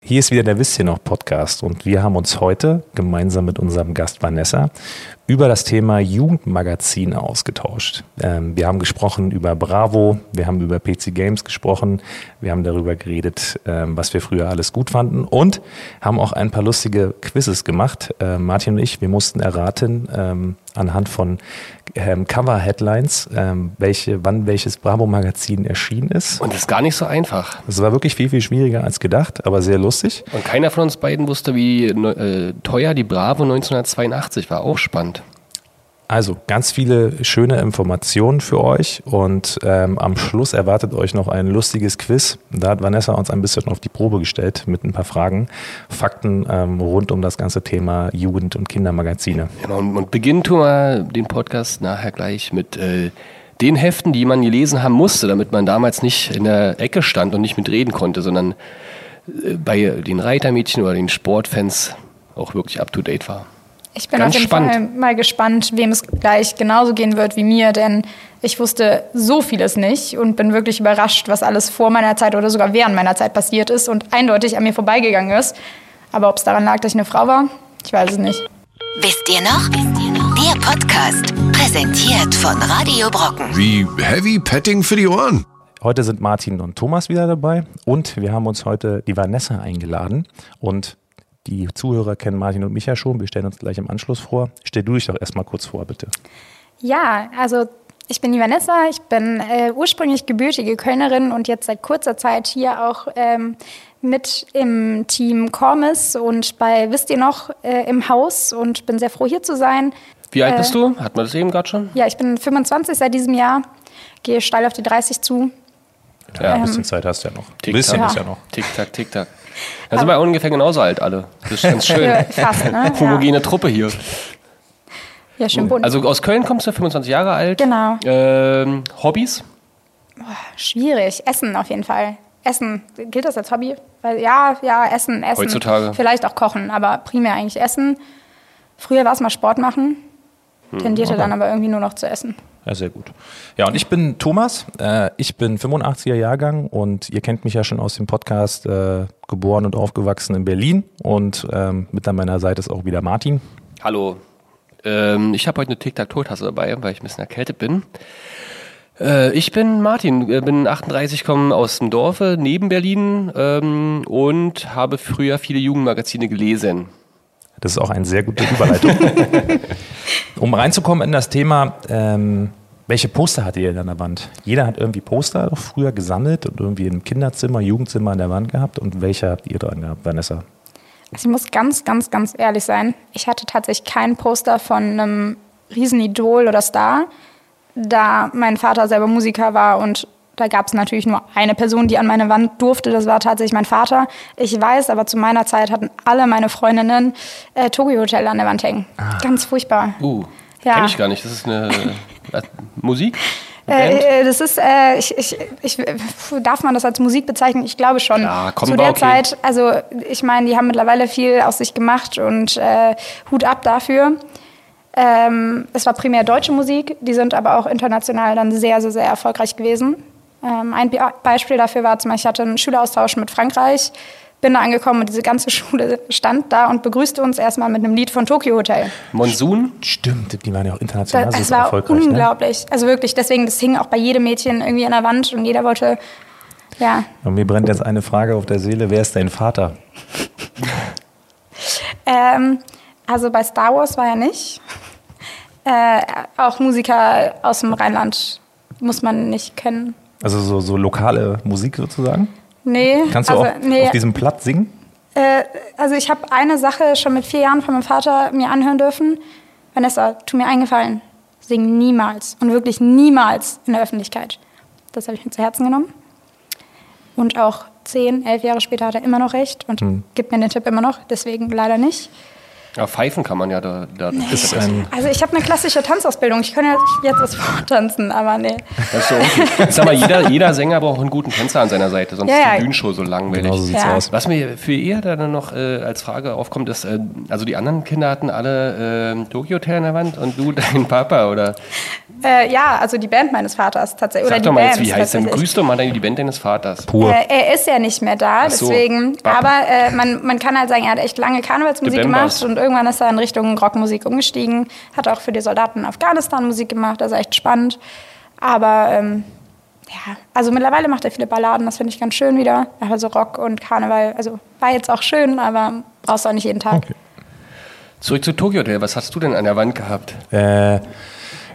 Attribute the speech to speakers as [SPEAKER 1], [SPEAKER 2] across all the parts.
[SPEAKER 1] Hier ist wieder der Wisst ihr noch Podcast und wir haben uns heute gemeinsam mit unserem Gast Vanessa über das Thema Jugendmagazine ausgetauscht. Ähm, wir haben gesprochen über Bravo, wir haben über PC Games gesprochen, wir haben darüber geredet, ähm, was wir früher alles gut fanden und haben auch ein paar lustige Quizzes gemacht. Äh, Martin und ich, wir mussten erraten ähm, anhand von ähm, Cover-Headlines, ähm, welche, wann welches Bravo-Magazin erschienen ist.
[SPEAKER 2] Und das ist gar nicht so einfach.
[SPEAKER 1] Es war wirklich viel, viel schwieriger als gedacht, aber sehr lustig.
[SPEAKER 2] Und keiner von uns beiden wusste, wie äh, teuer die Bravo 1982 war. Auch spannend.
[SPEAKER 1] Also ganz viele schöne Informationen für euch und ähm, am Schluss erwartet euch noch ein lustiges Quiz. Da hat Vanessa uns ein bisschen auf die Probe gestellt mit ein paar Fragen, Fakten ähm, rund um das ganze Thema Jugend- und Kindermagazine.
[SPEAKER 2] Ja, Genau. und, und beginnen tun wir den Podcast nachher gleich mit äh, den Heften, die man gelesen haben musste, damit man damals nicht in der Ecke stand und nicht mitreden konnte, sondern äh, bei den Reitermädchen oder den Sportfans auch wirklich up-to-date war.
[SPEAKER 3] Ich bin
[SPEAKER 2] Ganz
[SPEAKER 3] auf jeden
[SPEAKER 2] spannend.
[SPEAKER 3] Fall mal gespannt, wem es gleich genauso gehen wird wie mir, denn ich wusste so vieles nicht und bin wirklich überrascht, was alles vor meiner Zeit oder sogar während meiner Zeit passiert ist und eindeutig an mir vorbeigegangen ist. Aber ob es daran lag, dass ich eine Frau war, ich weiß es nicht.
[SPEAKER 4] Wisst ihr noch? Der Podcast, präsentiert von Radio Brocken.
[SPEAKER 5] Wie Heavy Petting für die Ohren.
[SPEAKER 1] Heute sind Martin und Thomas wieder dabei und wir haben uns heute die Vanessa eingeladen und die Zuhörer kennen Martin und mich ja schon. Wir stellen uns gleich im Anschluss vor. Stell du dich doch erstmal kurz vor, bitte.
[SPEAKER 3] Ja, also ich bin die Vanessa, ich bin äh, ursprünglich gebürtige Kölnerin und jetzt seit kurzer Zeit hier auch ähm, mit im Team Cormis und bei Wisst ihr noch äh, im Haus und bin sehr froh hier zu sein.
[SPEAKER 2] Wie
[SPEAKER 3] Äh.
[SPEAKER 2] alt bist du? Hat man das eben gerade schon?
[SPEAKER 3] Ja, ich bin 25 seit diesem Jahr, gehe steil auf die 30 zu.
[SPEAKER 1] Ja, ein bisschen Zeit hast du ja noch. Ein bisschen
[SPEAKER 2] Tick-Tack.
[SPEAKER 1] ist ja noch.
[SPEAKER 2] Tick-Tack, Tick-Tack. Dann sind wir ungefähr genauso alt alle. Das ist ganz schön.
[SPEAKER 3] Ja, fast, ne? Ja,
[SPEAKER 2] Homogene Truppe hier.
[SPEAKER 3] ja schön bunt.
[SPEAKER 2] Also aus Köln kommst du, 25 Jahre alt.
[SPEAKER 3] Genau.
[SPEAKER 2] Ähm, Hobbys?
[SPEAKER 3] Schwierig. Essen auf jeden Fall. Essen. Gilt das als Hobby? Weil, ja, ja, Essen, Essen.
[SPEAKER 2] Heutzutage.
[SPEAKER 3] Vielleicht auch Kochen, aber primär eigentlich Essen. Früher war es mal Sport machen,
[SPEAKER 2] Hm,
[SPEAKER 3] tendierte dann aber irgendwie nur noch zu Essen.
[SPEAKER 1] Ja, sehr gut. Ja, und ich bin Thomas. Äh, ich bin 85er Jahrgang und ihr kennt mich ja schon aus dem Podcast, äh, geboren und aufgewachsen in Berlin. Und ähm, mit an meiner Seite ist auch wieder Martin.
[SPEAKER 2] Hallo. Ähm, ich habe heute eine Tic-Tac-Toe-Tasse dabei, weil ich ein bisschen erkältet bin. Äh, ich bin Martin, äh, bin 38, komme aus dem Dorfe neben Berlin ähm, und habe früher viele Jugendmagazine gelesen.
[SPEAKER 1] Das ist auch eine sehr gute Überleitung. um reinzukommen in das Thema, ähm, welche Poster hattet ihr denn an der Wand? Jeder hat irgendwie Poster auch früher gesammelt und irgendwie im Kinderzimmer, Jugendzimmer an der Wand gehabt. Und welche habt ihr dran gehabt, Vanessa?
[SPEAKER 3] Also ich muss ganz, ganz, ganz ehrlich sein. Ich hatte tatsächlich kein Poster von einem Riesenidol oder Star, da mein Vater selber Musiker war und da gab es natürlich nur eine Person, die an meine Wand durfte. Das war tatsächlich mein Vater. Ich weiß, aber zu meiner Zeit hatten alle meine Freundinnen äh, Tokyo Hotel an der Wand hängen. Ganz furchtbar.
[SPEAKER 2] Uh,
[SPEAKER 3] Ja.
[SPEAKER 2] kenne ich gar nicht. Das ist eine äh, Musik? Band?
[SPEAKER 3] Äh, äh, das ist, äh, ich, ich, ich, pf, darf man das als Musik bezeichnen? Ich glaube schon.
[SPEAKER 2] Ja, komm,
[SPEAKER 3] Zu der
[SPEAKER 2] war okay.
[SPEAKER 3] Zeit, also ich meine, die haben mittlerweile viel aus sich gemacht und äh, Hut ab dafür. Ähm, es war primär deutsche Musik, die sind aber auch international dann sehr, sehr, sehr erfolgreich gewesen. Ähm, ein Be Beispiel dafür war zum Beispiel, ich hatte einen Schüleraustausch mit Frankreich, bin da angekommen und diese ganze Schule stand da und begrüßte uns erstmal mit einem Lied von Tokyo Hotel.
[SPEAKER 2] Monsun?
[SPEAKER 1] Stimmt, die waren ja auch
[SPEAKER 3] Da,
[SPEAKER 1] international
[SPEAKER 3] das
[SPEAKER 1] so
[SPEAKER 3] war
[SPEAKER 1] erfolgreich. ne?
[SPEAKER 3] unglaublich. Also wirklich, deswegen, das hing auch bei jedem Mädchen irgendwie an der Wand und jeder wollte, ja.
[SPEAKER 1] Und mir brennt jetzt eine Frage auf der Seele: Wer ist dein Vater?
[SPEAKER 3] Ähm, also bei Star Wars war er nicht. Äh, auch Musiker aus dem Rheinland muss man nicht kennen.
[SPEAKER 1] Also so, so lokale Musik sozusagen.
[SPEAKER 3] Nee,
[SPEAKER 1] Kannst du
[SPEAKER 3] also,
[SPEAKER 1] auch
[SPEAKER 3] nee,
[SPEAKER 1] auf diesem Platt singen?
[SPEAKER 3] äh, also ich habe eine Sache schon mit vier Jahren von meinem Vater mir anhören dürfen. Vanessa, tu mir einen Gefallen, sing niemals und wirklich niemals in der Öffentlichkeit. Das habe ich mir zu Herzen genommen. Und
[SPEAKER 2] Hm.
[SPEAKER 3] auch zehn, elf Jahre später hat er immer noch recht und gibt mir den Tipp immer noch, deswegen leider nicht.
[SPEAKER 2] Ja, pfeifen kann man ja da. da
[SPEAKER 1] Ist
[SPEAKER 2] Hm.
[SPEAKER 1] ein,
[SPEAKER 3] Also ich habe eine klassische Tanzausbildung. Ich kann ja jetzt das tanzen, aber nee.
[SPEAKER 2] Das ist so okay. Ich sag mal, jeder, jeder Sänger braucht einen guten Tänzer an seiner Seite, sonst
[SPEAKER 3] Ja,
[SPEAKER 2] ist
[SPEAKER 3] ja.
[SPEAKER 2] die Bühnenshow so langweilig.
[SPEAKER 1] genau so sieht's
[SPEAKER 3] Ja.
[SPEAKER 1] aus.
[SPEAKER 2] Was mir für ihr dann noch äh, als Frage aufkommt, ist, äh, also die anderen Kinder hatten alle äh, tokio an der Wand und du dein Papa, oder?
[SPEAKER 3] Äh, ja, also die Band meines Vaters tatsächlich.
[SPEAKER 2] Sag
[SPEAKER 3] oder
[SPEAKER 2] doch
[SPEAKER 3] die
[SPEAKER 2] mal
[SPEAKER 3] Band
[SPEAKER 2] jetzt, wie heißt denn?
[SPEAKER 3] tatsächlich.
[SPEAKER 2] Grüß doch mal deine, die Band deines Vaters.
[SPEAKER 1] Pur.
[SPEAKER 3] Äh, er ist ja nicht mehr da,
[SPEAKER 2] Ach so. Ah.
[SPEAKER 3] deswegen.
[SPEAKER 2] Bap.
[SPEAKER 3] Aber äh, man, man kann halt sagen, er hat echt lange Karnevalsmusik
[SPEAKER 2] Die Bambas.
[SPEAKER 3] gemacht und irgendwann ist er in Richtung Rockmusik umgestiegen. Hat auch für die Soldaten in Afghanistan Musik gemacht, also echt spannend. Aber ähm, ja, also mittlerweile macht er viele Balladen, das finde ich ganz schön wieder. Aber so Rock und Karneval, also war jetzt auch schön, aber brauchst du auch nicht jeden Tag.
[SPEAKER 1] Okay.
[SPEAKER 2] Zurück zu Tokyo Hotel, was hast du denn an der Wand gehabt?
[SPEAKER 1] Äh,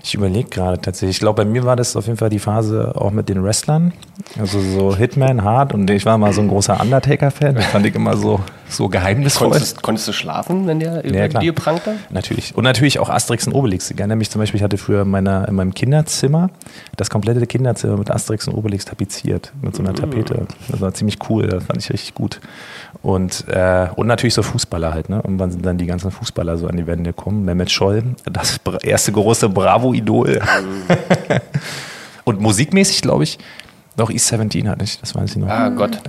[SPEAKER 1] ich überlege gerade tatsächlich. Ich glaube, bei mir war das auf jeden Fall die Phase auch mit den Wrestlern. Also so Hitman, Hart und ich war mal so ein großer Undertaker-Fan. Das fand ich immer so, so geheimnisvoll.
[SPEAKER 2] Konntest, konntest du schlafen, wenn der über
[SPEAKER 1] klar.
[SPEAKER 2] dir prangte?
[SPEAKER 1] Natürlich. Und natürlich auch Asterix und Obelix. Ich erinnere mich zum Beispiel, ich hatte früher in, meiner, in meinem Kinderzimmer das komplette Kinderzimmer mit Asterix und Obelix tapeziert, mit so einer Tapete. Das war ziemlich cool, das fand ich richtig gut. Und, äh, und natürlich so Fußballer halt. Ne? Und wann sind dann die ganzen Fußballer so an die Wände gekommen? Mehmet Scholl, das bra- erste große Bravo-Idol. und musikmäßig, glaube ich, noch East 17 hatte ich, das weiß ich noch.
[SPEAKER 2] Ah
[SPEAKER 3] Mhm.
[SPEAKER 2] Gott.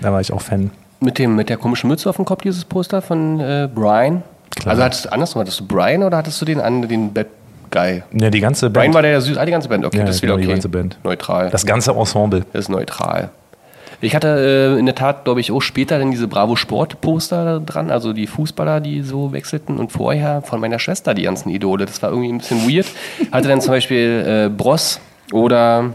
[SPEAKER 1] Da war ich auch Fan.
[SPEAKER 2] Mit, dem, mit der komischen Mütze auf dem Kopf, dieses Poster von äh, Brian.
[SPEAKER 1] Klar.
[SPEAKER 2] Also hattest du andersrum, hattest du Brian oder hattest du den anderen, den Bad Guy?
[SPEAKER 1] Ja, die ganze Band.
[SPEAKER 2] Brian war der, der süß, ah, die ganze Band, okay,
[SPEAKER 1] Ja,
[SPEAKER 2] das ist wieder
[SPEAKER 1] genau,
[SPEAKER 2] okay.
[SPEAKER 1] die ganze Band.
[SPEAKER 2] Neutral.
[SPEAKER 1] das ganze Ensemble.
[SPEAKER 2] Das ist neutral. Ich hatte äh, in der Tat, glaube ich, auch später dann diese Bravo Sport Poster dran, also die Fußballer, die so wechselten und vorher von meiner Schwester die ganzen Idole. Das war irgendwie ein bisschen weird. Hatte dann zum Beispiel äh, Bros oder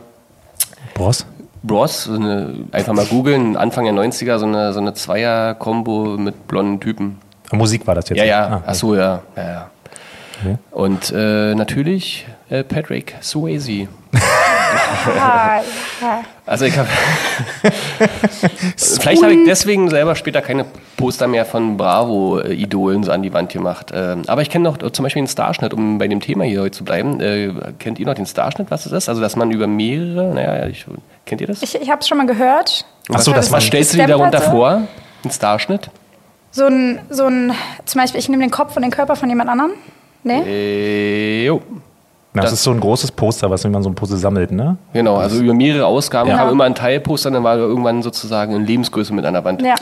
[SPEAKER 1] Boss?
[SPEAKER 2] Bros, so eine, einfach mal googeln, Anfang der 90er, so eine, so eine Zweier-Kombo mit blonden Typen.
[SPEAKER 1] Musik war das jetzt.
[SPEAKER 2] Ja, ja,
[SPEAKER 1] Ah,
[SPEAKER 2] ach so, ja. ja, ja. Und äh, natürlich äh, Patrick Swayze.
[SPEAKER 3] Ah, ja.
[SPEAKER 2] Also ich habe. Vielleicht habe ich deswegen selber später keine Poster mehr von Bravo-Idolen so an die Wand gemacht. Ähm, Aber ich kenne noch äh, zum Beispiel den Starschnitt, um bei dem Thema hier heute zu bleiben. Äh, Kennt ihr noch den Starschnitt, was es ist? Also, dass man über mehrere. Naja, ich, kennt ihr das?
[SPEAKER 3] Ich, ich habe es schon mal gehört.
[SPEAKER 1] Ach so,
[SPEAKER 2] was,
[SPEAKER 1] das
[SPEAKER 2] was
[SPEAKER 1] war
[SPEAKER 2] stellst du dir
[SPEAKER 3] Gestemmt
[SPEAKER 2] darunter
[SPEAKER 3] hat so?
[SPEAKER 2] vor? Ein Starschnitt?
[SPEAKER 3] So ein, so ein, zum Beispiel, ich nehme den Kopf und den Körper von jemand anderem. Nee?
[SPEAKER 2] Äh, jo.
[SPEAKER 1] Na, das,
[SPEAKER 2] Das-
[SPEAKER 1] ist so ein großes Poster, was man so ein Puzzle sammelt, ne?
[SPEAKER 2] Genau, also über mehrere Ausgaben
[SPEAKER 3] Ja.
[SPEAKER 2] kam immer ein Teilposter, dann war irgendwann sozusagen in Lebensgröße mit an der Wand.
[SPEAKER 3] Ja.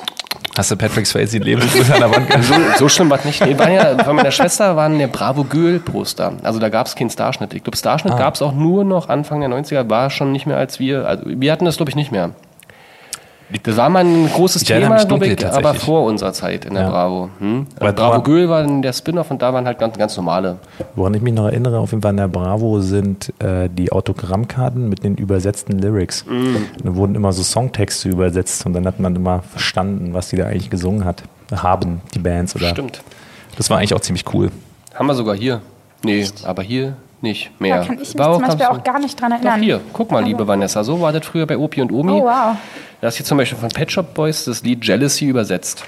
[SPEAKER 1] Hast du Patrick Swayze Lebensmittel an der Wand gehabt?
[SPEAKER 2] So, so schlimm war es nicht. Nee, waren ja, von meiner Schwester waren der Bravo Göhl Poster. Also da gab es keinen Starschnitt. Ich glaube, Starschnitt
[SPEAKER 1] Ah.
[SPEAKER 2] gab es auch nur noch Anfang der 90er, war schon nicht mehr als wir. Also wir hatten das, glaube ich, nicht mehr. Das war mal ein großes
[SPEAKER 1] Ich erinnere
[SPEAKER 2] Thema,
[SPEAKER 1] mich
[SPEAKER 2] glaube
[SPEAKER 1] dunkel
[SPEAKER 2] ich, aber
[SPEAKER 1] tatsächlich.
[SPEAKER 2] vor unserer Zeit in der
[SPEAKER 1] Ja.
[SPEAKER 2] Bravo. Hm?
[SPEAKER 1] Weil
[SPEAKER 2] Bravo
[SPEAKER 1] Bra-
[SPEAKER 2] Göhl war dann der Spin-off und da waren halt ganz, ganz normale.
[SPEAKER 1] Woran ich mich noch erinnere, auf jeden Fall in der Bravo sind äh, die Autogrammkarten mit den übersetzten Lyrics. Da wurden immer so Songtexte übersetzt und dann hat man immer verstanden, was die da eigentlich gesungen hat. Haben die Bands oder.
[SPEAKER 2] Stimmt.
[SPEAKER 1] Das war eigentlich auch ziemlich cool.
[SPEAKER 2] Haben wir sogar hier. Nee, aber hier nicht mehr.
[SPEAKER 3] Da kann ich mich
[SPEAKER 2] Warum
[SPEAKER 3] zum Beispiel
[SPEAKER 2] kamst
[SPEAKER 3] auch
[SPEAKER 2] du-
[SPEAKER 3] gar nicht dran
[SPEAKER 2] Doch
[SPEAKER 3] erinnern. Also
[SPEAKER 2] hier, guck mal, liebe Vanessa, so war das früher bei Opi und Omi.
[SPEAKER 3] Oh, wow.
[SPEAKER 2] Da ist hier zum Beispiel von Pet Shop Boys das Lied Jealousy übersetzt.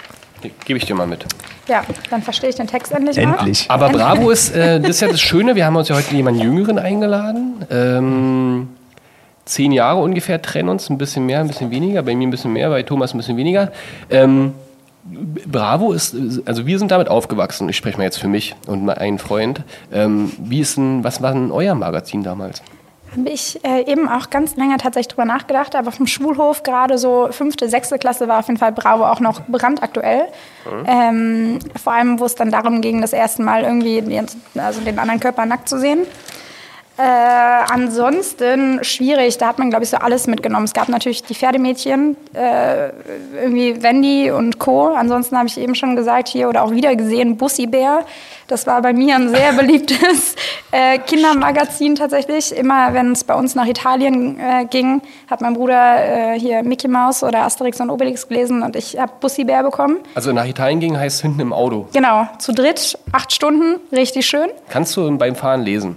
[SPEAKER 2] Gebe ich dir mal mit.
[SPEAKER 3] Ja, dann verstehe ich den Text endlich,
[SPEAKER 1] Endlich.
[SPEAKER 2] Aber Bravo ist, äh, das ist ja das Schöne, wir haben uns ja heute jemanden Jüngeren eingeladen. Ähm, zehn Jahre ungefähr trennen uns, ein bisschen mehr, ein bisschen weniger, bei mir ein bisschen mehr, bei Thomas ein bisschen weniger. Ähm, Bravo ist, also wir sind damit aufgewachsen, ich spreche mal jetzt für mich und einen Freund. Ähm, wie ist denn, was war denn euer Magazin damals?
[SPEAKER 3] mal. Habe ich äh, eben auch ganz lange tatsächlich drüber nachgedacht, aber vom Schulhof gerade so fünfte, sechste Klasse war auf jeden Fall Bravo auch noch brandaktuell.
[SPEAKER 2] Mhm.
[SPEAKER 3] Ähm, vor allem, wo es dann darum ging, das erste Mal irgendwie den, also den anderen Körper nackt zu sehen. Äh, ansonsten schwierig, da hat man, glaube ich, so alles mitgenommen. Es gab natürlich die Pferdemädchen, irgendwie Wendy und Co. Ansonsten habe ich eben schon gesagt hier oder auch wieder gesehen, Bussi Bär. Das war bei mir ein sehr beliebtes äh, Kindermagazin tatsächlich. Immer wenn es bei uns nach Italien äh, ging, hat mein Bruder äh, hier Mickey Mouse oder Asterix und Obelix gelesen und ich habe Bussi Bär bekommen.
[SPEAKER 2] Also nach Italien ging heißt hinten im Auto.
[SPEAKER 3] Genau, zu dritt, acht Stunden, richtig schön.
[SPEAKER 2] Kannst du beim Fahren lesen?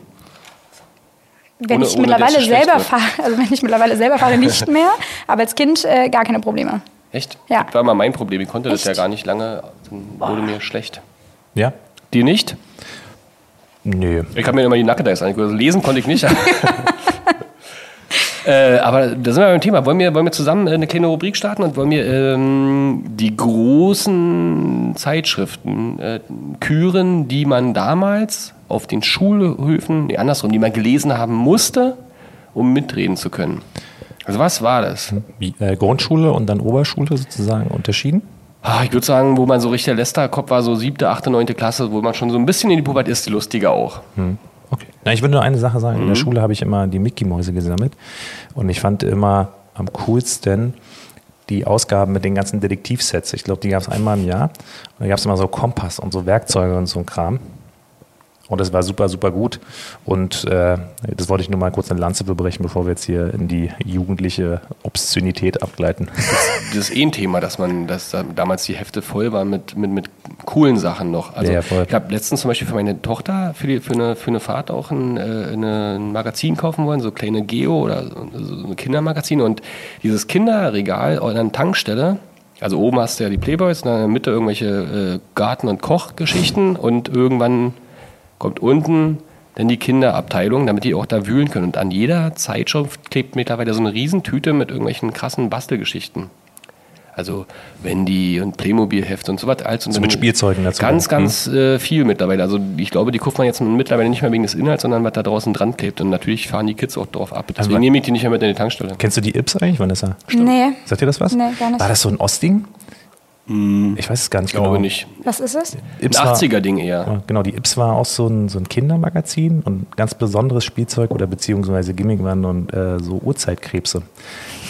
[SPEAKER 3] Wenn
[SPEAKER 2] Ohne-
[SPEAKER 3] ich
[SPEAKER 2] ohne, dass
[SPEAKER 3] mittlerweile
[SPEAKER 2] es schlecht
[SPEAKER 3] selber
[SPEAKER 2] wird.
[SPEAKER 3] fahre, also wenn ich mittlerweile selber fahre, nicht mehr, aber als Kind äh, gar keine Probleme.
[SPEAKER 2] Echt?
[SPEAKER 3] Ja.
[SPEAKER 2] Das war mal mein Problem. Ich konnte das
[SPEAKER 3] Echt?
[SPEAKER 2] ja gar nicht lange. Dann wurde mir schlecht.
[SPEAKER 1] Ja?
[SPEAKER 2] Dir nicht?
[SPEAKER 1] Nö.
[SPEAKER 2] Ich habe mir immer die Nacke da jetzt angeguckt. Also lesen konnte ich nicht. Äh, aber da sind wir beim Thema. Wollen wir, wollen wir zusammen äh, eine kleine Rubrik starten und wollen wir ähm, die großen Zeitschriften äh, küren, die man damals auf den Schulhöfen, nee, andersrum, die man gelesen haben musste, um mitreden zu können? Also was war das?
[SPEAKER 1] Wie, äh, Grundschule und dann Oberschule sozusagen unterschieden?
[SPEAKER 2] Ah, ich würde sagen, wo man so richtig der Lästerkopf war, so siebte, achte, neunte Klasse, wo man schon so ein bisschen in die Pubertät ist, die lustiger auch.
[SPEAKER 1] Okay. Na, ich würde nur eine Sache sagen.
[SPEAKER 2] Mhm.
[SPEAKER 1] In der Schule habe ich immer die Mickey-Mäuse gesammelt und ich fand immer am coolsten die Ausgaben mit den ganzen Detektivsets. Ich glaube, die gab es einmal im Jahr. Und da gab es immer so Kompass und so Werkzeuge und so ein Kram. Und das war super, super gut. Und äh, das wollte ich nur mal kurz eine Lanze bebrechen, bevor wir jetzt hier in die jugendliche Obszönität abgleiten.
[SPEAKER 2] Das ist eh ein Thema, dass man, dass da damals die Hefte voll waren mit, mit, mit coolen Sachen noch. Also
[SPEAKER 1] Ja, voll.
[SPEAKER 2] ich habe letztens zum Beispiel für meine Tochter für, die, für, eine, für eine Fahrt auch ein, äh, eine, ein Magazin kaufen wollen, so kleine Geo oder so, so ein Kindermagazin. Und dieses Kinderregal an einer Tankstelle, also oben hast du ja die Playboys, und dann in der Mitte irgendwelche äh, Garten- und Kochgeschichten und irgendwann kommt unten dann die Kinderabteilung, damit die auch da wühlen können. Und an jeder Zeitschrift klebt mittlerweile so eine Riesentüte mit irgendwelchen krassen Bastelgeschichten. Also Wendy und Playmobil-Heft und so was. Also
[SPEAKER 1] So mit Spielzeugen dazu.
[SPEAKER 2] Ganz,
[SPEAKER 1] Mhm.
[SPEAKER 2] ganz äh, viel mittlerweile. Also ich glaube, die kauft man jetzt mittlerweile nicht mehr wegen des Inhalts, sondern was da draußen dran klebt. Und natürlich fahren die Kids auch drauf ab. Deswegen
[SPEAKER 1] Also man- Genau.
[SPEAKER 2] nehme ich die nicht mehr mit in die Tankstelle.
[SPEAKER 1] Kennst du die Ips eigentlich, Vanessa?
[SPEAKER 3] Nee.
[SPEAKER 1] Sagt ihr das was?
[SPEAKER 3] Nee, gar nicht.
[SPEAKER 1] War das so ein Ostding? Ich weiß es gar nicht
[SPEAKER 2] Mhm.
[SPEAKER 1] genau.
[SPEAKER 2] Ich glaube nicht.
[SPEAKER 3] Was ist es?
[SPEAKER 2] Ein
[SPEAKER 1] Ips war-
[SPEAKER 2] 80er-Ding eher.
[SPEAKER 1] Ja, Genau, die Ips war auch so ein, so ein Kindermagazin und ein ganz besonderes Spielzeug oder beziehungsweise Gimmick waren und äh, so Urzeitkrebse.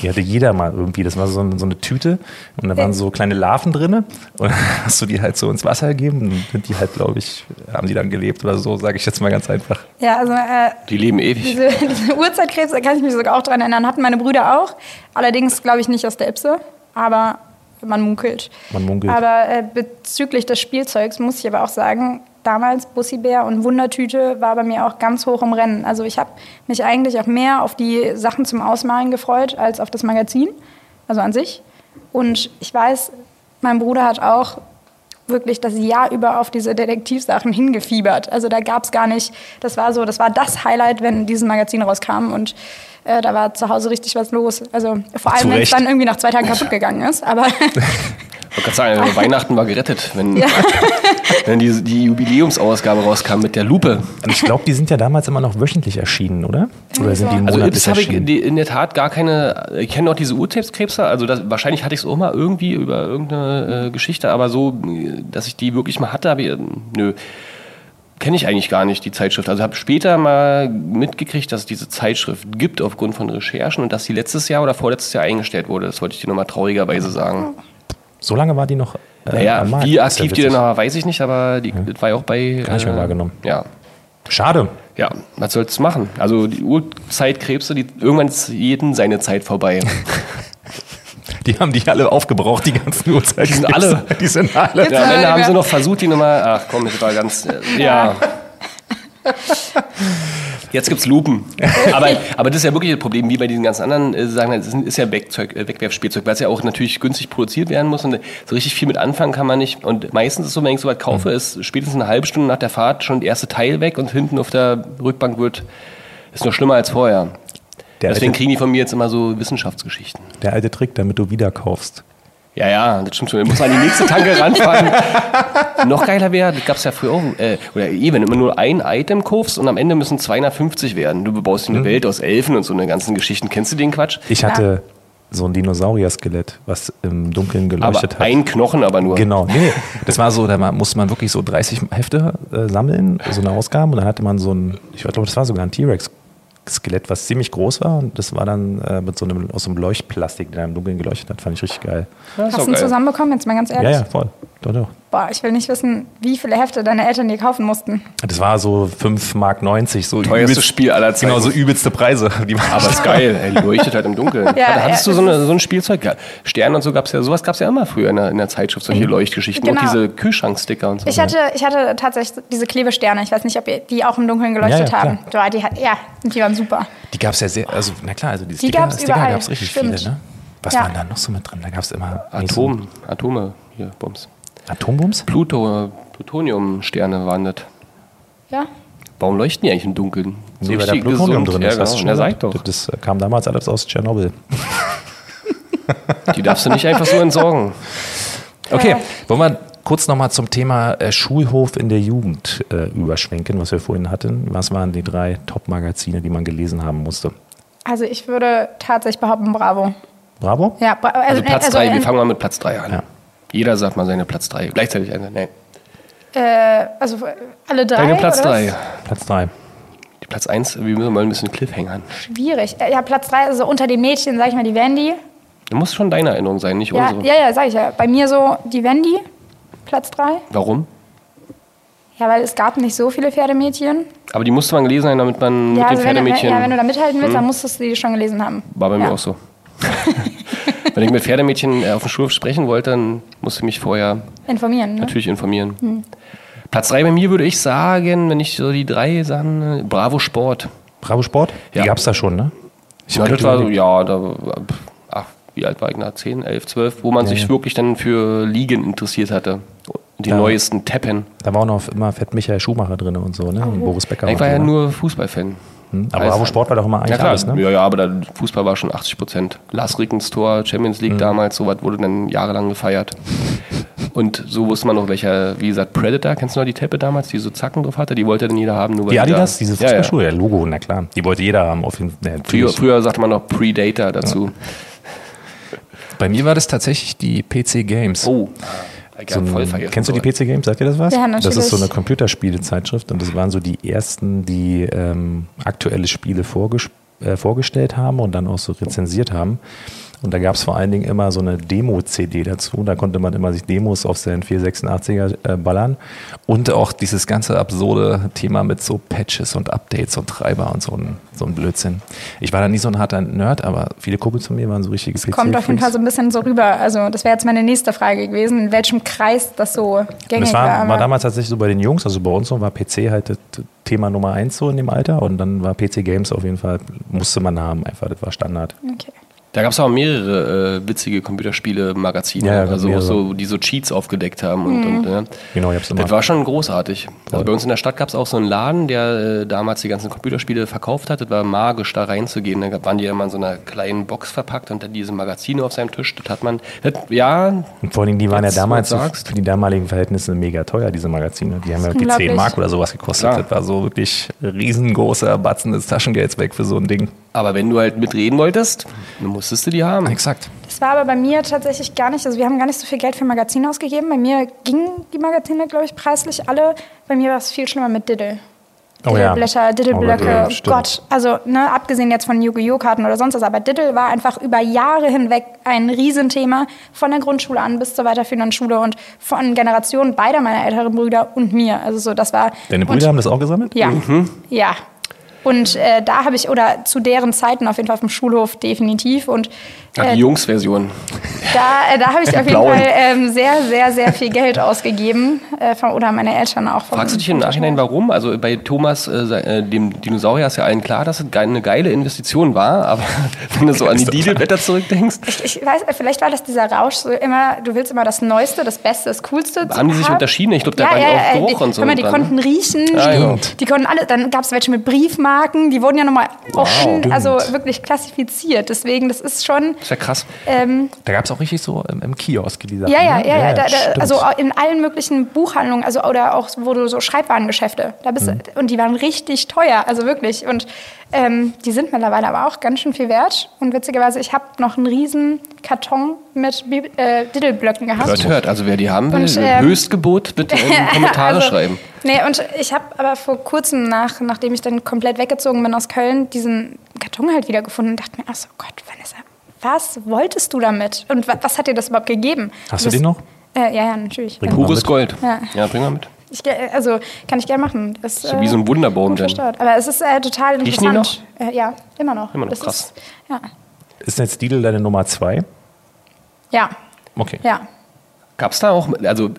[SPEAKER 1] Die hatte jeder mal irgendwie. Das war so, ein, so eine Tüte und da waren so kleine Larven drinne und dann hast du die halt so ins Wasser gegeben und sind die halt, glaube ich, haben die dann gelebt oder so, sage ich jetzt mal ganz einfach.
[SPEAKER 3] Ja, also äh,
[SPEAKER 2] Die leben ewig.
[SPEAKER 3] diese, diese Uhrzeitkrebs, da kann ich mich sogar auch dran erinnern, hatten meine Brüder auch. Allerdings glaube ich nicht aus der Ipse, aber man munkelt.
[SPEAKER 1] Man munkelt.
[SPEAKER 3] Aber äh, bezüglich des Spielzeugs muss ich aber auch sagen, damals Bussibär und Wundertüte war bei mir auch ganz hoch im Rennen. Also ich habe mich eigentlich auch mehr auf die Sachen zum Ausmalen gefreut als auf das Magazin, also an sich. Und ich weiß, mein Bruder hat auch wirklich das Jahr über auf diese Detektivsachen hingefiebert. Also da gab es gar nicht, das war so, das war das Highlight, wenn dieses Magazin rauskam und äh, da war zu Hause richtig was los. Also vor
[SPEAKER 1] Zu
[SPEAKER 3] allem, wenn es
[SPEAKER 1] Recht.
[SPEAKER 3] dann irgendwie nach zwei Tagen kaputt gegangen ist. Aber
[SPEAKER 2] Ich wollte gerade sagen, Weihnachten war gerettet, wenn, wenn die, die Jubiläumsausgabe rauskam mit der Lupe.
[SPEAKER 1] Und ich glaube, die sind ja damals immer noch wöchentlich erschienen, oder? Oder sind die
[SPEAKER 2] Also
[SPEAKER 1] monatlich
[SPEAKER 2] Ips habe ich
[SPEAKER 1] erschienen?
[SPEAKER 2] die- in der Tat gar keine. Ich kenne auch diese Urzeitkrebse. Also das, wahrscheinlich hatte ich es auch mal irgendwie über irgendeine äh, Geschichte, aber so, äh, dass ich die wirklich mal hatte, habe ich äh, nö. Kenne ich eigentlich gar nicht, die Zeitschrift. Also habe später mal mitgekriegt, dass es diese Zeitschrift gibt aufgrund von Recherchen und dass sie letztes Jahr oder vorletztes Jahr eingestellt wurde. Das wollte ich dir nochmal traurigerweise sagen.
[SPEAKER 1] So lange war die noch äh,
[SPEAKER 2] Naja,
[SPEAKER 1] am Markt.
[SPEAKER 2] wie
[SPEAKER 1] Ist ja
[SPEAKER 2] aktiv die
[SPEAKER 1] witzig.
[SPEAKER 2] dann war, weiß ich nicht, aber die, das war ja auch bei. äh,
[SPEAKER 1] Gar nicht mehr wahrgenommen.
[SPEAKER 2] Ja,
[SPEAKER 1] Schade.
[SPEAKER 2] ja, was sollst du machen? Also die Urzeitkrebse, die, irgendwann ist jeden seine Zeit vorbei.
[SPEAKER 1] Die haben die alle aufgebraucht, die ganzen Uhrzeitkrebse.
[SPEAKER 2] sind alle.
[SPEAKER 1] Die sind alle.
[SPEAKER 2] Ja, am
[SPEAKER 3] Leider
[SPEAKER 2] Ende haben sie
[SPEAKER 3] mehr.
[SPEAKER 2] noch versucht, die Nummer. Ach komm, das war ganz. Äh, ja. Jetzt gibt's Lupen. Aber, aber das ist ja wirklich das Problem, wie bei diesen ganzen anderen äh, Sachen. Das ist, ist ja Wegzeug, äh, Wegwerfspielzeug, weil es ja auch natürlich günstig produziert werden muss und äh, so richtig viel mit anfangen kann man nicht. Und meistens ist so, wenn ich sowas kaufe, ist spätestens eine halbe Stunde nach der Fahrt schon der erste Teil weg und hinten auf der Rückbank wird. Ist noch schlimmer als vorher.
[SPEAKER 1] Der
[SPEAKER 2] Deswegen
[SPEAKER 1] alte,
[SPEAKER 2] kriegen die von mir jetzt immer so Wissenschaftsgeschichten.
[SPEAKER 1] der alte Trick, damit du wieder kaufst.
[SPEAKER 2] Ja, ja, das stimmt schon. Da muss man an die nächste Tanke ranfahren. Noch geiler wäre, das gab es ja früher auch, äh, oder eh, wenn du immer nur ein Item kaufst und am Ende müssen 250 werden. Du baust dir eine Welt aus Elfen und so eine ganzen Geschichten. Kennst du den Quatsch?
[SPEAKER 1] Ich hatte so ein Dinosaurier-Skelett, was im Dunkeln
[SPEAKER 2] Aber
[SPEAKER 1] geleuchtet hat.
[SPEAKER 2] ein Knochen aber nur.
[SPEAKER 1] Genau, nee, nee. das war so, da ma- musste man wirklich so 30 Hefte äh, sammeln, so eine Ausgabe. Und dann hatte man so ein, ich glaube, das war sogar ein T-Rex-Skelett, was ziemlich groß war. Und das war dann äh, mit so einem, aus so einem Leuchtplastik, der im Dunkeln geleuchtet hat. Fand ich richtig geil.
[SPEAKER 2] Ja, ist
[SPEAKER 3] hast
[SPEAKER 2] auch
[SPEAKER 3] du ihn
[SPEAKER 2] geil.
[SPEAKER 3] zusammenbekommen, jetzt mal ganz
[SPEAKER 1] Ja,
[SPEAKER 3] ehrlich?
[SPEAKER 1] ja, voll. Doch, doch.
[SPEAKER 3] Boah, ich will nicht wissen, wie viele Hefte deine Eltern dir kaufen mussten.
[SPEAKER 1] Das war so 5,90 Mark, so
[SPEAKER 2] Teuerstes Spiel aller Zeiten.
[SPEAKER 1] Genau, so übelste Preise. Die man
[SPEAKER 2] Aber ist geil, ey, leuchtet halt im Dunkeln.
[SPEAKER 3] Ja,
[SPEAKER 2] Hat- Hattest
[SPEAKER 3] ja,
[SPEAKER 2] du so,
[SPEAKER 3] das
[SPEAKER 2] eine, so ein Spielzeug? Ja, Sterne und so gab's ja, sowas gab's ja immer früher in der, in der Zeitschrift, solche Leuchtgeschichten. Auch
[SPEAKER 3] Genau.
[SPEAKER 2] diese Kühlschranksticker und so.
[SPEAKER 3] Ich hatte, ich hatte tatsächlich diese Klebesterne. Ich weiß nicht, ob ihr die auch im Dunkeln geleuchtet
[SPEAKER 1] Ja, ja,
[SPEAKER 3] haben. Boah, die, hat- ja, die waren super.
[SPEAKER 1] Die gab es ja sehr, also na klar, also die, Sticker,
[SPEAKER 3] gab's
[SPEAKER 1] Sticker
[SPEAKER 3] überall,
[SPEAKER 1] gab's richtig
[SPEAKER 3] stimmt.
[SPEAKER 1] viele, ne? Was
[SPEAKER 3] Ja.
[SPEAKER 1] waren da noch so mit drin? Da gab es immer
[SPEAKER 2] Atom, Atome, hier, Bums.
[SPEAKER 1] Atombums?
[SPEAKER 2] äh, Pluto, Plutoniumsterne waren das.
[SPEAKER 3] Ja?
[SPEAKER 2] Warum leuchten die eigentlich im Dunkeln?
[SPEAKER 1] Nee, weil da
[SPEAKER 2] richtig
[SPEAKER 1] Plutonium drin
[SPEAKER 2] gesund. ja,
[SPEAKER 1] ist. hast du
[SPEAKER 2] Genau.
[SPEAKER 1] schon
[SPEAKER 2] Na, sag ich
[SPEAKER 1] gesagt.
[SPEAKER 2] doch.
[SPEAKER 1] Das äh, kam damals alles aus Tschernobyl.
[SPEAKER 2] Die darfst du nicht einfach so entsorgen. Also
[SPEAKER 1] Okay, wollen wir kurz nochmal zum Thema äh, Schulhof in der Jugend äh, überschwenken, was wir vorhin hatten. Was waren die drei Top-Magazine, die man gelesen haben musste?
[SPEAKER 3] Also ich würde tatsächlich behaupten, bravo.
[SPEAKER 1] Bravo?
[SPEAKER 3] Ja, bra also,
[SPEAKER 2] Also
[SPEAKER 3] nee,
[SPEAKER 2] Platz
[SPEAKER 3] also
[SPEAKER 2] 3, wir
[SPEAKER 3] in-
[SPEAKER 2] fangen mal mit Platz 3 an.
[SPEAKER 1] Ja.
[SPEAKER 2] Jeder sagt mal seine Platz 3. Gleichzeitig eine. Nein.
[SPEAKER 3] äh, also äh, alle drei.
[SPEAKER 2] Deine Platz
[SPEAKER 3] oder?
[SPEAKER 2] 3.
[SPEAKER 1] Platz drei.
[SPEAKER 2] Die Platz 1, wir müssen mal ein bisschen Cliffhangern.
[SPEAKER 3] Schwierig. Äh, Ja, Platz drei, also unter den Mädchen, sag ich mal, die Wendy.
[SPEAKER 2] Das muss schon deine Erinnerung sein, nicht
[SPEAKER 3] Ja,
[SPEAKER 2] unsere.
[SPEAKER 3] ja, ja, sag ich ja. Bei mir so die Wendy, Platz drei.
[SPEAKER 2] Warum?
[SPEAKER 3] Ja, weil es gab nicht so viele Pferdemädchen.
[SPEAKER 2] Aber die musste man gelesen haben, damit man mit den
[SPEAKER 3] ja, also wenn, du-
[SPEAKER 2] Pferdemädchen. Hm.
[SPEAKER 3] ja, wenn du da mithalten willst, dann musstest du die schon gelesen haben.
[SPEAKER 2] War bei mir
[SPEAKER 3] ja.
[SPEAKER 2] auch so. wenn ich mit Pferdemädchen äh, auf dem Schulhof sprechen wollte, dann musste ich mich vorher
[SPEAKER 3] Informieren, ne?
[SPEAKER 2] natürlich informieren. Platz 3 bei mir würde ich sagen, wenn ich so die drei Sachen. äh, Bravo Sport.
[SPEAKER 1] Bravo Sport?
[SPEAKER 2] Ja.
[SPEAKER 1] Die gab es da schon, ne? Ich
[SPEAKER 2] Ja,
[SPEAKER 1] hab
[SPEAKER 2] das
[SPEAKER 1] gerade
[SPEAKER 2] war so,
[SPEAKER 1] überlegt.
[SPEAKER 2] ja, da war- pf, ach, wie alt war ich da? 10, 11, 12, wo man sich wirklich dann für Ligen interessiert hatte. Die
[SPEAKER 1] Ja.
[SPEAKER 2] neuesten Teppen.
[SPEAKER 1] Da war auch noch immer Fett Michael Schumacher drin und so,
[SPEAKER 3] Oh.
[SPEAKER 1] ne? Und Boris Becker.
[SPEAKER 2] Ich
[SPEAKER 1] und
[SPEAKER 2] war
[SPEAKER 1] so,
[SPEAKER 2] ja
[SPEAKER 1] ne?
[SPEAKER 2] nur Fußballfan.
[SPEAKER 1] Hm. Aber Bravo Sport war doch immer
[SPEAKER 2] Ja,
[SPEAKER 1] eigentlich
[SPEAKER 2] klar.
[SPEAKER 1] alles, ne?
[SPEAKER 2] ja, ja, aber dann Fußball war schon 80 Prozent. Lars Rickens Tor, Champions
[SPEAKER 1] Mhm.
[SPEAKER 2] League damals, sowas wurde dann jahrelang gefeiert. Und so wusste man noch, welcher, wie gesagt, Predator, kennst du noch die Teppe damals, die so Zacken drauf hatte? Die wollte dann jeder haben. Nur weil
[SPEAKER 1] Die Adidas,
[SPEAKER 2] da-
[SPEAKER 1] diese
[SPEAKER 2] Ja, ja.
[SPEAKER 1] Fußballschuhe, ja, Logo, na klar. Die wollte jeder haben. Auf jeden, ne,
[SPEAKER 2] Früher,
[SPEAKER 1] natürlich.
[SPEAKER 2] früher sagte man noch Predator dazu.
[SPEAKER 1] Bei mir war das tatsächlich die PC Games.
[SPEAKER 2] Oh, ich
[SPEAKER 1] So
[SPEAKER 2] hab
[SPEAKER 1] ein-
[SPEAKER 2] voll vergessen.
[SPEAKER 1] Kennst du die
[SPEAKER 2] sowas.
[SPEAKER 1] PC Games? Sagt ihr das was?
[SPEAKER 3] Ja,
[SPEAKER 1] das
[SPEAKER 3] natürlich.
[SPEAKER 1] ist so eine Computerspielezeitschrift und das waren so die ersten, die ähm, aktuelle Spiele vorges äh, vorgestellt haben und dann auch so rezensiert haben. Und da gab es vor allen Dingen immer so eine Demo-CD dazu. Da konnte man immer sich Demos auf seinen 486er äh, ballern. Und auch dieses ganze absurde Thema mit so Patches und Updates und Treiber und so ein, so ein Blödsinn. Ich war da nie so ein harter Nerd, aber viele Kumpels von mir waren so richtige PC.
[SPEAKER 3] Kommt auf jeden Fall so ein bisschen so rüber. Also, das wäre jetzt meine nächste Frage gewesen, in welchem Kreis das so
[SPEAKER 1] Und
[SPEAKER 3] gängig
[SPEAKER 1] Das
[SPEAKER 3] war.
[SPEAKER 1] war,
[SPEAKER 3] aber-
[SPEAKER 1] war damals tatsächlich so bei den Jungs, also bei uns so war PC halt das Thema Nummer eins so in dem Alter und dann war PC Games auf jeden Fall, musste man haben, einfach, das war Standard.
[SPEAKER 3] okay.
[SPEAKER 2] Da gab es auch mehrere äh, witzige Computerspiele-Magazine,
[SPEAKER 1] Ja, ja,
[SPEAKER 2] also
[SPEAKER 1] mehrere.
[SPEAKER 2] so, die so Cheats aufgedeckt haben. Und, und, ja.
[SPEAKER 1] Genau, ich hab's immer.
[SPEAKER 2] Das war schon großartig. Also bei uns in der Stadt gab es auch so einen Laden, der äh, damals die ganzen Computerspiele verkauft hat. Das war magisch, da reinzugehen. Da gab- waren die immer in so einer kleinen Box verpackt und dann diese Magazine auf seinem Tisch. Das hat man, das, ja,
[SPEAKER 1] Und vor allen Dingen, die waren
[SPEAKER 2] Jetzt,
[SPEAKER 1] ja damals
[SPEAKER 2] wo du
[SPEAKER 1] so
[SPEAKER 2] sagst.
[SPEAKER 1] für die damaligen Verhältnisse mega teuer, diese Magazine. Die haben ja irgendwie
[SPEAKER 3] Unglaublich.
[SPEAKER 1] 10 Mark oder sowas gekostet.
[SPEAKER 2] Klar.
[SPEAKER 1] Das war so wirklich riesengroßer Batzen des Taschengelds weg für so ein Ding.
[SPEAKER 2] aber wenn du halt mitreden wolltest, dann musstest du die haben.
[SPEAKER 1] Exakt.
[SPEAKER 3] Das war aber bei mir tatsächlich gar nicht. Also, wir haben gar nicht so viel Geld für Magazine ausgegeben. Bei mir gingen die Magazine, glaube ich, preislich alle. Bei mir war es viel schlimmer mit Diddle.
[SPEAKER 1] Oh ja.
[SPEAKER 3] Diddleblätter, Diddleblöcke,
[SPEAKER 1] Aber, äh,
[SPEAKER 3] oh
[SPEAKER 1] stimmt.
[SPEAKER 3] Gott. Also, ne, abgesehen jetzt von Yu-Gi-Oh!-Karten oder sonst was, aber Diddle war einfach über Jahre hinweg ein Riesenthema von der Grundschule an bis zur weiterführenden Schule und von Generationen beider meiner älteren Brüder und mir. Also, so, das war.
[SPEAKER 1] Deine Brüder haben das auch gesammelt?
[SPEAKER 3] Ja.
[SPEAKER 2] Mhm.
[SPEAKER 3] Ja. Und äh, da habe ich, oder zu deren Zeiten auf jeden Fall auf dem Schulhof definitiv. Und
[SPEAKER 2] Ach,
[SPEAKER 3] äh,
[SPEAKER 2] die Jungs-Version.
[SPEAKER 3] da, äh, da habe ich auf jeden
[SPEAKER 2] Blauen.
[SPEAKER 3] Fall ähm, sehr, sehr, sehr viel Geld ausgegeben. Äh, von, oder meine Eltern auch. Von,
[SPEAKER 2] Fragst du dich im Nachhinein, warum? Also bei Thomas, äh, sei- äh, dem Dinosaurier, ist ja allen klar, dass es ge- eine geile Investition war, aber wenn du so an die Dieselwetter zurückdenkst,
[SPEAKER 3] Ich, ich weiß, vielleicht war das dieser Rausch, so immer, du willst immer das Neueste, das Beste, das Coolste.
[SPEAKER 2] Haben die sich
[SPEAKER 3] haben.
[SPEAKER 2] unterschieden? Ich glaub, da war ja auch Geruch
[SPEAKER 3] die,
[SPEAKER 2] und so
[SPEAKER 3] hör mal, die
[SPEAKER 2] dran,
[SPEAKER 3] konnten riechen,
[SPEAKER 2] Ah,
[SPEAKER 3] die,
[SPEAKER 2] ja.
[SPEAKER 3] die konnten alle, dann gab es welche mit Briefmarken, die wurden ja nochmal offen,
[SPEAKER 1] Stimmt.
[SPEAKER 3] also wirklich klassifiziert. Deswegen, das ist schon,
[SPEAKER 2] ist ja krass.
[SPEAKER 3] ähm,
[SPEAKER 1] Da gab es auch richtig so im, im Kiosk die Sachen.
[SPEAKER 3] ja, ja,
[SPEAKER 1] ne?
[SPEAKER 3] ja, ja da, da,
[SPEAKER 1] stimmt.
[SPEAKER 3] also in allen möglichen Buchhandlungen, also oder auch, wo du so Schreibwarengeschäfte, da
[SPEAKER 1] Mhm.
[SPEAKER 3] bist du, und die waren richtig teuer, also wirklich. Und ähm, die sind mittlerweile aber auch ganz schön viel wert. Und witzigerweise, ich habe noch einen riesen Karton mit Bib äh, Diddleblöcken gehabt.
[SPEAKER 2] Hört, hört, also wer die haben will,
[SPEAKER 3] Und, ähm,
[SPEAKER 2] Höchstgebot bitte in die Kommentare
[SPEAKER 3] Also,
[SPEAKER 2] schreiben.
[SPEAKER 3] Nee, und ich habe aber vor kurzem, nach, nachdem ich dann komplett weggezogen bin aus Köln, diesen Karton halt wieder gefunden und dachte mir, ach so Gott, Vanessa, was wolltest du damit? Und wa was hat dir das überhaupt gegeben?
[SPEAKER 1] Hast du
[SPEAKER 3] das-
[SPEAKER 1] den noch?
[SPEAKER 3] Äh, ja, ja, natürlich.
[SPEAKER 1] Bring mal
[SPEAKER 2] Pures
[SPEAKER 1] mit.
[SPEAKER 2] Gold. Ja.
[SPEAKER 3] Ja.
[SPEAKER 2] bring mal mit.
[SPEAKER 3] Ich, ge- also, kann ich gerne machen. Das, äh,
[SPEAKER 2] So wie so ein Wunderbaum
[SPEAKER 3] gut
[SPEAKER 2] denn.
[SPEAKER 3] verstaut. Aber es ist äh, total
[SPEAKER 2] Riechen die
[SPEAKER 3] interessant. Äh, ja, immer noch.
[SPEAKER 2] Immer noch,
[SPEAKER 3] das
[SPEAKER 2] krass.
[SPEAKER 3] Ist, ja.
[SPEAKER 1] Ist jetzt Didel deine Nummer zwei?
[SPEAKER 3] ja,
[SPEAKER 1] Okay.
[SPEAKER 3] ja.
[SPEAKER 2] Gab es da auch, also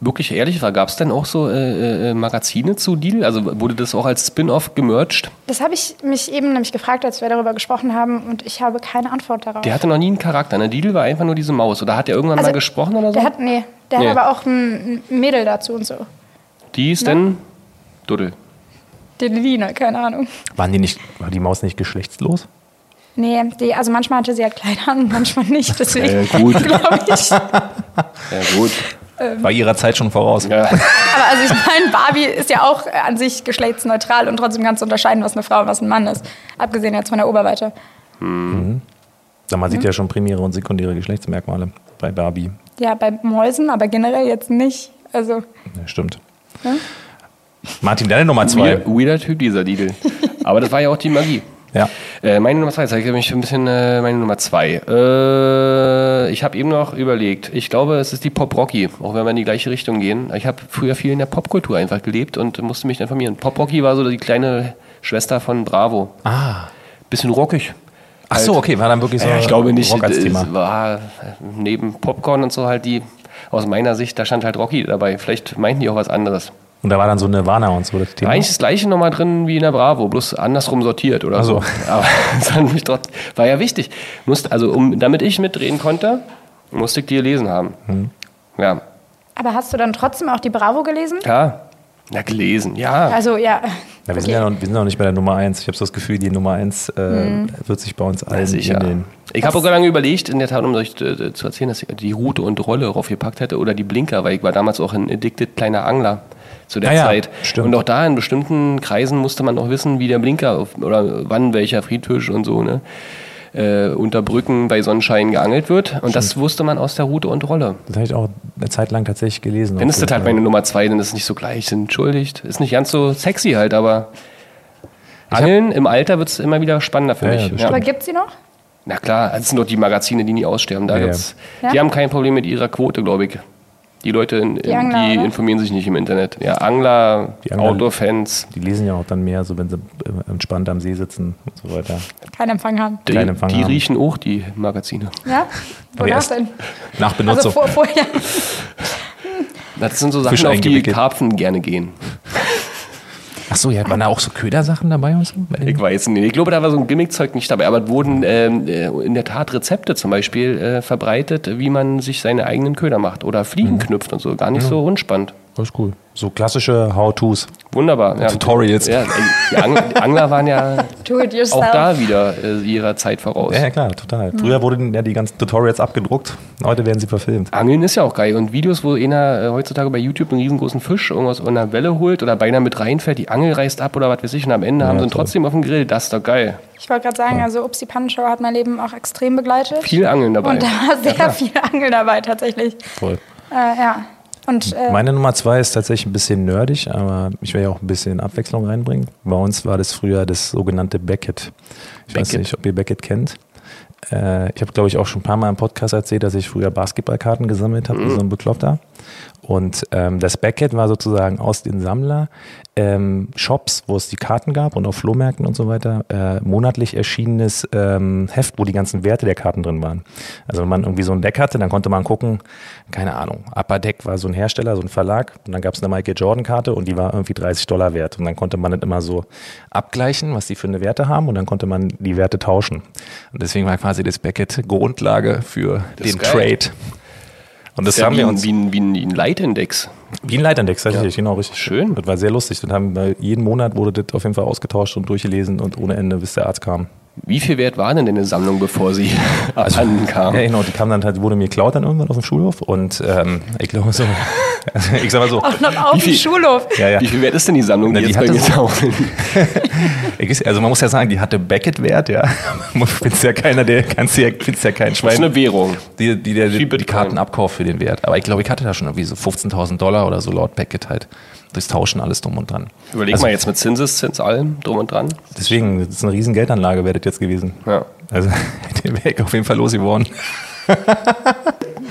[SPEAKER 2] wirklich ehrlich, gab es denn auch so äh, äh, Magazine zu Deal? Also wurde das auch als Spin-off gemerged?
[SPEAKER 3] Das habe ich mich eben nämlich gefragt, als wir darüber gesprochen haben, und ich habe keine Antwort darauf.
[SPEAKER 2] Der hatte noch nie einen Charakter. Ne? Deal war einfach nur diese Maus. Oder hat er irgendwann mal gesprochen oder so?
[SPEAKER 3] Also Der hat, nee, der
[SPEAKER 2] Nee.
[SPEAKER 3] hat aber auch ein ein Mädel dazu und so.
[SPEAKER 2] die ist denn Duddel.
[SPEAKER 3] Deline, keine Ahnung.
[SPEAKER 1] Waren die nicht, war die Maus nicht geschlechtslos?
[SPEAKER 3] Nee, die, also manchmal hatte sie ja Kleider an, manchmal nicht. Deswegen
[SPEAKER 2] Ja, Äh, gut.
[SPEAKER 3] glaube ich.
[SPEAKER 2] Ja, gut.
[SPEAKER 3] Ähm.
[SPEAKER 1] War ihrer Zeit schon voraus.
[SPEAKER 2] Ja.
[SPEAKER 3] Aber also ich meine, Barbie ist ja auch äh, an sich geschlechtsneutral und trotzdem kannst du unterscheiden, was eine Frau und was ein Mann ist. Abgesehen jetzt von der Oberweite.
[SPEAKER 1] Da man sieht
[SPEAKER 3] Mhm.
[SPEAKER 1] ja schon primäre und sekundäre Geschlechtsmerkmale bei Barbie.
[SPEAKER 3] Ja, bei Mäusen, aber generell jetzt nicht. Also,
[SPEAKER 1] Ja, stimmt. Martin, deine Nummer zwei.
[SPEAKER 2] Weird- Weirder Typ, dieser Didel. Aber das war ja auch die Magie.
[SPEAKER 1] Ja.
[SPEAKER 2] Äh, meine Nummer zwei, jetzt habe ich mich ein bisschen äh, meine Nummer zwei. Äh, ich habe eben noch überlegt, ich glaube, es ist die Pop-Rocky, auch wenn wir in die gleiche Richtung gehen. Ich habe früher viel in der Popkultur einfach gelebt und musste mich informieren. Pop-Rocky war so die kleine Schwester von Bravo.
[SPEAKER 1] Ah.
[SPEAKER 2] Bisschen rockig. Halt.
[SPEAKER 1] Ach so, okay, war dann wirklich so.
[SPEAKER 2] Ja, ich glaube nicht.
[SPEAKER 1] Rock als Thema.
[SPEAKER 2] Es war äh, neben Popcorn und so halt die, aus meiner Sicht, da stand halt Rocky dabei. Vielleicht meinten die auch was anderes.
[SPEAKER 1] Und da war dann so Nirvana und so das Thema.
[SPEAKER 2] Eigentlich das gleiche nochmal drin wie in der Bravo, bloß andersrum sortiert oder
[SPEAKER 1] Ach
[SPEAKER 2] so.
[SPEAKER 1] so.
[SPEAKER 2] Aber es hat mich trotz- war ja wichtig. Musste, also um, damit ich mitreden konnte, musste ich die gelesen haben. Ja.
[SPEAKER 3] aber hast du dann trotzdem auch die Bravo gelesen?
[SPEAKER 2] Ja. Na, gelesen, ja.
[SPEAKER 3] Also, ja.
[SPEAKER 1] Na, wir, sind ja noch, wir sind noch nicht bei der Nummer eins. Ich habe so das Gefühl, die Nummer eins äh,
[SPEAKER 3] Mhm.
[SPEAKER 1] wird sich bei uns allen
[SPEAKER 2] sicher.
[SPEAKER 1] in den.
[SPEAKER 2] Ich habe auch lange überlegt, in der Tat, um euch äh, zu erzählen, dass ich die Route und Rolle raufgepackt hätte oder die Blinker, weil ich war damals auch ein addicted kleiner Angler zu der
[SPEAKER 1] Ah ja,
[SPEAKER 2] Zeit.
[SPEAKER 1] stimmt.
[SPEAKER 2] Und auch da in bestimmten Kreisen musste man auch wissen, wie der Blinker auf, oder wann welcher Friedtisch und so, ne? Äh, unter Brücken bei Sonnenschein geangelt wird. Und das wusste man aus der Route und Rolle.
[SPEAKER 1] Das habe ich auch eine Zeit lang tatsächlich gelesen.
[SPEAKER 2] Dann
[SPEAKER 1] Auf
[SPEAKER 2] ist das
[SPEAKER 1] jeden
[SPEAKER 2] halt
[SPEAKER 1] Fall.
[SPEAKER 2] meine Nummer zwei, dann ist es nicht so gleich, sind entschuldigt. Ist nicht ganz so sexy halt, aber Angeln im Alter wird es immer wieder spannender für
[SPEAKER 1] Ja, ja,
[SPEAKER 2] mich.
[SPEAKER 1] das
[SPEAKER 3] Aber gibt's die noch?
[SPEAKER 2] Na klar, das sind doch die Magazine, die nie aussterben. Da
[SPEAKER 1] Ja, ja.
[SPEAKER 2] gibt's,
[SPEAKER 3] Ja?
[SPEAKER 2] Die haben kein Problem mit ihrer Quote, glaube ich. Die Leute, in, in, die,
[SPEAKER 3] Angler, oder?
[SPEAKER 2] informieren sich nicht im Internet. Ja, Angler,
[SPEAKER 1] Die Angler-
[SPEAKER 2] Outdoor-Fans,
[SPEAKER 1] Die lesen ja auch dann mehr, so wenn sie äh, entspannt am See sitzen und so weiter.
[SPEAKER 3] Keinen Empfang haben.
[SPEAKER 2] die,
[SPEAKER 1] Keinen Empfang
[SPEAKER 2] die
[SPEAKER 1] haben.
[SPEAKER 2] riechen auch die Magazine.
[SPEAKER 3] Ja? Wonach
[SPEAKER 1] erst-
[SPEAKER 3] denn?
[SPEAKER 1] Nach
[SPEAKER 3] Also
[SPEAKER 1] Benutzung.
[SPEAKER 3] vor, vorher.
[SPEAKER 2] Das sind so Sachen,
[SPEAKER 1] Fisch
[SPEAKER 2] auf die
[SPEAKER 1] eingewickelt.
[SPEAKER 2] Karpfen gerne gehen.
[SPEAKER 1] Ach so, ja, waren da auch so Ködersachen dabei und so? Bei den-
[SPEAKER 2] Ich weiß nicht. Ich glaube, da war so ein Gimmickzeug nicht dabei. Aber es wurden ähm, äh, in der Tat Rezepte zum Beispiel äh, verbreitet, wie man sich seine eigenen Köder macht oder
[SPEAKER 1] Mhm.
[SPEAKER 2] Fliegen knüpft und so. Gar nicht so unspannend.
[SPEAKER 1] Das ist cool. So klassische How-Tos.
[SPEAKER 2] Wunderbar. Ja.
[SPEAKER 1] Tutorials.
[SPEAKER 2] Ja, die Ang- die Angler waren ja
[SPEAKER 3] Do it yourself.
[SPEAKER 2] auch da wieder äh, ihrer Zeit voraus.
[SPEAKER 1] Ja, ja, klar, total. Früher wurden ja die ganzen Tutorials abgedruckt, heute werden sie verfilmt.
[SPEAKER 2] Angeln ist ja auch geil. Und Videos, wo einer äh, heutzutage bei YouTube einen riesengroßen Fisch irgendwas unter einer Welle holt oder beinahe mit reinfällt, die Angel reißt ab oder was weiß ich, und am Ende haben sie ihn
[SPEAKER 1] toll.
[SPEAKER 2] trotzdem auf dem Grill. Das ist doch geil.
[SPEAKER 3] Ich wollte gerade sagen, also Upsi Pannenshow hat mein Leben auch extrem begleitet.
[SPEAKER 2] Viel Angeln dabei.
[SPEAKER 3] Und da war sehr viel Angeln dabei, tatsächlich.
[SPEAKER 1] Voll.
[SPEAKER 3] Äh, ja. Und äh,
[SPEAKER 1] Meine Nummer zwei ist tatsächlich ein bisschen nerdig, aber ich will ja auch ein bisschen Abwechslung reinbringen. Bei uns war das früher das sogenannte Beckett. Ich weiß
[SPEAKER 2] Beckett.
[SPEAKER 1] nicht, ob ihr Beckett kennt. Äh, ich habe, glaube ich, auch schon ein paar Mal im Podcast erzählt, dass ich früher Basketballkarten gesammelt habe, wie so ein Bekloppter. Und ähm, das Beckett war sozusagen aus den Sammler ähm, Shops, wo es die Karten gab und auf Flohmärkten und so weiter, äh, monatlich erschienenes ähm, Heft, wo die ganzen Werte der Karten drin waren. Also wenn man irgendwie so ein Deck hatte, dann konnte man gucken, keine Ahnung, Upper Deck war so ein Hersteller, so ein Verlag und dann gab es eine Michael Jordan Karte und die war irgendwie 30 Dollar wert und dann konnte man das immer so abgleichen, was die für eine Werte haben und dann konnte man die Werte tauschen. Und deswegen war quasi das Beckett Grundlage für
[SPEAKER 2] ist
[SPEAKER 1] den
[SPEAKER 2] geil.
[SPEAKER 1] Trade. Und das
[SPEAKER 2] ja
[SPEAKER 1] haben
[SPEAKER 2] wie,
[SPEAKER 1] wir
[SPEAKER 2] ein-
[SPEAKER 1] uns
[SPEAKER 2] wie, ein- wie, ein- wie ein Leitindex.
[SPEAKER 1] wie ein Leitindex, tatsächlich, genau, richtig.
[SPEAKER 2] Schön.
[SPEAKER 1] Das war sehr lustig. Das haben wir, jeden Monat wurde das auf jeden Fall ausgetauscht und durchgelesen und ohne Ende, bis der Arzt kam.
[SPEAKER 2] Wie viel wert war denn deine Sammlung, bevor sie abhanden kam?
[SPEAKER 1] Ja, genau, die kam dann halt, wurde mir geklaut dann irgendwann auf dem Schulhof und ähm, ich glaube so, also ich sag mal so,
[SPEAKER 3] auch noch auf dem
[SPEAKER 2] viel-
[SPEAKER 3] Schulhof.
[SPEAKER 1] ja, ja.
[SPEAKER 2] Wie viel wert ist denn die Sammlung,
[SPEAKER 1] Na,
[SPEAKER 2] die,
[SPEAKER 1] die
[SPEAKER 2] jetzt bei mir
[SPEAKER 1] hatte so-
[SPEAKER 2] tauchen?
[SPEAKER 1] Ich weiß- Also man muss ja sagen, die hatte Beckett-Wert, ja. Findest ja keiner, der kannst ja, findest ja kein
[SPEAKER 2] Das ist
[SPEAKER 1] Schwein,
[SPEAKER 2] eine Währung.
[SPEAKER 1] die, die, der- die,
[SPEAKER 2] Wie
[SPEAKER 1] die
[SPEAKER 2] Bitcoin.
[SPEAKER 1] Karten abkauft für den Wert. Aber ich glaube, ich hatte da schon irgendwie so 15.000 Dollar oder so laut Beckett halt. Durchs Tauschen alles drum und dran.
[SPEAKER 2] Überleg
[SPEAKER 1] Also-
[SPEAKER 2] mal jetzt mit Zinseszins, allem, drum und dran.
[SPEAKER 1] Deswegen, das ist eine riesen Geldanlage, wäre das jetzt gewesen.
[SPEAKER 2] Ja.
[SPEAKER 1] Also, den wäre ich auf jeden Fall losgeworden.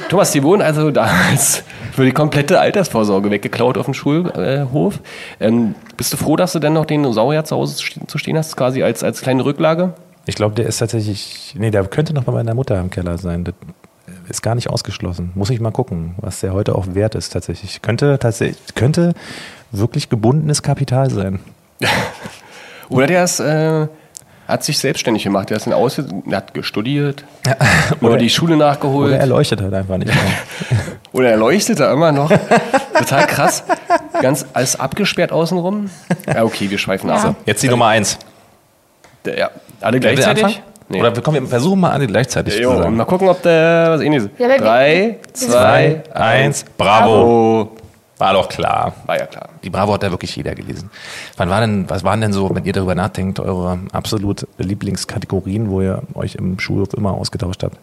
[SPEAKER 2] Thomas, die wurden also damals für die komplette Altersvorsorge weggeklaut auf dem Schulhof. Äh, Hof. ähm, bist du froh, dass du denn noch den Saurier zu Hause ste- zu stehen hast, quasi als, als kleine Rücklage?
[SPEAKER 1] Ich glaube, der ist tatsächlich. Nee, der könnte noch bei meiner Mutter im Keller sein. Das ist gar nicht ausgeschlossen. Muss ich mal gucken, was der heute auch wert ist tatsächlich. Könnte tatsächlich, könnte wirklich gebundenes Kapital sein.
[SPEAKER 2] Oder der ist, äh, hat sich selbstständig gemacht, der ist in Ausge der hat gestudiert oder die Schule nachgeholt
[SPEAKER 1] Oder er
[SPEAKER 2] oder,
[SPEAKER 1] leuchtet halt einfach nicht mehr.
[SPEAKER 2] er leuchtet da immer noch. Total krass. Ganz alles abgesperrt außenrum. Ja, okay, wir schweifen ab.
[SPEAKER 3] Ja.
[SPEAKER 1] Jetzt die Nummer eins.
[SPEAKER 2] Ja,
[SPEAKER 1] Wer
[SPEAKER 2] alle
[SPEAKER 1] will
[SPEAKER 2] gleichzeitig?
[SPEAKER 1] anfangen?
[SPEAKER 2] Nee.
[SPEAKER 1] Oder wir, kommen, wir versuchen mal alle gleichzeitig
[SPEAKER 2] jo,
[SPEAKER 1] zu
[SPEAKER 2] und mal
[SPEAKER 1] sagen.
[SPEAKER 2] gucken, ob der was ähnliches.
[SPEAKER 3] Ja, aber wir-
[SPEAKER 2] Drei,
[SPEAKER 1] Zwei,
[SPEAKER 2] zwei,
[SPEAKER 1] eins, bravo.
[SPEAKER 2] oh.
[SPEAKER 1] War doch klar.
[SPEAKER 2] War ja klar.
[SPEAKER 1] Die Bravo hat da wirklich jeder gelesen. Wann war denn, was waren denn so, wenn ihr darüber nachdenkt, eure absolut Lieblingskategorien, wo ihr euch im Schulhof immer ausgetauscht habt?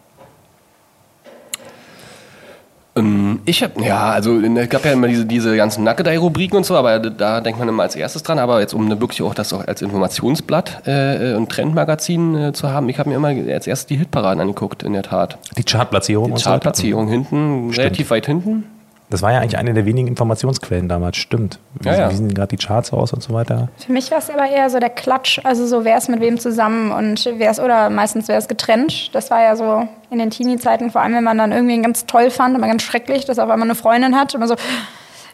[SPEAKER 2] Ähm, Ich habe ja, also in- es gab ja immer diese, diese ganzen Nackedei-Rubriken und so, aber da denkt man immer als erstes dran. Aber jetzt um eine- wirklich auch das auch als Informationsblatt äh, äh, und Trendmagazin äh, zu haben, ich habe mir immer als erstes die Hitparaden angeguckt, in der Tat.
[SPEAKER 1] Die Chartplatzierung
[SPEAKER 2] Die
[SPEAKER 1] und so weiter?
[SPEAKER 2] Chartplatzierung hinten, relativ weit hinten.
[SPEAKER 1] Das war ja eigentlich eine der wenigen Informationsquellen damals, stimmt. Wie,
[SPEAKER 2] Ja, ja.
[SPEAKER 1] wie sehen denn gerade die Charts aus und so weiter?
[SPEAKER 3] Für mich war es aber eher so der Klatsch, also so wer ist mit wem zusammen und wer ist, oder meistens wer ist getrennt. Das war ja so in den Teenie-Zeiten, vor allem wenn man dann irgendwen ganz toll fand, immer ganz schrecklich, dass er auf einmal eine Freundin hat, immer so,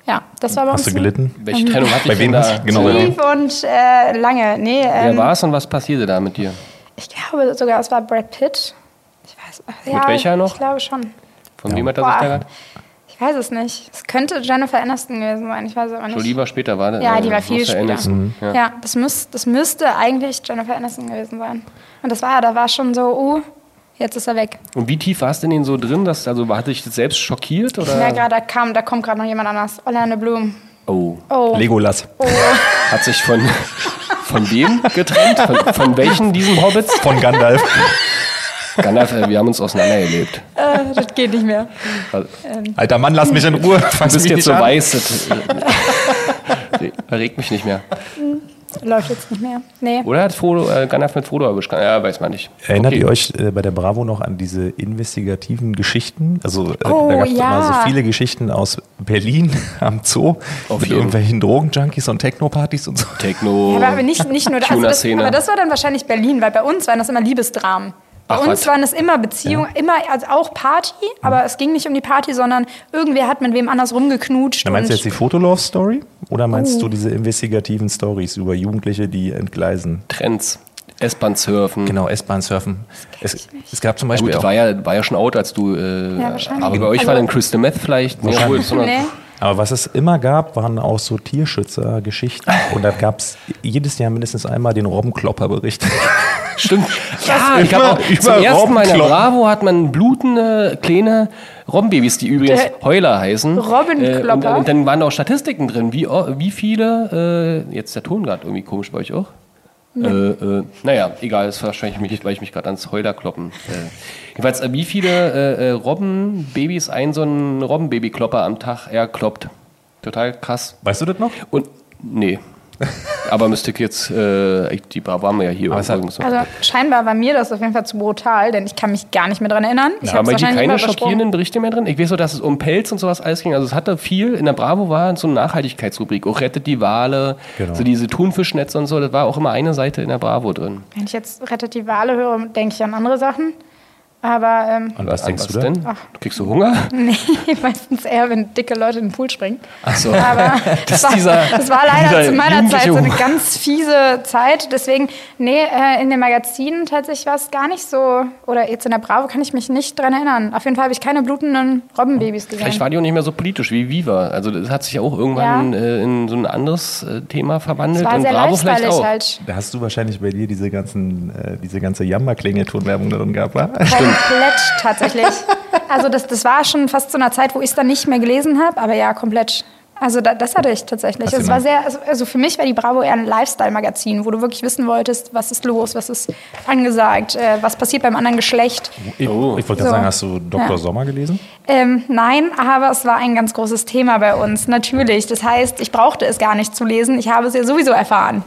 [SPEAKER 3] ja, das war bei uns.
[SPEAKER 1] Hast du gelitten?
[SPEAKER 3] Mhm.
[SPEAKER 2] Welche Trennung hatte
[SPEAKER 1] Bei
[SPEAKER 2] ich
[SPEAKER 1] wem
[SPEAKER 2] denn
[SPEAKER 1] hast
[SPEAKER 2] da?
[SPEAKER 1] du- genau, bei wem?
[SPEAKER 3] Tief und äh, lange, nee,
[SPEAKER 2] Wer
[SPEAKER 3] ähm,
[SPEAKER 2] war es und was passierte da mit dir?
[SPEAKER 3] ich glaube sogar, es war Brad Pitt. Ich weiß, mit
[SPEAKER 2] welcher noch?
[SPEAKER 3] Ich glaube schon.
[SPEAKER 2] Von wem hat er sich
[SPEAKER 3] Boah.
[SPEAKER 2] da gehabt?
[SPEAKER 3] Ich weiß es nicht. Es könnte Jennifer Aniston gewesen sein, ich weiß es aber nicht.
[SPEAKER 2] Schon lieber später war das.
[SPEAKER 3] Ja, die war viel
[SPEAKER 2] Muss ja
[SPEAKER 3] später.
[SPEAKER 2] ähnlich.
[SPEAKER 3] Ja, das, müß, das müsste eigentlich Jennifer Aniston gewesen sein. Und das war ja, da war schon so, uh, jetzt ist er weg.
[SPEAKER 2] Und wie tief warst du denn so drin? Dass, also war- hat dich das selbst schockiert? Oder?
[SPEAKER 3] Ja, gerade da kam, da kommt gerade noch jemand anders. Orlando Bloom.
[SPEAKER 2] oh.
[SPEAKER 3] Oh.
[SPEAKER 1] Legolas.
[SPEAKER 3] oh.
[SPEAKER 2] Hat sich von, von wem getrennt? Von, von welchen diesen Hobbits?
[SPEAKER 1] Von Gandalf.
[SPEAKER 2] Gandalf, äh, wir haben uns auseinandergelebt.
[SPEAKER 3] äh, das geht nicht mehr.
[SPEAKER 2] Also,
[SPEAKER 1] Alter Mann, lass mich in Ruhe. Fangst
[SPEAKER 2] du bist jetzt so weiß. Das, äh, regt mich nicht mehr.
[SPEAKER 3] Läuft jetzt nicht mehr. Nee.
[SPEAKER 2] Oder hat Frodo, äh, Gandalf mit Frodo erwischt? Ja, weiß man nicht.
[SPEAKER 1] Erinnert
[SPEAKER 2] Okay.
[SPEAKER 1] ihr euch äh, bei der Bravo noch an diese investigativen Geschichten? Also äh,
[SPEAKER 3] Oh,
[SPEAKER 1] da gab es
[SPEAKER 3] ja.
[SPEAKER 1] immer so viele Geschichten aus Berlin am Zoo
[SPEAKER 2] Auf
[SPEAKER 1] mit
[SPEAKER 2] jeden.
[SPEAKER 1] irgendwelchen Drogenjunkies und Techno-Partys und so.
[SPEAKER 2] Techno.
[SPEAKER 3] Aber, aber nicht, nicht nur das, also das.
[SPEAKER 2] Tuner-Szene.
[SPEAKER 3] Aber das war dann wahrscheinlich Berlin, weil bei uns waren das immer Liebesdramen. Bei
[SPEAKER 2] Ach,
[SPEAKER 3] uns
[SPEAKER 2] was?
[SPEAKER 3] waren es immer Beziehungen, immer also auch Party, aber es ging nicht um die Party, sondern irgendwer hat mit wem anders rumgeknutscht.
[SPEAKER 1] Na, meinst du
[SPEAKER 3] und- Oh.
[SPEAKER 1] jetzt die Fotolove-Story? Oder meinst du diese investigativen Stories über Jugendliche, die entgleisen?
[SPEAKER 2] Trends. S-Bahn surfen.
[SPEAKER 1] Genau, S-Bahn surfen. Es, es gab zum
[SPEAKER 2] Ja,
[SPEAKER 1] Beispiel
[SPEAKER 2] Gut, war ja, war ja schon out, als du. Äh,
[SPEAKER 3] Ja, wahrscheinlich.
[SPEAKER 2] Aber bei euch war
[SPEAKER 3] Also-
[SPEAKER 2] dann Crystal Meth vielleicht. mehr
[SPEAKER 1] Wahrscheinlich.
[SPEAKER 2] Ruhe, sondern-
[SPEAKER 3] nee.
[SPEAKER 1] Aber was es immer gab, waren auch so Tierschützer-Geschichten. Und da gab es jedes Jahr mindestens einmal den Robbenklopper-Bericht.
[SPEAKER 2] Stimmt. Ja, ich
[SPEAKER 1] immer
[SPEAKER 2] habe auch
[SPEAKER 1] über
[SPEAKER 2] zum ersten Mal in der
[SPEAKER 1] Robbenkloppen.
[SPEAKER 2] Bravo hat man blutende kleine Robbenbabys, die übrigens
[SPEAKER 3] Der
[SPEAKER 2] Heuler heißen.
[SPEAKER 3] Robbenklopper.
[SPEAKER 2] Äh, und, und dann waren da auch Statistiken drin, wie, o- wie viele, äh, jetzt der Ton gerade irgendwie komisch bei euch auch. Äh, äh, naja, egal, das wahrscheinlich mich, weil ich mich gerade ans Heuler kloppen. Äh, jedenfalls, äh, wie viele äh, äh, Robbenbabys ein so ein Robbenbabyklopper am Tag er kloppt. Total krass.
[SPEAKER 1] Weißt du das noch?
[SPEAKER 2] Und nee. Aber müsste ich jetzt, äh, ich- die Bravo haben wir ja hier.
[SPEAKER 1] Aber es hat-
[SPEAKER 2] irgendwo.
[SPEAKER 3] Also scheinbar war mir das auf jeden Fall zu brutal, denn ich kann mich gar nicht mehr dran erinnern. Ich
[SPEAKER 2] Haben
[SPEAKER 3] hab's
[SPEAKER 2] wir die
[SPEAKER 3] wahrscheinlich
[SPEAKER 2] keine
[SPEAKER 3] immer übersprungen.
[SPEAKER 2] schockierenden Berichte mehr drin? Ich weiß so, dass es um Pelz und sowas alles ging. Also es hatte viel, in der Bravo war so eine Nachhaltigkeitsrubrik, auch rettet die Wale,
[SPEAKER 1] Genau.
[SPEAKER 2] so diese Thunfischnetze und so, das war auch immer eine Seite in der Bravo drin.
[SPEAKER 3] Wenn ich jetzt Rettet die Wale höre, denke ich an andere Sachen. Aber ähm,
[SPEAKER 1] Und was
[SPEAKER 2] An
[SPEAKER 1] denkst du denn?
[SPEAKER 2] Also denn? Du kriegst du Hunger?
[SPEAKER 3] nee, meistens eher, wenn dicke Leute in den Pool springen.
[SPEAKER 2] Achso.
[SPEAKER 3] Aber das, war,
[SPEAKER 2] dieser-
[SPEAKER 3] das war leider
[SPEAKER 2] dieser
[SPEAKER 3] zu meiner Zeit so eine
[SPEAKER 2] jugendliche-
[SPEAKER 3] ganz fiese Zeit. Deswegen, nee, äh, in den Magazinen tatsächlich war es gar nicht so. Oder jetzt in der Bravo kann ich mich nicht dran erinnern. Auf jeden Fall habe ich keine blutenden Robbenbabys
[SPEAKER 2] Vielleicht
[SPEAKER 3] gesehen.
[SPEAKER 2] war die auch nicht mehr so politisch wie Viva. Also das hat sich ja auch irgendwann
[SPEAKER 3] Ja.
[SPEAKER 2] äh, in so ein anderes äh, Thema verwandelt.
[SPEAKER 3] Es war
[SPEAKER 2] und
[SPEAKER 3] sehr
[SPEAKER 2] Bravo vielleicht
[SPEAKER 3] lifestyleig
[SPEAKER 2] auch.
[SPEAKER 3] halt.
[SPEAKER 1] Da hast du wahrscheinlich bei dir diese ganzen, äh, diese ganze Jammerklingelton-Werbung drin gehabt, wa?
[SPEAKER 3] Komplett tatsächlich. Also das, das war schon fast zu einer Zeit, wo ich es dann nicht mehr gelesen habe, aber ja, komplett. Also da, das hatte ich tatsächlich.
[SPEAKER 1] Hast du
[SPEAKER 3] Es war
[SPEAKER 1] mal-
[SPEAKER 3] sehr, also- also für mich war die Bravo eher ein Lifestyle-Magazin, wo du wirklich wissen wolltest, was ist los, was ist angesagt, äh, was passiert beim anderen Geschlecht.
[SPEAKER 1] Ich, ich wollte gerade
[SPEAKER 3] So.
[SPEAKER 1] sagen, hast du Dr.
[SPEAKER 3] Ja.
[SPEAKER 1] Sommer gelesen?
[SPEAKER 3] Ähm, nein, aber es war ein ganz großes Thema bei uns, natürlich. Das heißt, ich brauchte es gar nicht zu lesen, ich habe es ja sowieso erfahren.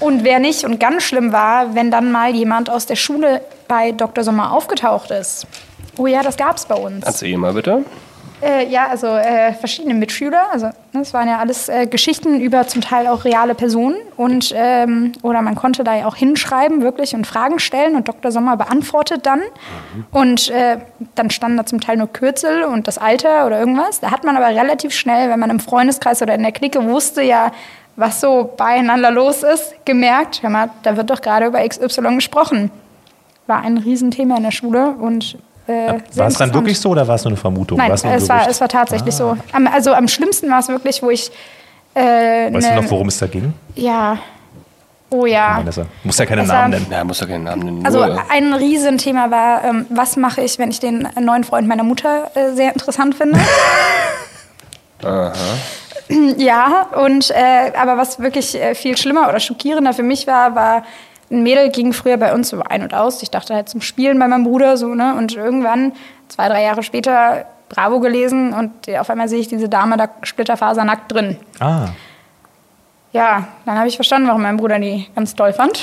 [SPEAKER 3] Und wer nicht und ganz schlimm war, wenn dann mal jemand aus der Schule bei Dr. Sommer aufgetaucht ist. Oh ja, das gab es bei uns.
[SPEAKER 2] Erzähl mal bitte.
[SPEAKER 3] Äh, ja, also äh, verschiedene Mitschüler. Also ne, es waren ja alles äh, Geschichten über zum Teil auch reale Personen und ähm, oder man konnte da ja auch hinschreiben wirklich und Fragen stellen und Dr. Sommer beantwortet dann
[SPEAKER 1] Mhm.
[SPEAKER 3] und äh, dann standen da zum Teil nur Kürzel und das Alter oder irgendwas. Da hat man aber relativ schnell, wenn man im Freundeskreis oder in der Clique wusste ja was so beieinander los ist, gemerkt, hör mal, da wird doch gerade über XY gesprochen war ein Riesenthema in der Schule und Äh, sehr
[SPEAKER 1] War es dann
[SPEAKER 3] interessant.
[SPEAKER 1] wirklich so oder war es nur eine Vermutung?
[SPEAKER 3] Nein,
[SPEAKER 1] war es, nur ein
[SPEAKER 3] es war,
[SPEAKER 1] Gerücht?
[SPEAKER 3] es war tatsächlich
[SPEAKER 1] Ah.
[SPEAKER 3] so. Am, also am schlimmsten war es wirklich, wo ich. Äh,
[SPEAKER 1] Weißt
[SPEAKER 3] ne-
[SPEAKER 1] du noch, worum es da ging?
[SPEAKER 3] Ja. Oh ja.
[SPEAKER 1] Vanessa? Muss ja keine
[SPEAKER 3] Es
[SPEAKER 1] Namen
[SPEAKER 3] war-
[SPEAKER 1] nennen.
[SPEAKER 2] Na, muss doch keinen Namen nennen.
[SPEAKER 3] Also
[SPEAKER 2] nur, äh,
[SPEAKER 3] ein Riesenthema war, ähm, was mache ich, wenn ich den neuen Freund meiner Mutter äh, sehr interessant finde? Ja, und äh, aber was wirklich äh, viel schlimmer oder schockierender für mich war, war ein Mädel ging früher bei uns so ein und aus. Ich dachte halt zum Spielen bei meinem Bruder so ne und irgendwann zwei drei Jahre später Bravo gelesen und auf einmal sehe ich diese Dame da splitterfasernackt drin.
[SPEAKER 1] Ah,
[SPEAKER 3] Ja, dann habe ich verstanden, warum mein Bruder die ganz toll fand.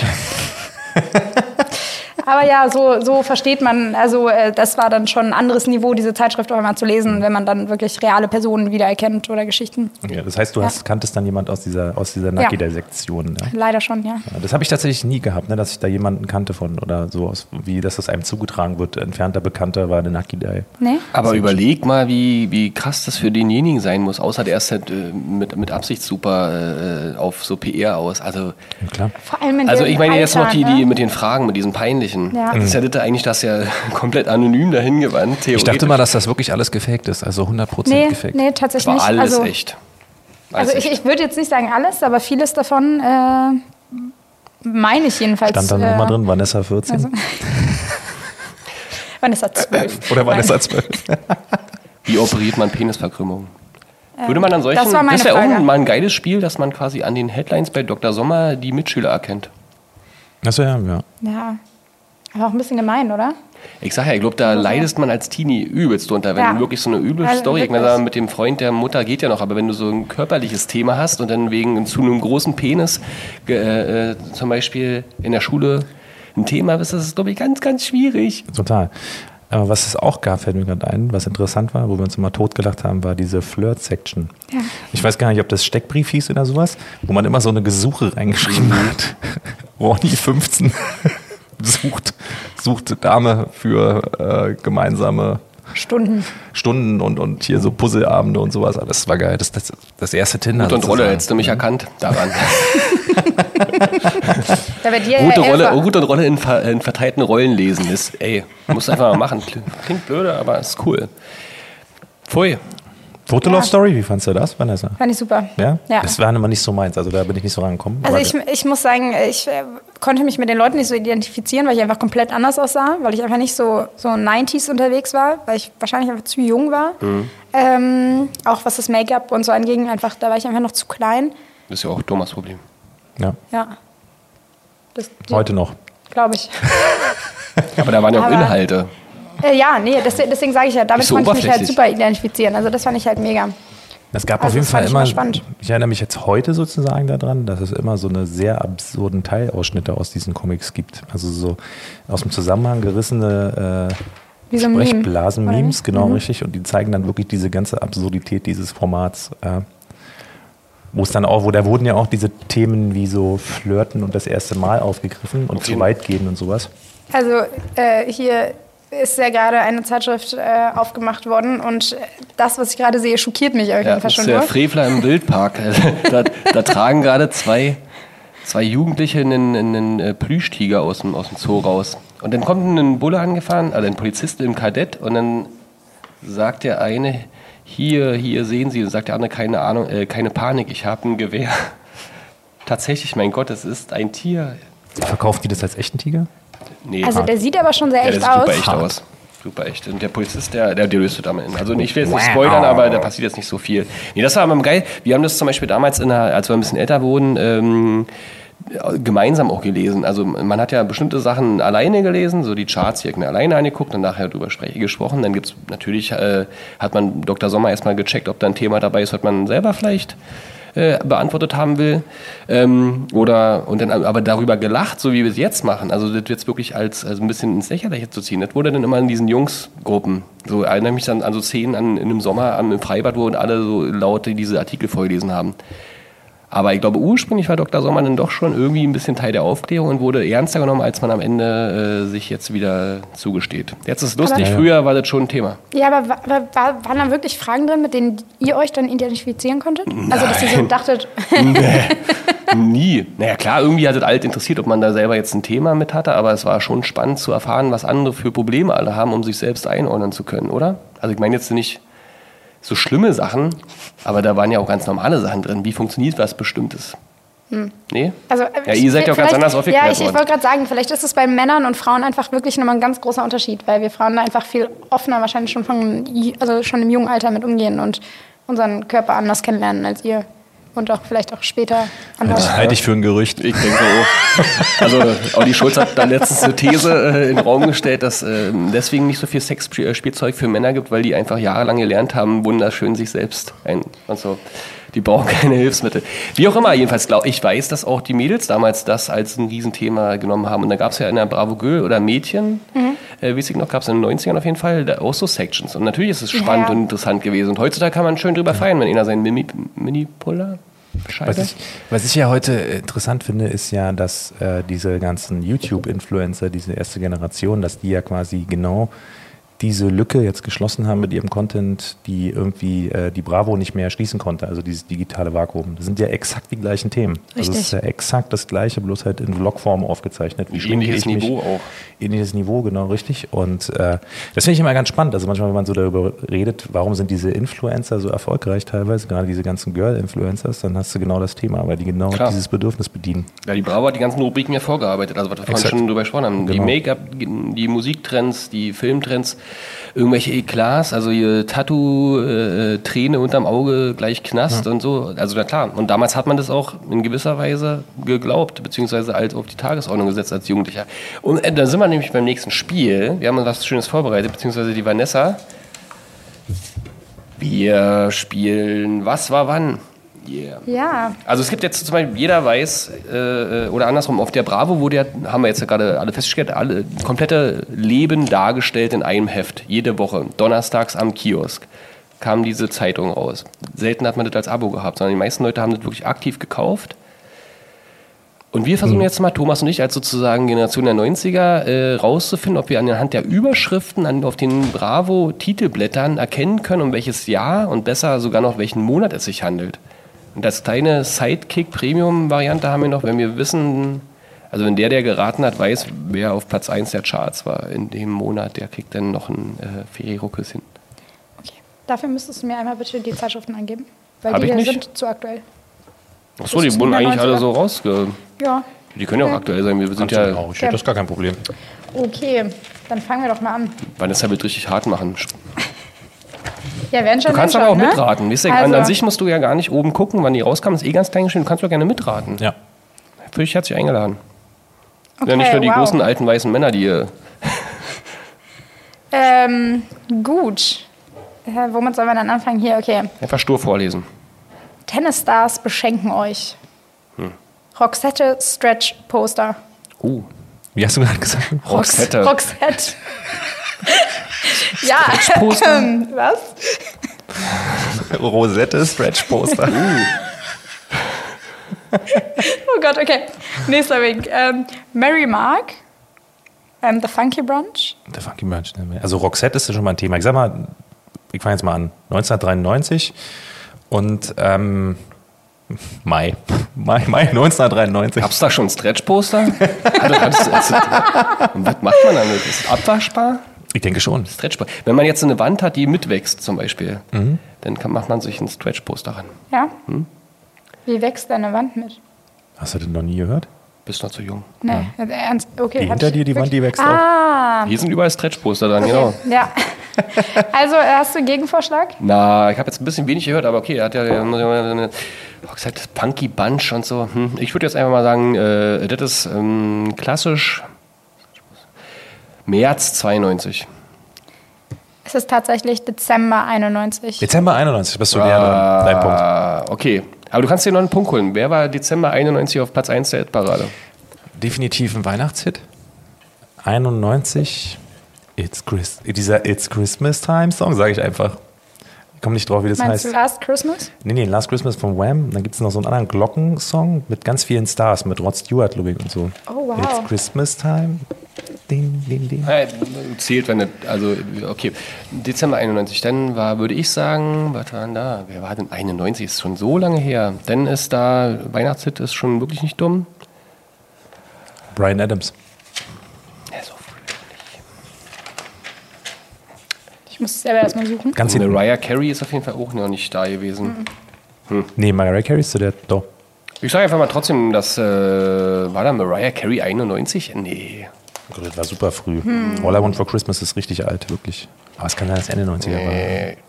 [SPEAKER 3] Aber ja, so, so versteht man, also äh, das war dann schon ein anderes Niveau, diese Zeitschrift auch einmal zu lesen, wenn man dann wirklich reale Personen wiedererkennt oder Geschichten.
[SPEAKER 1] okay. das heißt, du hast, kanntest dann jemand aus dieser, aus dieser
[SPEAKER 3] Ja.
[SPEAKER 1] Naki-Sektion. Ja.
[SPEAKER 3] Leider schon, ja.
[SPEAKER 1] Ja, Das habe ich tatsächlich nie gehabt, ne, dass ich da jemanden kannte von oder so, aus, wie dass das einem zugetragen wird. Entfernter Bekannter war eine Nakidai.
[SPEAKER 3] Nee?
[SPEAKER 2] aber überleg mal, wie, wie krass das für denjenigen sein muss. Außer der ist halt äh, mit, mit Absicht super äh, auf so PR aus. Also,
[SPEAKER 1] Ja, klar.
[SPEAKER 3] Vor allem in
[SPEAKER 2] also
[SPEAKER 3] dem
[SPEAKER 2] ich meine jetzt noch
[SPEAKER 3] Alter,
[SPEAKER 2] die, die
[SPEAKER 3] ne?
[SPEAKER 2] mit den Fragen, mit diesen peinlichen.
[SPEAKER 6] Mhm.
[SPEAKER 3] Ja.
[SPEAKER 2] Das ist ja das eigentlich das ja komplett anonym dahin gewandt.
[SPEAKER 6] Ich dachte mal, dass das wirklich alles gefaked ist, also 100%
[SPEAKER 3] Nee,
[SPEAKER 6] gefaked.
[SPEAKER 3] nee,
[SPEAKER 2] das
[SPEAKER 3] tatsächlich
[SPEAKER 2] war
[SPEAKER 3] nicht.
[SPEAKER 2] alles
[SPEAKER 3] also
[SPEAKER 2] echt. Alles
[SPEAKER 3] also ich,
[SPEAKER 2] echt.
[SPEAKER 3] ich würde jetzt nicht sagen alles, aber vieles davon äh, meine ich jedenfalls.
[SPEAKER 1] Stand dann
[SPEAKER 3] äh, also
[SPEAKER 1] nochmal drin, Vanessa 14.
[SPEAKER 3] Vanessa 12.
[SPEAKER 1] oder
[SPEAKER 3] Nein.
[SPEAKER 1] Vanessa 12.
[SPEAKER 2] Wie operiert man Penisverkrümmung? Würde man an solchen,
[SPEAKER 3] Äh, das war meine
[SPEAKER 2] wäre auch
[SPEAKER 3] Frage.
[SPEAKER 2] mal ein geiles Spiel, dass man quasi an den Headlines bei Dr. Sommer die Mitschüler erkennt.
[SPEAKER 1] Achso, ja, ja.
[SPEAKER 3] Ja. Aber auch ein bisschen gemein, oder?
[SPEAKER 2] Ich sag ja, ich glaube, da leidest man als Teenie übelst drunter, wenn
[SPEAKER 3] Mhm. Ja.
[SPEAKER 2] du wirklich so eine üble
[SPEAKER 3] Also
[SPEAKER 2] Story, ich
[SPEAKER 3] wirklich.
[SPEAKER 2] meine, mit dem Freund der Mutter geht ja noch, aber wenn du so ein körperliches Thema hast und dann wegen zu einem großen Penis ge- äh, äh, zum Beispiel in der Schule ein Thema bist, das ist, glaube ich, ganz, ganz schwierig.
[SPEAKER 1] Total. Aber was es auch gab, fällt mir gerade ein, was interessant war, wo wir uns immer totgelacht haben, war diese Flirt-Section. Ich weiß gar nicht, ob das Steckbrief hieß oder sowas, wo man immer so eine Gesuche reingeschrieben
[SPEAKER 3] Mhm.
[SPEAKER 1] hat. Ronny 15 sucht, sucht Dame für äh, gemeinsame
[SPEAKER 3] Stunden.
[SPEAKER 1] Stunden und, und hier so Puzzleabende und sowas. Alles war geil. Das, das, das erste Tinder.
[SPEAKER 2] Gut und
[SPEAKER 1] sozusagen.
[SPEAKER 2] Rolle, hättest du mich erkannt daran.
[SPEAKER 3] Da wird dir
[SPEAKER 2] Gute
[SPEAKER 3] ja
[SPEAKER 2] Rolle,
[SPEAKER 3] Elfer-
[SPEAKER 2] oh, gute Rolle in, ver, in verteilten Rollen lesen ist, ey, musst einfach mal machen. Kli- Klingt blöde, aber ist cool. Pfui.
[SPEAKER 1] Total Love Story, wie fandst du das, Vanessa?
[SPEAKER 3] Fand ich super.
[SPEAKER 1] Ja?
[SPEAKER 3] ja.
[SPEAKER 1] Das war immer nicht so meins, also da bin ich nicht so rangekommen.
[SPEAKER 3] Also
[SPEAKER 1] Aber-
[SPEAKER 3] ich, ich muss sagen, ich äh, konnte mich mit den Leuten nicht so identifizieren, weil ich einfach komplett anders aussah, weil ich einfach nicht so, so 90s unterwegs war, weil ich wahrscheinlich einfach zu jung war.
[SPEAKER 2] Mhm.
[SPEAKER 3] Ähm, auch was das Make-up und so anging, einfach, da war ich einfach noch zu klein.
[SPEAKER 2] Das ist ja auch Thomas Problem.
[SPEAKER 1] ja,
[SPEAKER 3] Ja. Das
[SPEAKER 1] heute noch.
[SPEAKER 3] glaube ich.
[SPEAKER 2] Aber da waren ja auch
[SPEAKER 3] Aber-
[SPEAKER 2] Inhalte.
[SPEAKER 3] äh, ja, nee, das, deswegen sage ich ja, damit
[SPEAKER 2] Ist so
[SPEAKER 3] konnte ich mich halt
[SPEAKER 2] oberflächlich.
[SPEAKER 3] super identifizieren. Also das fand ich halt mega.
[SPEAKER 1] Es gab auf
[SPEAKER 3] Also
[SPEAKER 1] jeden
[SPEAKER 3] das fand
[SPEAKER 1] Fall
[SPEAKER 3] ich
[SPEAKER 1] immer,
[SPEAKER 3] mal spannend.
[SPEAKER 1] ich erinnere mich jetzt heute sozusagen daran, dass es immer so eine sehr absurden Teilausschnitte aus diesen Comics gibt. Also so aus dem Zusammenhang gerissene äh,
[SPEAKER 3] Wie so ein Meme,
[SPEAKER 1] Sprechblasen-Memes,
[SPEAKER 3] oder? Mhm.
[SPEAKER 1] genau richtig. Und die zeigen dann wirklich diese ganze Absurdität dieses Formats. Äh, wo es dann auch, wo da wurden ja auch diese Themen wie so Flirten und das erste Mal aufgegriffen und zu weit gehen und sowas.
[SPEAKER 3] Also äh, hier ist ja gerade eine Zeitschrift äh, aufgemacht worden und äh, das, was ich gerade sehe, schockiert mich auf jeden
[SPEAKER 2] Ja,
[SPEAKER 3] Fall
[SPEAKER 2] das
[SPEAKER 3] schon.
[SPEAKER 2] ist der
[SPEAKER 3] nur.
[SPEAKER 2] Frevler im Wildpark. Also, da, da tragen gerade zwei, zwei Jugendliche einen, einen äh, Plüschtiger aus dem, aus dem Zoo raus. Und dann kommt ein Bulle angefahren, also ein Polizist im Kadett, und dann sagt der eine, hier, hier sehen Sie, und sagt der andere, keine Ahnung, äh, keine Panik, ich habe ein Gewehr. Tatsächlich, mein Gott, es ist ein Tier.
[SPEAKER 1] Verkaufen die das als echten Tiger?
[SPEAKER 2] Nee,
[SPEAKER 3] Also der sieht aber schon sehr
[SPEAKER 2] Ja, der
[SPEAKER 3] echt
[SPEAKER 2] sieht
[SPEAKER 3] aus.
[SPEAKER 2] super echt aus. Super echt. Und der Polizist, der, der, der löst das damit. Also ich will jetzt nicht spoilern, aber da passiert jetzt nicht so viel. Nee, das war aber geil. Wir haben das zum Beispiel damals, in der, als wir ein bisschen älter wurden, ähm, gemeinsam auch gelesen. Also man hat ja bestimmte Sachen alleine gelesen, so die Charts hier mir alleine angeguckt und nachher drüber spre- gesprochen. Dann gibt's natürlich, äh, hat man Dr. Sommer erstmal gecheckt, ob da ein Thema dabei ist, was man selber vielleicht äh, beantwortet haben will. Ähm, oder und dann aber darüber gelacht, so wie wir es jetzt machen. Also das jetzt wirklich als also ein bisschen ins Lächerliche zu ziehen. Das wurde dann immer in diesen Jungsgruppen. So erinnere mich dann an so Szenen an, in einem Sommer an, im Freibad, wo alle so laut diese Artikel vorgelesen haben. Aber ich glaube, ursprünglich war Dr. Sommer dann doch schon irgendwie ein bisschen Teil der Aufklärung und wurde ernster genommen, als man am Ende äh, sich jetzt wieder zugesteht. Jetzt ist es lustig,
[SPEAKER 3] Aber-
[SPEAKER 2] früher war das schon ein Thema.
[SPEAKER 3] Ja, aber wa- wa- wa- waren da wirklich Fragen drin, mit denen ihr euch dann identifizieren konntet? Also dass ihr so dachtet,
[SPEAKER 2] Nie. Naja, klar, irgendwie hat es alt interessiert, ob man da selber jetzt ein Thema mit hatte, aber es war schon spannend zu erfahren, was andere für Probleme alle haben, um sich selbst einordnen zu können, oder? Also ich meine jetzt nicht so schlimme Sachen, aber da waren ja auch ganz normale Sachen drin. Wie funktioniert was Bestimmtes? Nee?
[SPEAKER 3] Also, äh,
[SPEAKER 2] ja, ihr seid ja auch ganz
[SPEAKER 3] vielleicht-
[SPEAKER 2] anders aufgeklärt
[SPEAKER 3] Ja, ich, ich
[SPEAKER 2] worden.
[SPEAKER 3] wollte gerade sagen, vielleicht ist es bei Männern und Frauen einfach wirklich nochmal ein ganz großer Unterschied, weil wir Frauen da einfach viel offener wahrscheinlich schon, von, i- also schon im jungen Alter mit umgehen und unseren Körper anders kennenlernen als ihr. Und auch vielleicht auch später anders.
[SPEAKER 6] Das halte ich für ein Gerücht.
[SPEAKER 2] Ich denke auch. Also Audi Schulz hat da letztens eine These äh, in den Raum gestellt, dass äh, deswegen nicht so viel Sexspielzeug für Männer gibt, weil die einfach jahrelang gelernt haben, wunderschön sich selbst ein und so. Die brauchen keine Hilfsmittel. Wie auch immer, jedenfalls glaube ich weiß, dass auch die Mädels damals das als ein Riesenthema genommen haben. Und da gab es ja in der Bravo Girl oder Mädchen, äh, weiß ich noch, gab es in den 90ern auf jeden Fall, da auch so Sections. Und natürlich ist es spannend
[SPEAKER 3] Ja.
[SPEAKER 2] und interessant gewesen. Und heutzutage kann man schön drüber feiern, wenn einer seinen Mini- Mini-Puller
[SPEAKER 1] Was
[SPEAKER 2] scheiße.
[SPEAKER 1] ich, was ich ja heute äh, interessant finde, ist ja, dass äh, diese ganzen YouTube-Influencer, diese erste Generation, dass die ja quasi genau diese Lücke jetzt geschlossen haben mit ihrem Content, die irgendwie äh, die Bravo nicht mehr schließen konnte, also dieses digitale Vakuum. Das sind ja exakt die gleichen Themen. Also es ist ja exakt das gleiche, bloß halt in Vlogform aufgezeichnet. Wie schminke
[SPEAKER 2] Ähnliches
[SPEAKER 1] ich mich?
[SPEAKER 2] Niveau auch.
[SPEAKER 1] ähnliches Niveau, genau richtig. Und äh, das finde ich immer ganz spannend. Also manchmal, wenn man so darüber redet, warum sind diese Influencer so erfolgreich teilweise, gerade diese ganzen Girl-Influencers, dann hast du genau das Thema, weil die genau
[SPEAKER 2] Klar.
[SPEAKER 1] dieses Bedürfnis bedienen.
[SPEAKER 2] Ja, die Bravo hat die ganzen Rubriken ja vorgearbeitet, also was wir vorhin
[SPEAKER 1] Exakt.
[SPEAKER 2] schon drüber gesprochen haben. Die
[SPEAKER 1] Genau.
[SPEAKER 2] Make-up, die Musiktrends, die Filmtrends, irgendwelche Eklats, also hier Tattoo, äh, Träne unterm Auge, gleich Knast und so. Also na klar, und damals hat man das auch in gewisser Weise geglaubt, beziehungsweise als auf die Tagesordnung gesetzt als Jugendlicher. Und äh, da sind wir nämlich beim nächsten Spiel. Wir haben uns was Schönes vorbereitet, beziehungsweise die Vanessa. Wir spielen Was war wann? Yeah.
[SPEAKER 3] Ja,
[SPEAKER 2] Also es gibt jetzt zum Beispiel, jeder weiß, äh, oder andersrum, auf der Bravo wurde ja, haben wir jetzt ja gerade alle festgestellt, alle komplette Leben dargestellt in einem Heft, jede Woche, donnerstags am Kiosk kam diese Zeitung raus. Selten hat man das als Abo gehabt, sondern die meisten Leute haben das wirklich aktiv gekauft. Und wir versuchen jetzt mal, Thomas und ich, als sozusagen Generation der 90er, äh, rauszufinden, ob wir anhand der Überschriften an, auf den Bravo-Titelblättern erkennen können, um welches Jahr und besser sogar noch welchen Monat es sich handelt. Und das kleine Sidekick-Premium-Variante haben wir noch, wenn wir wissen, also wenn der, der geraten hat, weiß, wer auf Platz 1 der Charts war in dem Monat, der kriegt dann noch ein äh, Ferrero-Küsschen.
[SPEAKER 3] okay. Dafür müsstest du mir einmal bitte die Zeitschriften angeben, weil
[SPEAKER 2] Hab
[SPEAKER 3] die
[SPEAKER 2] ich
[SPEAKER 3] hier
[SPEAKER 2] nicht.
[SPEAKER 3] sind zu aktuell.
[SPEAKER 2] Achso,
[SPEAKER 3] Das
[SPEAKER 2] die
[SPEAKER 3] ist
[SPEAKER 2] wurden eigentlich
[SPEAKER 3] 90er.
[SPEAKER 2] alle so rausge...
[SPEAKER 3] Ja,
[SPEAKER 2] Die können ja auch aktuell sein, wir sind ja...
[SPEAKER 6] ich hätte das gar kein Problem.
[SPEAKER 3] okay. Dann fangen wir doch mal an.
[SPEAKER 2] Vanessa wird richtig hart machen.
[SPEAKER 3] Ja, werden schon
[SPEAKER 2] Du kannst
[SPEAKER 3] werden
[SPEAKER 2] aber auch
[SPEAKER 3] schon, ne?
[SPEAKER 2] mitraten. Weißt du,
[SPEAKER 3] Also-
[SPEAKER 2] An sich musst du ja gar nicht oben gucken, wann die rauskamen. Ist eh ganz klein geschrieben. Du kannst doch gerne mitraten.
[SPEAKER 6] Ja.
[SPEAKER 2] Für dich hat sich eingeladen.
[SPEAKER 3] Okay,
[SPEAKER 2] ja, nicht nur die
[SPEAKER 3] wow.
[SPEAKER 2] großen alten weißen Männer, die äh, hier.
[SPEAKER 3] Ähm, gut. Äh, womit sollen wir dann anfangen? Hier, okay.
[SPEAKER 2] Einfach stur vorlesen.
[SPEAKER 3] Tennisstars beschenken euch.
[SPEAKER 2] Hm.
[SPEAKER 3] Roxette Stretch Poster.
[SPEAKER 2] Uh,
[SPEAKER 1] Wie hast du gerade gesagt?
[SPEAKER 2] Roxette.
[SPEAKER 3] Roxette. ja. Ähm, Was?
[SPEAKER 6] Rosette Stretch Poster.
[SPEAKER 1] Uh.
[SPEAKER 3] Oh Gott, okay. Nächster Wink. Ähm, Mary Mark. Ähm, The Funky Brunch.
[SPEAKER 1] Der Funky Bunch, ne? Also Roxette ist ja schon mal ein Thema. Ich sag mal, ich fange jetzt mal an. 1993 und ähm, Mai. Mai, Mai 1993.
[SPEAKER 2] Gab's da schon Stretch-Poster? Also, das- das- Und was macht man damit? Ist es abwaschbar?
[SPEAKER 1] Ich denke schon.
[SPEAKER 2] Stretchbar. Wenn man jetzt eine Wand hat, die mitwächst zum Beispiel, dann kann, macht man sich einen Stretch-Poster ran.
[SPEAKER 3] Ja.
[SPEAKER 1] Hm?
[SPEAKER 3] Wie wächst deine Wand mit?
[SPEAKER 1] Hast du das noch nie gehört?
[SPEAKER 2] Bist noch zu jung.
[SPEAKER 3] Nee, also ernst.
[SPEAKER 1] Ah.
[SPEAKER 3] Okay.
[SPEAKER 1] Die
[SPEAKER 3] hab
[SPEAKER 1] hinter
[SPEAKER 3] ich
[SPEAKER 1] dir, die Wand,
[SPEAKER 3] wirklich-
[SPEAKER 1] die
[SPEAKER 3] Ah.
[SPEAKER 1] wächst
[SPEAKER 2] Hier sind überall Stretch-Poster dran, genau.
[SPEAKER 3] Ja. Also, äh, hast du einen Gegenvorschlag?
[SPEAKER 2] Na, ich habe jetzt ein bisschen wenig gehört, aber okay, er hat ja eine, oh, gesagt, Punky Bunch und so. Hm, ich würde jetzt einfach mal sagen, äh, das ist ähm, klassisch März 92.
[SPEAKER 3] Es ist tatsächlich Dezember 91.
[SPEAKER 1] Dezember 91, bist du näher dran. Dein Punkt.
[SPEAKER 2] Ah, okay. Aber du kannst dir noch einen Punkt holen. Wer war Dezember 91 auf Platz 1 der Hitparade?
[SPEAKER 6] Definitiv ein Weihnachtshit.
[SPEAKER 1] 91. It's Chris, dieser It's Christmas Time Song, sage ich einfach. Ich komme nicht drauf, wie das
[SPEAKER 3] Meinst du
[SPEAKER 1] heißt.
[SPEAKER 3] Last Christmas?
[SPEAKER 1] Nee, nee, Last Christmas von Wham. Dann gibt es noch so einen anderen Glockensong mit ganz vielen Stars, mit Rod Stewart, glaube ich, und so.
[SPEAKER 3] Oh, wow.
[SPEAKER 1] It's Christmas Time. Din, din, din.
[SPEAKER 2] Äh, Zählt, wenn das, also, okay. Dezember 91, dann war, würde ich sagen, was war denn da? Wer war denn 91? Ist schon so lange her. Dann ist da, Weihnachtshit ist schon wirklich nicht dumm.
[SPEAKER 1] Brian Adams.
[SPEAKER 2] Ja, so früh nicht.
[SPEAKER 3] Ich muss selber erstmal suchen.
[SPEAKER 1] Ganz hinten.
[SPEAKER 2] Mariah Carey ist auf jeden Fall auch noch nicht da
[SPEAKER 3] Hm.
[SPEAKER 2] gewesen.
[SPEAKER 1] Nee, Mariah Carey ist so der. Doch.
[SPEAKER 2] Ich sage einfach mal trotzdem, dass, äh, war da Mariah Carey 91? Nee.
[SPEAKER 1] Oh Gott, das war super früh.
[SPEAKER 3] Hm.
[SPEAKER 1] All I Want for Christmas ist richtig alt, wirklich. Aber es kann sein, dass Ende 90er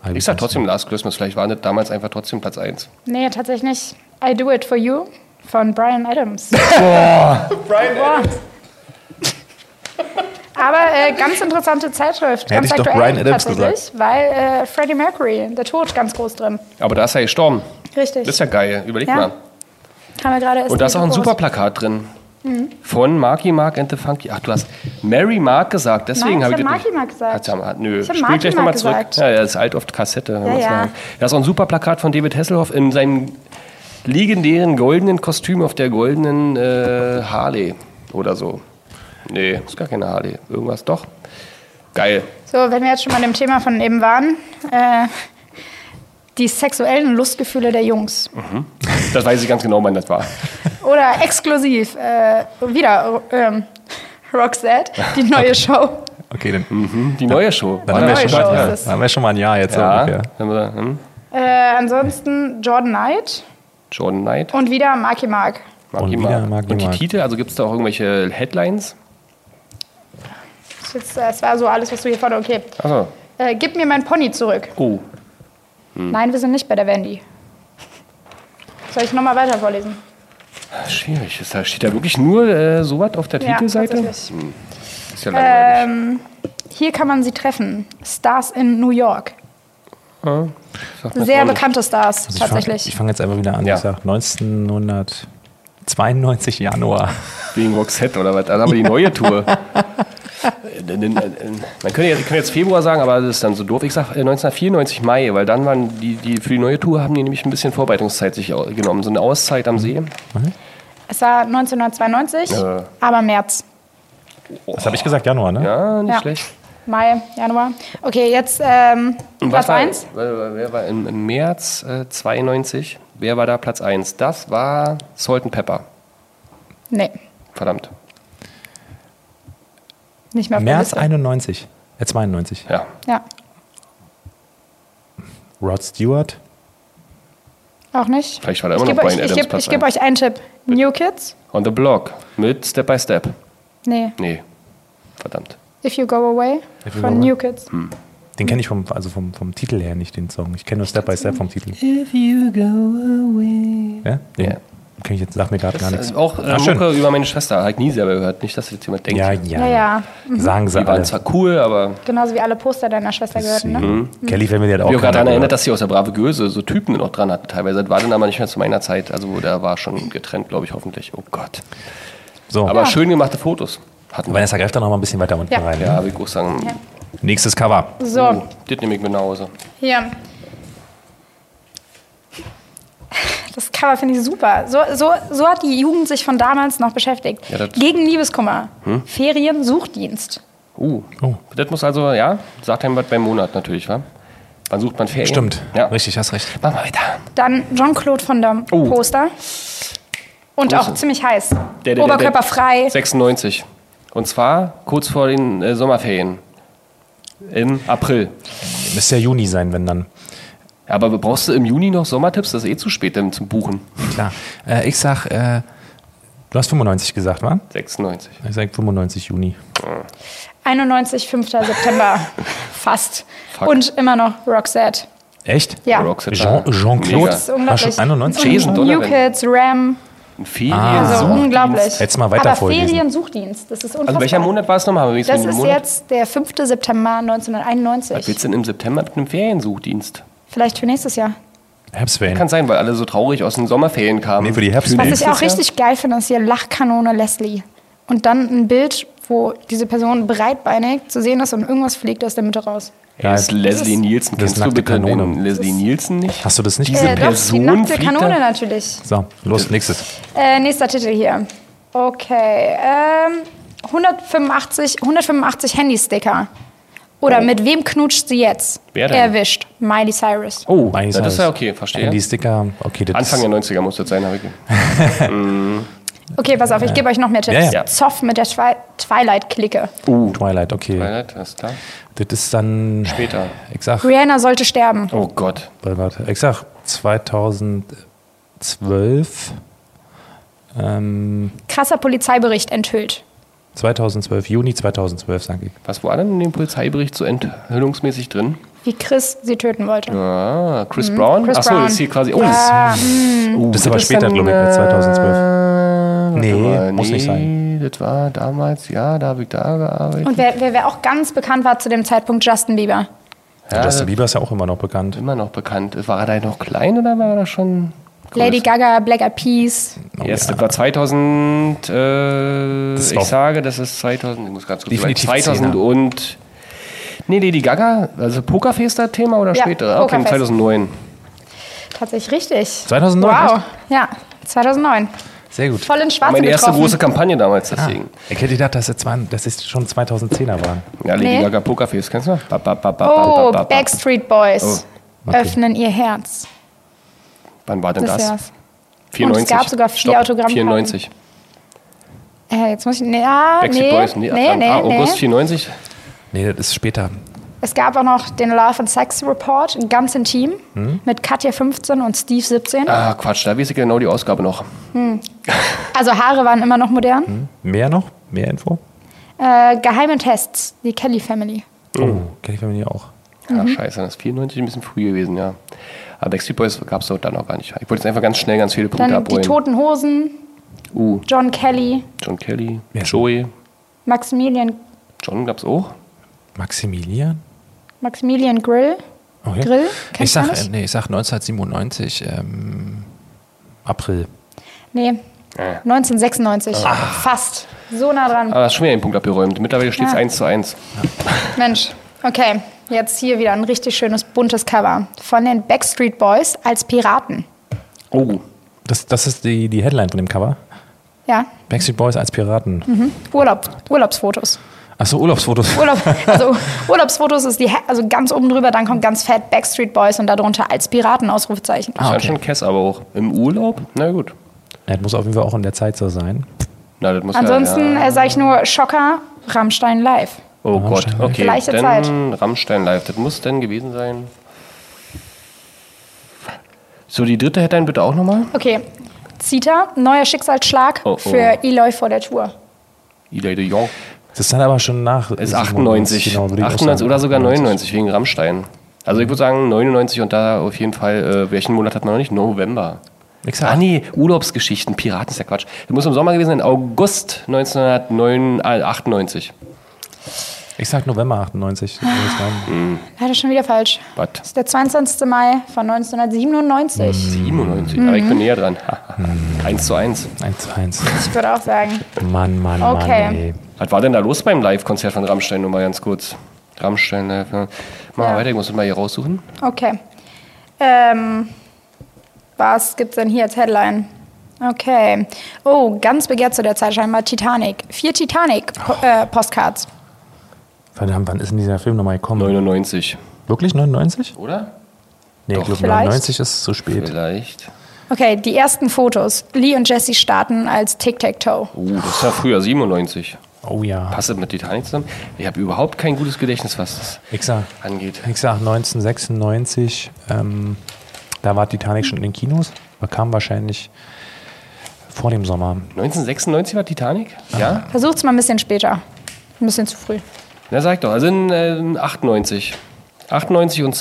[SPEAKER 1] war.
[SPEAKER 2] Ich sag trotzdem Last Christmas, vielleicht war das damals einfach trotzdem Platz 1.
[SPEAKER 3] Nee, tatsächlich nicht. I Do It For You von Brian Adams. Brian Adams. Aber äh, ganz interessante Zeitschrift.
[SPEAKER 1] Hätte
[SPEAKER 3] ganz
[SPEAKER 1] ich doch Bryan Adams
[SPEAKER 3] tatsächlich, Weil äh, Freddie Mercury, der Tod, ganz groß drin.
[SPEAKER 2] Aber da ist er gestorben.
[SPEAKER 3] Richtig.
[SPEAKER 2] Das ist ja geil, überleg
[SPEAKER 3] Ja.
[SPEAKER 2] mal.
[SPEAKER 3] Haben wir gerade erst
[SPEAKER 2] Und Oh, da ist auch ein
[SPEAKER 3] groß.
[SPEAKER 2] super Plakat drin.
[SPEAKER 3] Mhm.
[SPEAKER 2] Von Marky Mark and the Funky. Ach, du hast Mary Mark gesagt, deswegen
[SPEAKER 3] Nein,
[SPEAKER 2] habe
[SPEAKER 3] ich
[SPEAKER 2] ich.
[SPEAKER 3] hab
[SPEAKER 2] das nicht-
[SPEAKER 3] Marky Mark gesagt.
[SPEAKER 2] Hat's ja- Nö,
[SPEAKER 3] Ich hab
[SPEAKER 2] spiel
[SPEAKER 3] Marky
[SPEAKER 2] gleich nochmal
[SPEAKER 3] Mark
[SPEAKER 2] zurück.
[SPEAKER 3] gesagt.
[SPEAKER 2] Ja, ja, das ist alt auf Kassette. wenn man's
[SPEAKER 3] ja.
[SPEAKER 2] mal- Da ist auch ein super Plakat von David Hasselhoff in seinem legendären goldenen Kostüm auf der goldenen äh, Harley oder so. Nee, ist gar keine Harley. Irgendwas doch. Geil.
[SPEAKER 3] So, wenn wir jetzt schon mal dem Thema von eben waren. Äh, die sexuellen Lustgefühle der Jungs.
[SPEAKER 2] Das weiß ich ganz genau, wann das war.
[SPEAKER 3] Oder exklusiv, äh, wieder ähm, Roxette, die neue Show.
[SPEAKER 1] Okay, dann,
[SPEAKER 2] Die neue Show.
[SPEAKER 1] dann haben, wir
[SPEAKER 3] neue
[SPEAKER 1] schon mal,
[SPEAKER 3] Show
[SPEAKER 1] ja,
[SPEAKER 3] ist es.
[SPEAKER 1] dann haben wir schon mal ein Jahr jetzt. so
[SPEAKER 2] ja,
[SPEAKER 1] ungefähr.
[SPEAKER 2] dann haben wir, hm?
[SPEAKER 3] Äh, ansonsten Jordan Knight
[SPEAKER 2] Jordan Knight.
[SPEAKER 3] und wieder Marky Mark.
[SPEAKER 1] Und wieder Marky
[SPEAKER 2] Und die
[SPEAKER 1] Mark.
[SPEAKER 2] Titel, also gibt es da auch irgendwelche Headlines?
[SPEAKER 3] Das ist Jetzt, äh, das war so alles, was du hier fordert. Okay.
[SPEAKER 2] Achso.
[SPEAKER 3] Äh, gib mir mein Pony zurück.
[SPEAKER 2] Oh.
[SPEAKER 1] Hm.
[SPEAKER 3] Nein, wir sind nicht bei der Wendy. Soll ich nochmal weiter vorlesen?
[SPEAKER 2] Schwierig. Ist da, steht da wirklich nur äh, sowas auf der Titelseite?
[SPEAKER 3] tatsächlich. Ähm.
[SPEAKER 2] ist ja langweilig.
[SPEAKER 3] Hier kann man sie treffen. Stars in New York.
[SPEAKER 2] Sagt mir
[SPEAKER 3] Sehr
[SPEAKER 2] auch nicht.
[SPEAKER 3] bekannte Stars,
[SPEAKER 1] Also ich fang- Ich
[SPEAKER 3] tatsächlich.
[SPEAKER 1] fange jetzt einfach wieder an.
[SPEAKER 2] Ja.
[SPEAKER 1] Ich sag 1992 Januar.
[SPEAKER 2] Wegen Roxette oder was? Also aber die neue Tour. Äh, dann- dann- dann- Man könnte, jetzt- ich könnte jetzt Februar sagen, aber das ist dann so doof. Ich sag äh, 1994 Mai, weil dann waren die, die für die neue Tour haben die nämlich ein bisschen Vorbereitungszeit sich au- genommen. So eine Auszeit am
[SPEAKER 3] Mhm.
[SPEAKER 2] See.
[SPEAKER 3] Es war 1992,
[SPEAKER 2] Ja.
[SPEAKER 3] aber März.
[SPEAKER 1] Das habe ich gesagt, Januar, ne?
[SPEAKER 2] Ja, nicht
[SPEAKER 3] Ja.
[SPEAKER 2] schlecht.
[SPEAKER 3] Mai, Januar. Okay, jetzt ähm, Platz
[SPEAKER 2] war,
[SPEAKER 3] 1.
[SPEAKER 2] Wer wer war im, im März äh, 92? Wer war da Platz 1? Das war Salt and Pepper.
[SPEAKER 3] Nee,
[SPEAKER 2] Verdammt.
[SPEAKER 3] nicht mehr auf der
[SPEAKER 1] März
[SPEAKER 3] Liste.
[SPEAKER 1] 91. Äh, 92.
[SPEAKER 2] Ja.
[SPEAKER 3] Ja,
[SPEAKER 1] Rod Stewart.
[SPEAKER 3] auch nicht.
[SPEAKER 2] Vielleicht war da immer
[SPEAKER 3] ich
[SPEAKER 2] noch
[SPEAKER 3] gebe euch,
[SPEAKER 2] Brian
[SPEAKER 3] ich
[SPEAKER 2] Adams
[SPEAKER 3] geb,
[SPEAKER 2] Platz
[SPEAKER 3] ich geb
[SPEAKER 2] eins.
[SPEAKER 3] euch einen Tipp. New Kids?
[SPEAKER 2] On the Block mit Step by Step.
[SPEAKER 3] Nee.
[SPEAKER 2] Nee. Verdammt.
[SPEAKER 3] If You Go Away
[SPEAKER 1] If You
[SPEAKER 3] von
[SPEAKER 1] Go Away.
[SPEAKER 3] New Kids.
[SPEAKER 2] Hm.
[SPEAKER 1] Den kenne ich vom, also vom, vom Titel her nicht, den Song. Ich kenne nur Step by Step vom Titel.
[SPEAKER 2] If you go away.
[SPEAKER 1] Ja? Den
[SPEAKER 2] Ja.
[SPEAKER 1] kenn ich jetzt, sag mir gerade gar nichts.
[SPEAKER 2] Also auch äh,
[SPEAKER 1] Ah, schön.
[SPEAKER 2] Mucke über meine Schwester. Habe ich nie selber gehört. Nicht, dass jetzt jemand denkt.
[SPEAKER 1] Ja,
[SPEAKER 2] Ja,
[SPEAKER 1] ja. Mhm.
[SPEAKER 3] Ja, ja.
[SPEAKER 1] Sagen sie
[SPEAKER 2] die waren
[SPEAKER 1] alle.
[SPEAKER 2] zwar cool, aber
[SPEAKER 3] Genauso wie alle Poster deiner Schwester gehörten, ne?
[SPEAKER 1] Kelly Family hat auch
[SPEAKER 2] ich
[SPEAKER 1] keiner
[SPEAKER 2] habe gerade Mhm. daran erinnert,
[SPEAKER 1] gehört.
[SPEAKER 2] dass sie aus der Brave Göse so Typen noch dran hatten. Teilweise Das war dann aber nicht mehr zu meiner Zeit. Also da war schon getrennt, glaube ich, hoffentlich. Oh Gott.
[SPEAKER 1] So,
[SPEAKER 2] Aber
[SPEAKER 1] aber
[SPEAKER 2] schön gemachte Fotos hatten wir.
[SPEAKER 1] Vanessa greift da noch mal ein bisschen weiter unten
[SPEAKER 3] Ja.
[SPEAKER 1] rein.
[SPEAKER 2] Ja, würde ich groß sagen.
[SPEAKER 1] Nächstes Cover.
[SPEAKER 3] So,
[SPEAKER 2] Oh, das nehme ich mit nach Hause.
[SPEAKER 3] hier. Das Cover finde ich super. So, so, so hat die Jugend sich von damals noch beschäftigt.
[SPEAKER 2] Ja, das- Hm?
[SPEAKER 3] Gegen Liebeskummer. Ferien, Suchdienst.
[SPEAKER 2] Uh,
[SPEAKER 1] Oh.
[SPEAKER 2] das muss also, ja, sagt einem was beim Monat natürlich, wa? Wann sucht man Ferien?
[SPEAKER 1] Stimmt.
[SPEAKER 2] Ja.
[SPEAKER 1] Richtig, hast recht.
[SPEAKER 2] Mach mal weiter.
[SPEAKER 3] Dann Jean-Claude Van Damme
[SPEAKER 2] Oh.
[SPEAKER 3] Poster. Und auch
[SPEAKER 2] Große.
[SPEAKER 3] ziemlich heiß.
[SPEAKER 2] Der, der, der,
[SPEAKER 3] Oberkörperfrei.
[SPEAKER 2] 96. Und zwar kurz vor den äh, Sommerferien. Im April.
[SPEAKER 1] Müsste ja Juni sein, wenn dann.
[SPEAKER 2] Aber brauchst du im Juni noch Sommertipps? Das ist eh zu spät dann zum Buchen.
[SPEAKER 1] Klar. Äh, ich sag, äh, du hast 95 gesagt, wa?
[SPEAKER 2] 96.
[SPEAKER 1] Ich sag 95 Juni.
[SPEAKER 3] 91, 5. September. Fast. Und immer noch Roxette.
[SPEAKER 1] Echt?
[SPEAKER 3] Ja.
[SPEAKER 2] Roxette.
[SPEAKER 1] Jean- Jean-Claude? Also
[SPEAKER 2] Mega.
[SPEAKER 3] Das ist unglaublich.
[SPEAKER 1] War schon 91?
[SPEAKER 3] Und
[SPEAKER 2] Jason
[SPEAKER 3] New
[SPEAKER 2] Donovan.
[SPEAKER 3] Kids, Ram.
[SPEAKER 2] Ein Ferien.
[SPEAKER 3] Also
[SPEAKER 2] Suchdienst.
[SPEAKER 3] unglaublich.
[SPEAKER 1] Hättest mal weiter
[SPEAKER 3] Aber
[SPEAKER 1] vorlesen.
[SPEAKER 3] Feriensuchdienst, das ist unfassbar.
[SPEAKER 2] Also welcher Monat war es nochmal? Haben wir wenigstens
[SPEAKER 3] Das
[SPEAKER 2] einen
[SPEAKER 3] ist
[SPEAKER 2] Monat?
[SPEAKER 3] jetzt der 5. September
[SPEAKER 2] Was willst
[SPEAKER 3] 1991.
[SPEAKER 2] du denn im September mit einem Feriensuchdienst?
[SPEAKER 3] Vielleicht für nächstes Jahr.
[SPEAKER 1] Herbstferien.
[SPEAKER 2] Kann sein, weil alle so traurig aus den Sommerferien kamen.
[SPEAKER 1] Nee, für die Herbstferien.
[SPEAKER 3] Was ich
[SPEAKER 2] nächstes
[SPEAKER 3] auch richtig geil finde, ist hier Lachkanone Leslie. Und dann ein Bild, wo diese Person breitbeinig zu sehen ist und irgendwas fliegt aus der Mitte raus.
[SPEAKER 2] Jahr? ist Leslie Nielsen.
[SPEAKER 1] das ist
[SPEAKER 2] Kennst du
[SPEAKER 1] nackte
[SPEAKER 2] bitte
[SPEAKER 1] Kanone.
[SPEAKER 2] den Leslie Nielsen nicht?
[SPEAKER 1] Hast du das nicht
[SPEAKER 2] Diese
[SPEAKER 1] gesehen?
[SPEAKER 3] Äh, doch, die
[SPEAKER 2] Person
[SPEAKER 3] nackte
[SPEAKER 2] fliegt da-
[SPEAKER 3] Kanone natürlich.
[SPEAKER 1] So, los, nächstes.
[SPEAKER 3] Äh, nächster Titel hier. Okay. Ähm, 185, 185 Handy-Sticker. Oder mit wem knutscht sie jetzt?
[SPEAKER 2] Oh. Wer denn?
[SPEAKER 3] Erwischt. Miley Cyrus.
[SPEAKER 1] Oh, eigentlich
[SPEAKER 2] äh, das ist ja okay, verstehe.
[SPEAKER 1] Die Sticker, okay, das
[SPEAKER 2] Anfang der 90er muss das sein, habe ich.
[SPEAKER 3] Okay, pass auf, ich gebe euch noch mehr Tipps.
[SPEAKER 1] Ja,
[SPEAKER 2] ja.
[SPEAKER 3] Zoff mit der Twi Twilight-Clique.
[SPEAKER 1] uh, Twilight, okay.
[SPEAKER 2] Twilight, alles klar.
[SPEAKER 1] Das ist dann
[SPEAKER 2] Später.
[SPEAKER 1] Ich sag,
[SPEAKER 3] Rihanna sollte sterben.
[SPEAKER 2] Oh Gott.
[SPEAKER 1] warte, ich sag 2012. Ähm,
[SPEAKER 3] Krasser Polizeibericht enthüllt.
[SPEAKER 1] 2012, Juni 2012, sage ich.
[SPEAKER 2] Was war denn in dem Polizeibericht so enthüllungsmäßig drin?
[SPEAKER 3] Wie Chris sie töten wollte.
[SPEAKER 2] Ah, Chris Brown?
[SPEAKER 3] Mhm.
[SPEAKER 2] Hm.
[SPEAKER 3] Chris
[SPEAKER 2] Achso,
[SPEAKER 3] Brown.
[SPEAKER 2] ist hier quasi. Oh,
[SPEAKER 3] Ja,
[SPEAKER 1] Das ist aber später, glaube ich,
[SPEAKER 2] äh,
[SPEAKER 1] als 2012.
[SPEAKER 2] 2012.
[SPEAKER 1] Nee, muss nicht sein.
[SPEAKER 2] Das war damals, ja, da habe ich da gearbeitet.
[SPEAKER 3] Und wer, wer, wer auch ganz bekannt war zu dem Zeitpunkt, Justin Bieber.
[SPEAKER 2] ja,
[SPEAKER 1] Justin
[SPEAKER 2] das
[SPEAKER 1] Bieber ist ja auch immer noch bekannt.
[SPEAKER 2] immer noch bekannt. War er da noch klein oder war er da schon? groß?
[SPEAKER 3] Lady Gaga, Black Eyed Peas.
[SPEAKER 1] Oh,
[SPEAKER 2] Yes,
[SPEAKER 1] ja.
[SPEAKER 2] das war 2000. Äh,
[SPEAKER 1] Das
[SPEAKER 2] ich
[SPEAKER 1] war auch-
[SPEAKER 2] sage, das ist 2000. Ich muss ganz kurz
[SPEAKER 1] Definitiv
[SPEAKER 2] 2000
[SPEAKER 1] Zehner.
[SPEAKER 2] und. Nee, Lady Gaga, also Pokerface das Thema oder
[SPEAKER 3] Ja,
[SPEAKER 2] später? Okay,
[SPEAKER 3] Pokerface.
[SPEAKER 2] 2009.
[SPEAKER 3] Tatsächlich richtig.
[SPEAKER 1] 2009,
[SPEAKER 3] Wow, ja. 2009.
[SPEAKER 1] Sehr gut.
[SPEAKER 3] Voll in
[SPEAKER 2] War
[SPEAKER 3] Schwarze
[SPEAKER 2] meine erste
[SPEAKER 3] getroffen.
[SPEAKER 2] große Kampagne damals,
[SPEAKER 1] Ah,
[SPEAKER 2] deswegen.
[SPEAKER 1] ich hätte gedacht, dass es, waren, dass es schon 2010er waren.
[SPEAKER 2] Ja, Lady
[SPEAKER 3] Nee.
[SPEAKER 2] Gaga Pokerface, kennst du? Ba, ba, ba, ba, ba, ba,
[SPEAKER 3] oh,
[SPEAKER 2] ba, ba.
[SPEAKER 3] Backstreet Boys
[SPEAKER 1] okay.
[SPEAKER 3] öffnen ihr Herz.
[SPEAKER 2] Wann war denn
[SPEAKER 3] Das
[SPEAKER 2] das?
[SPEAKER 3] wär's.
[SPEAKER 2] 94.
[SPEAKER 3] Und es gab sogar vier Autogrammkarten.
[SPEAKER 2] 94.
[SPEAKER 3] Äh, jetzt muss ich. Nee, ah,
[SPEAKER 2] Backstreet
[SPEAKER 3] nee,
[SPEAKER 2] Boys, nee,
[SPEAKER 3] nee,
[SPEAKER 2] Atlant-
[SPEAKER 3] nee,
[SPEAKER 2] ah, August
[SPEAKER 3] nee.
[SPEAKER 2] 94.
[SPEAKER 1] Nee, das ist später.
[SPEAKER 3] Es gab auch noch den Love and Sex Report, ganz intim, mit Katja 15 und Steve 17.
[SPEAKER 2] Hm? Ah, Quatsch, da weiß ich genau die Ausgabe noch.
[SPEAKER 3] Also Haare waren immer noch modern.
[SPEAKER 2] Hm.
[SPEAKER 1] Mehr noch? Mehr Info?
[SPEAKER 3] Äh, geheime Tests, die Kelly Family.
[SPEAKER 1] Oh, kenne ich bei mir auch.
[SPEAKER 3] Mhm.
[SPEAKER 2] Ah, scheiße, das ist 94 ein bisschen früh gewesen, ja. Aber Backstreet Boys gab es da noch gar nicht. Ich wollte jetzt einfach ganz schnell ganz viele Punkte
[SPEAKER 3] Dann die
[SPEAKER 2] abholen.
[SPEAKER 3] Toten Hosen,
[SPEAKER 2] uh,
[SPEAKER 3] John Kelly,
[SPEAKER 2] John Kelly,
[SPEAKER 1] Ja.
[SPEAKER 2] Joey,
[SPEAKER 3] Maximilian,
[SPEAKER 2] John gab's auch.
[SPEAKER 6] Maximilian?
[SPEAKER 3] Maximilian Grill.
[SPEAKER 1] Okay.
[SPEAKER 3] Grill?
[SPEAKER 6] Ich
[SPEAKER 3] Kennst du
[SPEAKER 6] sag,
[SPEAKER 3] nicht?
[SPEAKER 6] äh, nee, ich sag 1997. Ähm,
[SPEAKER 1] April.
[SPEAKER 3] Nee.
[SPEAKER 2] Ah.
[SPEAKER 3] 1996. Fast. So nah dran.
[SPEAKER 2] Aber hast schon wieder einen Punkt abgeräumt. Mittlerweile steht es
[SPEAKER 3] Ja.
[SPEAKER 2] 1 zu 1.
[SPEAKER 3] Mensch. Okay, jetzt hier wieder ein richtig schönes buntes Cover von den Backstreet Boys als Piraten.
[SPEAKER 2] Oh,
[SPEAKER 1] Das, das ist die, die Headline von dem Cover.
[SPEAKER 3] Ja,
[SPEAKER 1] Backstreet Boys als Piraten.
[SPEAKER 3] Urlaub, Urlaubsfotos.
[SPEAKER 1] Achso, Urlaubsfotos.
[SPEAKER 3] Mhm. Urlaub, also Urlaubsfotos ist die, He- also ganz oben drüber, dann kommt ganz fett Backstreet Boys und darunter als Piraten Ausrufezeichen.
[SPEAKER 1] Ah,
[SPEAKER 2] das war schon Cass aber auch. Im Urlaub? Na gut.
[SPEAKER 1] Das muss auf jeden Fall auch in der Zeit so sein.
[SPEAKER 2] Na, das muss
[SPEAKER 3] Ansonsten
[SPEAKER 2] ja, ja.
[SPEAKER 3] äh, sage ich nur Schocker, Rammstein live.
[SPEAKER 2] Oh Gott,
[SPEAKER 1] Rammstein Live.
[SPEAKER 2] okay.
[SPEAKER 3] Gleiche
[SPEAKER 2] dann Rammstein Live. Das muss dann gewesen sein. So, die dritte Headline bitte auch nochmal.
[SPEAKER 3] Okay, Zita, neuer Schicksalsschlag
[SPEAKER 2] Oh, oh.
[SPEAKER 3] für Eloy vor der Tour.
[SPEAKER 2] Ile de Jong.
[SPEAKER 1] Das ist dann aber schon nach.
[SPEAKER 2] Ist 97.
[SPEAKER 1] genau,
[SPEAKER 2] 98 oder sogar 99 wegen Rammstein. Also ich würde sagen 99 und da auf jeden Fall, äh, welchen Monat hat man noch nicht? November.
[SPEAKER 1] Ich sag-
[SPEAKER 2] Ah nee, Urlaubsgeschichten, Piraten ist ja Quatsch. Das muss im Sommer gewesen sein, August äh, 1998.
[SPEAKER 1] Ich sag November 98.
[SPEAKER 3] Leider schon wieder falsch.
[SPEAKER 2] Was?
[SPEAKER 3] Das ist der 22. Mai von 1997.
[SPEAKER 2] Hm. 97, aber ich bin näher dran. 1 zu 1.
[SPEAKER 1] 1 zu 1.
[SPEAKER 3] Ich würde auch sagen.
[SPEAKER 1] Mann, Mann,
[SPEAKER 3] Okay.
[SPEAKER 1] Mann. Ey.
[SPEAKER 2] Was war denn da los beim Live-Konzert von Rammstein? Nur mal ganz kurz. Rammstein Live. Ne? Mach mal
[SPEAKER 3] Ja.
[SPEAKER 2] weiter, ich muss das mal hier raussuchen.
[SPEAKER 3] Okay. Ähm, was gibt's denn hier als Headline? Okay. Oh, ganz begehrt zu der Zeit scheinbar Titanic. äh, Vier
[SPEAKER 1] Oh.
[SPEAKER 3] Titanic-Postcards.
[SPEAKER 1] Verdammt, wann ist denn dieser Film nochmal gekommen?
[SPEAKER 2] 99,
[SPEAKER 1] Wirklich 99?
[SPEAKER 2] oder?
[SPEAKER 1] Nee, ich
[SPEAKER 2] Doch,
[SPEAKER 1] glaube
[SPEAKER 3] vielleicht.
[SPEAKER 1] 99 ist zu spät.
[SPEAKER 2] Vielleicht.
[SPEAKER 3] okay, die ersten Fotos. Lee und Jesse starten als Tic-Tac-Toe.
[SPEAKER 2] Uh, das ist ja früher, 97.
[SPEAKER 1] Oh ja.
[SPEAKER 2] Passt das mit Titanic zusammen? Ich habe überhaupt kein gutes Gedächtnis, was das
[SPEAKER 1] Ich sag,
[SPEAKER 2] angeht.
[SPEAKER 1] ich sag 1996. Ähm, da war Titanic schon in den Kinos. Da kam wahrscheinlich vor dem Sommer.
[SPEAKER 2] 1996 war Titanic? Ja?
[SPEAKER 3] Versucht's mal ein bisschen später. Ein bisschen zu früh.
[SPEAKER 2] Na, sag doch. Also in äh, 98. 98 und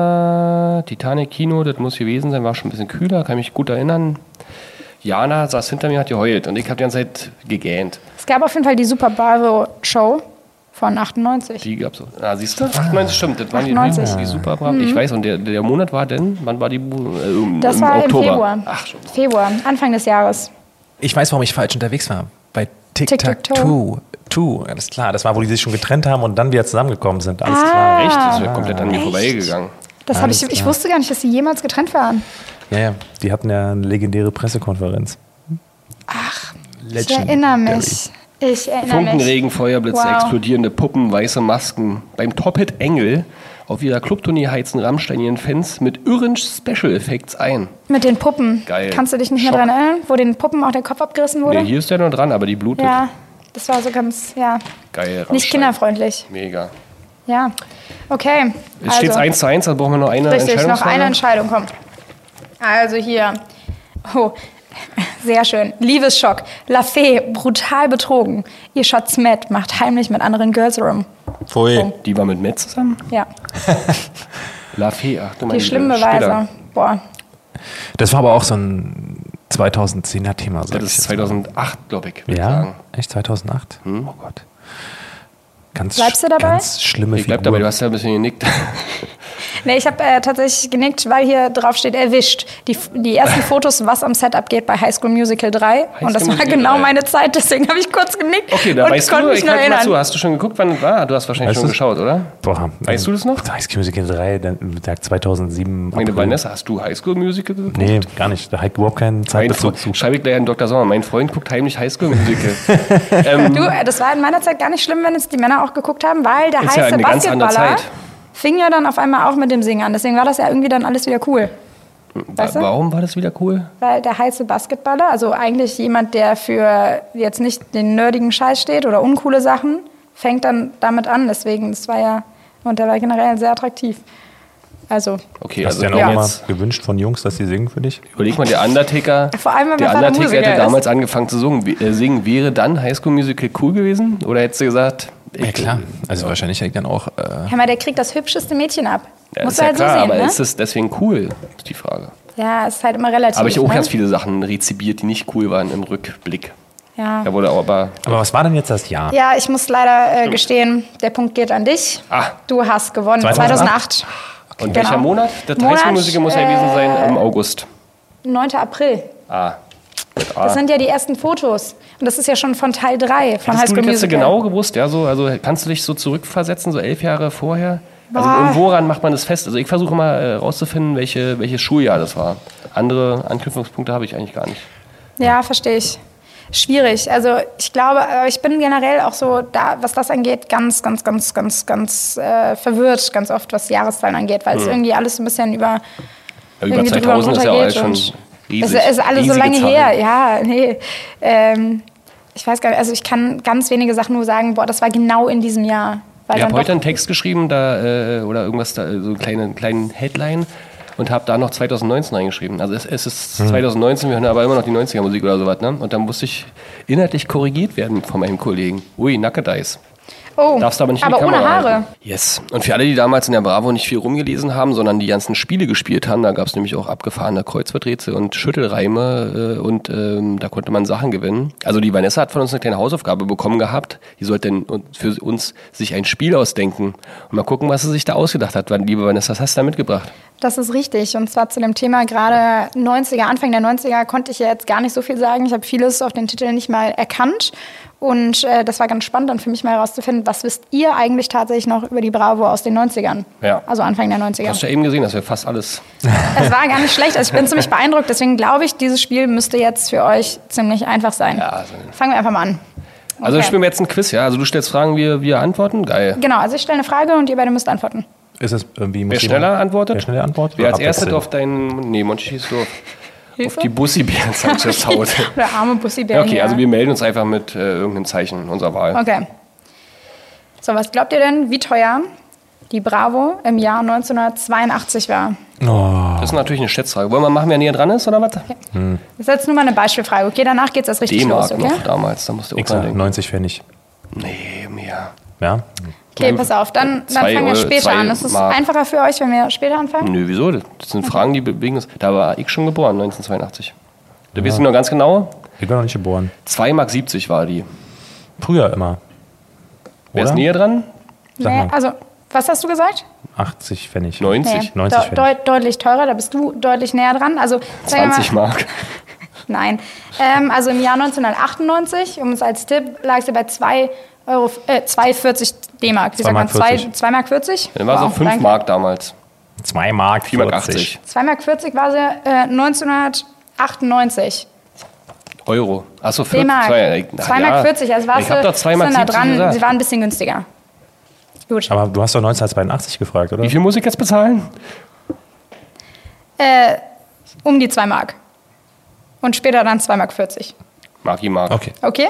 [SPEAKER 2] zwar Titanic Kino, das muss gewesen sein, war schon ein bisschen kühler, kann mich gut erinnern. Jana saß hinter mir, hat geheult und ich habe die ganze Zeit gegähnt.
[SPEAKER 3] Es gab auf jeden Fall die Super Bravo Show von 98.
[SPEAKER 2] Die gab's auch. Ah, siehst du? 98 stimmt, das waren die-
[SPEAKER 3] 98.
[SPEAKER 2] die super brav. Ich weiß, und der, der Monat war denn, wann war die? Bu- Äh, im,
[SPEAKER 3] das
[SPEAKER 2] im
[SPEAKER 3] war
[SPEAKER 2] Oktober.
[SPEAKER 3] im Februar.
[SPEAKER 2] Ach, schon.
[SPEAKER 3] Februar, Anfang des Jahres.
[SPEAKER 6] ich weiß, warum ich falsch unterwegs war. Bei
[SPEAKER 3] Tic-Tac-Toe.
[SPEAKER 6] Tic-Tac-Toe. Two.
[SPEAKER 1] Alles klar, das war, wo die sich schon getrennt haben und dann wieder zusammengekommen sind.
[SPEAKER 3] Ah.
[SPEAKER 1] Alles klar.
[SPEAKER 2] Echt? Das ist mir komplett an mir vorbeigegangen.
[SPEAKER 3] Das habe
[SPEAKER 1] Alles
[SPEAKER 3] ich, ich
[SPEAKER 1] klar.
[SPEAKER 3] wusste gar nicht, dass sie jemals getrennt waren.
[SPEAKER 1] Ja, ja. Die hatten ja eine legendäre Pressekonferenz.
[SPEAKER 3] Ich erinnere mich. Ich erinnere
[SPEAKER 2] Funken,
[SPEAKER 3] mich.
[SPEAKER 2] Regen, Feuerblitze,
[SPEAKER 3] Wow.
[SPEAKER 2] explodierende Puppen, weiße Masken. Beim Top-Hit Engel auf ihrer Clubtournee heizen Rammstein ihren Fans mit irren Special Effects ein.
[SPEAKER 3] Mit den Puppen.
[SPEAKER 2] Geil.
[SPEAKER 3] Kannst du dich nicht mehr
[SPEAKER 2] Schock.
[SPEAKER 3] dran erinnern, wo den Puppen auch der Kopf abgerissen wurde?
[SPEAKER 2] Nee, hier ist der noch dran, aber die blutet.
[SPEAKER 3] ja, das war so ganz, ja,
[SPEAKER 2] Geil,
[SPEAKER 3] nicht
[SPEAKER 2] Rammstein.
[SPEAKER 3] kinderfreundlich.
[SPEAKER 2] Mega.
[SPEAKER 3] Ja, okay.
[SPEAKER 2] Jetzt steht es 1 zu 1, dann brauchen wir noch eine
[SPEAKER 3] Also. Richtig, noch
[SPEAKER 2] Entscheidungsfrage.
[SPEAKER 3] eine Entscheidung kommt. Also hier. Oh, sehr schön. Liebesschock. La Fee, brutal betrogen. Ihr Schatz Matt macht heimlich mit anderen Girls Room.
[SPEAKER 1] Pfui.
[SPEAKER 2] Die war mit Matt zusammen?
[SPEAKER 3] Ja,
[SPEAKER 2] La Fee, ach du
[SPEAKER 3] die
[SPEAKER 2] meine
[SPEAKER 3] schlimmen
[SPEAKER 2] Güte,
[SPEAKER 3] Beweise.
[SPEAKER 2] später.
[SPEAKER 3] Boah,
[SPEAKER 6] Das war aber auch so ein 2010er Thema. sag
[SPEAKER 2] Das ist
[SPEAKER 6] ich jetzt
[SPEAKER 2] 2008, glaube ich.
[SPEAKER 6] mal.
[SPEAKER 2] würd
[SPEAKER 6] Ja,
[SPEAKER 2] sagen. Hm?
[SPEAKER 6] echt 2008? Oh Gott. Ganz,
[SPEAKER 3] Bleibst du
[SPEAKER 6] sch-
[SPEAKER 3] dabei?
[SPEAKER 6] ganz schlimme
[SPEAKER 2] Ich bleib
[SPEAKER 6] Figur.
[SPEAKER 2] dabei, du hast ja ein bisschen genickt.
[SPEAKER 3] Nee, ich habe äh, tatsächlich genickt, weil hier drauf steht, erwischt. Die, F- die ersten Fotos, was am Set abgeht bei High School Musical 3.
[SPEAKER 2] School
[SPEAKER 3] und das war
[SPEAKER 2] Musical
[SPEAKER 3] genau
[SPEAKER 2] 3.
[SPEAKER 3] meine Zeit, deswegen habe ich kurz genickt
[SPEAKER 2] Okay, da
[SPEAKER 3] und
[SPEAKER 2] weißt
[SPEAKER 3] konnte
[SPEAKER 2] du,
[SPEAKER 3] mich
[SPEAKER 2] ich
[SPEAKER 3] nur
[SPEAKER 2] halte mal
[SPEAKER 3] erinnern.
[SPEAKER 2] zu. Hast du schon geguckt, wann das war? Du hast wahrscheinlich
[SPEAKER 1] Weißt
[SPEAKER 2] schon
[SPEAKER 1] du's?
[SPEAKER 2] geschaut, oder?
[SPEAKER 1] Boah,
[SPEAKER 2] Weißt du das noch?
[SPEAKER 1] High School Musical 3, dann, Tag 2007.
[SPEAKER 2] Meine
[SPEAKER 1] April.
[SPEAKER 2] Vanessa, hast du Highschool Musical geguckt?
[SPEAKER 1] Nee, gar nicht. Da hat überhaupt keinen
[SPEAKER 2] Mein
[SPEAKER 1] Zeitbezug zu.
[SPEAKER 2] Freund, schreibe ich gleich an Dr. Sommer. Mein Freund guckt heimlich Highschool Musical. Ähm,
[SPEAKER 3] Du, äh, das war in meiner Zeit gar nicht schlimm, wenn es die Männer auch geguckt haben, weil der
[SPEAKER 2] Ist ja
[SPEAKER 3] heiße
[SPEAKER 2] eine ganz andere
[SPEAKER 3] Basketballer
[SPEAKER 2] Zeit.
[SPEAKER 3] fing ja dann auf einmal auch mit dem Singen an. Deswegen war das ja irgendwie dann alles wieder cool.
[SPEAKER 2] Wa-
[SPEAKER 3] Weißt du?
[SPEAKER 2] Warum war das wieder cool?
[SPEAKER 3] Weil der heiße Basketballer, also eigentlich jemand, der für jetzt nicht den nerdigen Scheiß steht oder uncoole Sachen, fängt dann damit an. Deswegen, das war ja, und der war generell sehr attraktiv. Also,
[SPEAKER 2] Okay,
[SPEAKER 1] Hast du
[SPEAKER 2] also
[SPEAKER 1] dir auch
[SPEAKER 3] ja.
[SPEAKER 1] mal
[SPEAKER 2] jetzt
[SPEAKER 1] gewünscht von Jungs, dass sie singen für dich?
[SPEAKER 2] überleg mal, der Undertaker,
[SPEAKER 3] Vor allem, wenn
[SPEAKER 2] der
[SPEAKER 3] mein Vater
[SPEAKER 2] Undertaker
[SPEAKER 3] Musiker
[SPEAKER 2] hätte
[SPEAKER 3] ist.
[SPEAKER 2] damals angefangen zu singen. Wie- äh, singen. Wäre dann Highschool Musical cool gewesen? Oder hättest du gesagt, ich-
[SPEAKER 6] Ja, klar. Also wahrscheinlich hätte ich dann auch. Äh,
[SPEAKER 3] hör mal, der kriegt das hübscheste Mädchen ab.
[SPEAKER 2] Ja, äh,
[SPEAKER 3] Muss
[SPEAKER 2] ist ja
[SPEAKER 3] halt
[SPEAKER 2] klar,
[SPEAKER 3] so sehen,
[SPEAKER 2] aber
[SPEAKER 3] ne?
[SPEAKER 2] ist es deswegen cool, ist die Frage.
[SPEAKER 3] ja, ist halt immer relativ.
[SPEAKER 2] Aber ich auch
[SPEAKER 3] ne?
[SPEAKER 2] ganz viele Sachen rezipiert, die nicht cool waren im Rückblick.
[SPEAKER 3] Ja.
[SPEAKER 2] Da wurde aber
[SPEAKER 1] Aber was war denn jetzt das Jahr?
[SPEAKER 3] ja, ich muss leider äh, gestehen, der Punkt geht an dich.
[SPEAKER 2] Ah.
[SPEAKER 3] Du hast gewonnen.
[SPEAKER 1] 2008?
[SPEAKER 3] 2008.
[SPEAKER 2] Und
[SPEAKER 3] Genau.
[SPEAKER 2] welcher Monat? Der
[SPEAKER 3] Monat, äh,
[SPEAKER 2] Highschool-Musiker muss ja gewesen sein im August.
[SPEAKER 3] 9. April.
[SPEAKER 2] Ah. Mit A.
[SPEAKER 3] Das sind ja die ersten Fotos. Und das ist ja schon von Teil 3 von High
[SPEAKER 2] Hast du das
[SPEAKER 3] School
[SPEAKER 2] jetzt
[SPEAKER 3] Musical.
[SPEAKER 2] genau gewusst? Ja, so, also kannst du dich so zurückversetzen, so elf Jahre vorher? Also,
[SPEAKER 3] Boah.
[SPEAKER 2] und woran macht man das fest? Also ich versuche mal äh, rauszufinden, welche, welches Schuljahr das war. Andere Anknüpfungspunkte habe ich eigentlich gar nicht.
[SPEAKER 3] Ja, verstehe ich. Schwierig. Also ich glaube, äh, ich bin generell auch so, da, was das angeht, ganz, ganz, ganz, ganz, ganz äh, verwirrt, ganz oft, was Jahreszahlen angeht, weil es irgendwie alles so ein bisschen über,
[SPEAKER 2] Ja, Hm. über
[SPEAKER 3] irgendwie drüber und
[SPEAKER 2] 2000 ist ja
[SPEAKER 3] runter
[SPEAKER 2] alles
[SPEAKER 3] geht
[SPEAKER 2] schon
[SPEAKER 3] und
[SPEAKER 2] riesig.
[SPEAKER 3] Es ist alles so
[SPEAKER 2] riesige
[SPEAKER 3] lange
[SPEAKER 2] Zahlen.
[SPEAKER 3] her, ja, nee. Ähm, ich weiß gar nicht, also ich kann ganz wenige Sachen nur sagen, boah, das war genau in diesem Jahr. Weil
[SPEAKER 2] Ich habe
[SPEAKER 3] dann
[SPEAKER 2] heute
[SPEAKER 3] doch,
[SPEAKER 2] einen Text geschrieben da, äh, oder irgendwas, da, so einen kleinen, kleinen Headline und habe da noch 2019 reingeschrieben. Also es, es ist
[SPEAKER 3] Hm.
[SPEAKER 2] 2019, wir hören aber immer noch die 90er Musik oder sowas. Ne? Und dann musste ich inhaltlich korrigiert werden von meinem Kollegen. Ui, Naked Eyes.
[SPEAKER 3] oh,
[SPEAKER 2] Darfst aber nicht in die
[SPEAKER 3] ohne
[SPEAKER 2] Kamera
[SPEAKER 3] Haare.
[SPEAKER 2] halten. Yes. Und für alle, die damals in der Bravo nicht viel rumgelesen haben, sondern die ganzen Spiele gespielt haben, da gab es nämlich auch abgefahrene Kreuzworträtsel und Schüttelreime äh, und ähm, da konnte man Sachen gewinnen. Also die Vanessa hat von uns eine kleine Hausaufgabe bekommen gehabt. Die sollte denn un- für uns sich ein Spiel ausdenken und mal gucken, was sie sich da ausgedacht hat. Wann- Liebe Vanessa, was hast du da mitgebracht?
[SPEAKER 3] Das ist richtig. Und zwar zu dem Thema gerade 90er, Anfang der 90er konnte ich ja jetzt gar nicht so viel sagen. Ich habe vieles auf den Titel nicht mal erkannt. Und äh, das war ganz spannend dann für mich mal herauszufinden, was wisst ihr eigentlich tatsächlich noch über die Bravo aus den 90ern?
[SPEAKER 2] Ja.
[SPEAKER 3] Also Anfang der
[SPEAKER 2] Hast du
[SPEAKER 3] 90er.
[SPEAKER 2] ja eben gesehen, dass wir fast alles.
[SPEAKER 3] Es war gar nicht schlecht. Also ich bin ziemlich beeindruckt. Deswegen glaube ich, dieses Spiel müsste jetzt für euch ziemlich einfach sein.
[SPEAKER 2] Ja, also-
[SPEAKER 3] Fangen wir einfach mal an.
[SPEAKER 2] Also
[SPEAKER 3] Okay.
[SPEAKER 2] spielen wir jetzt ein Quiz, ja? Also du stellst Fragen, wir, wir antworten. Geil.
[SPEAKER 3] Genau, also ich stelle eine Frage und ihr beide müsst antworten.
[SPEAKER 1] Ist es irgendwie
[SPEAKER 2] Wer schneller antwortet?
[SPEAKER 1] Wer schneller antwortet?
[SPEAKER 2] Wer als
[SPEAKER 1] Oder
[SPEAKER 2] erstes
[SPEAKER 1] abwechselnd?
[SPEAKER 2] auf deinen. Nee, Monchi ist so. Auf
[SPEAKER 3] Hilfe?
[SPEAKER 2] die Bussi-Bären Sanchez haut.
[SPEAKER 3] Oder arme Bussi
[SPEAKER 2] Ja, okay, also wir melden uns einfach mit äh, irgendeinem Zeichen unserer Wahl.
[SPEAKER 3] Okay. So, was glaubt ihr denn, wie teuer die Bravo im Jahr 1982 war?
[SPEAKER 2] Das ist natürlich eine Schätzfrage. Wollen wir machen, wer näher dran ist oder was?
[SPEAKER 3] Das ist jetzt nur mal eine Beispielfrage, okay? Danach geht es erst richtig los,
[SPEAKER 2] D-Mark
[SPEAKER 3] okay?
[SPEAKER 2] noch damals, da musst du auch
[SPEAKER 1] X, ja,
[SPEAKER 2] dran denken.
[SPEAKER 1] 90 Pfennig.
[SPEAKER 2] Nee, mehr.
[SPEAKER 1] Ja?
[SPEAKER 3] Okay, pass auf, dann, dann
[SPEAKER 2] Ne, Zwei
[SPEAKER 3] fangen wir
[SPEAKER 2] Euro,
[SPEAKER 3] später
[SPEAKER 2] zwei
[SPEAKER 3] an. Ist es
[SPEAKER 2] Mark.
[SPEAKER 3] einfacher für euch, wenn wir später anfangen?
[SPEAKER 2] Nö, wieso? Das sind Fragen, die bewegen uns. Da war ich schon geboren, 1982. Du weißt noch ganz genau,
[SPEAKER 1] Ich bin noch nicht geboren.
[SPEAKER 2] 2,70 Mark 70 war die.
[SPEAKER 1] Früher immer.
[SPEAKER 2] Wer ist
[SPEAKER 1] Oder?
[SPEAKER 2] näher dran?
[SPEAKER 1] Sag mal.
[SPEAKER 3] also, was hast du gesagt?
[SPEAKER 1] 80 Pfennig.
[SPEAKER 2] 90?
[SPEAKER 1] 90
[SPEAKER 3] Deu- deut deutlich teurer, da bist du deutlich näher dran. Also, sagen wir mal-
[SPEAKER 2] 20 Mark.
[SPEAKER 3] Nein. Ähm, also im Jahr 1998, um es als Tipp, lag sie bei 2 Euro, äh, 2,40 D-Mark. Wie
[SPEAKER 1] Zwei
[SPEAKER 3] sagt man?
[SPEAKER 1] Mark 40.
[SPEAKER 3] 2 Mark 40?
[SPEAKER 2] Dann war es auch 5
[SPEAKER 3] danke.
[SPEAKER 2] Mark damals.
[SPEAKER 1] 2 Mark
[SPEAKER 2] 4 Mark 80.
[SPEAKER 1] 40.
[SPEAKER 3] 2 Mark 40 war sie äh, 1998.
[SPEAKER 2] Euro. Achso, 40.
[SPEAKER 3] D-Mark.
[SPEAKER 2] Zwei- äh, na
[SPEAKER 3] 2,40 Mark, 40, also warst
[SPEAKER 2] Ich habe
[SPEAKER 3] du-
[SPEAKER 2] doch 2 Mark
[SPEAKER 3] bist du nah
[SPEAKER 2] 70
[SPEAKER 3] dran.
[SPEAKER 2] gesagt.
[SPEAKER 3] Sie waren ein bisschen günstiger. Gut.
[SPEAKER 1] Aber du hast doch 1982 gefragt, oder?
[SPEAKER 2] Wie viel muss ich jetzt bezahlen?
[SPEAKER 3] Äh, um die 2 Mark. Und später dann 2,40 Mark.
[SPEAKER 2] Marki Mark.
[SPEAKER 6] Okay.
[SPEAKER 3] Okay?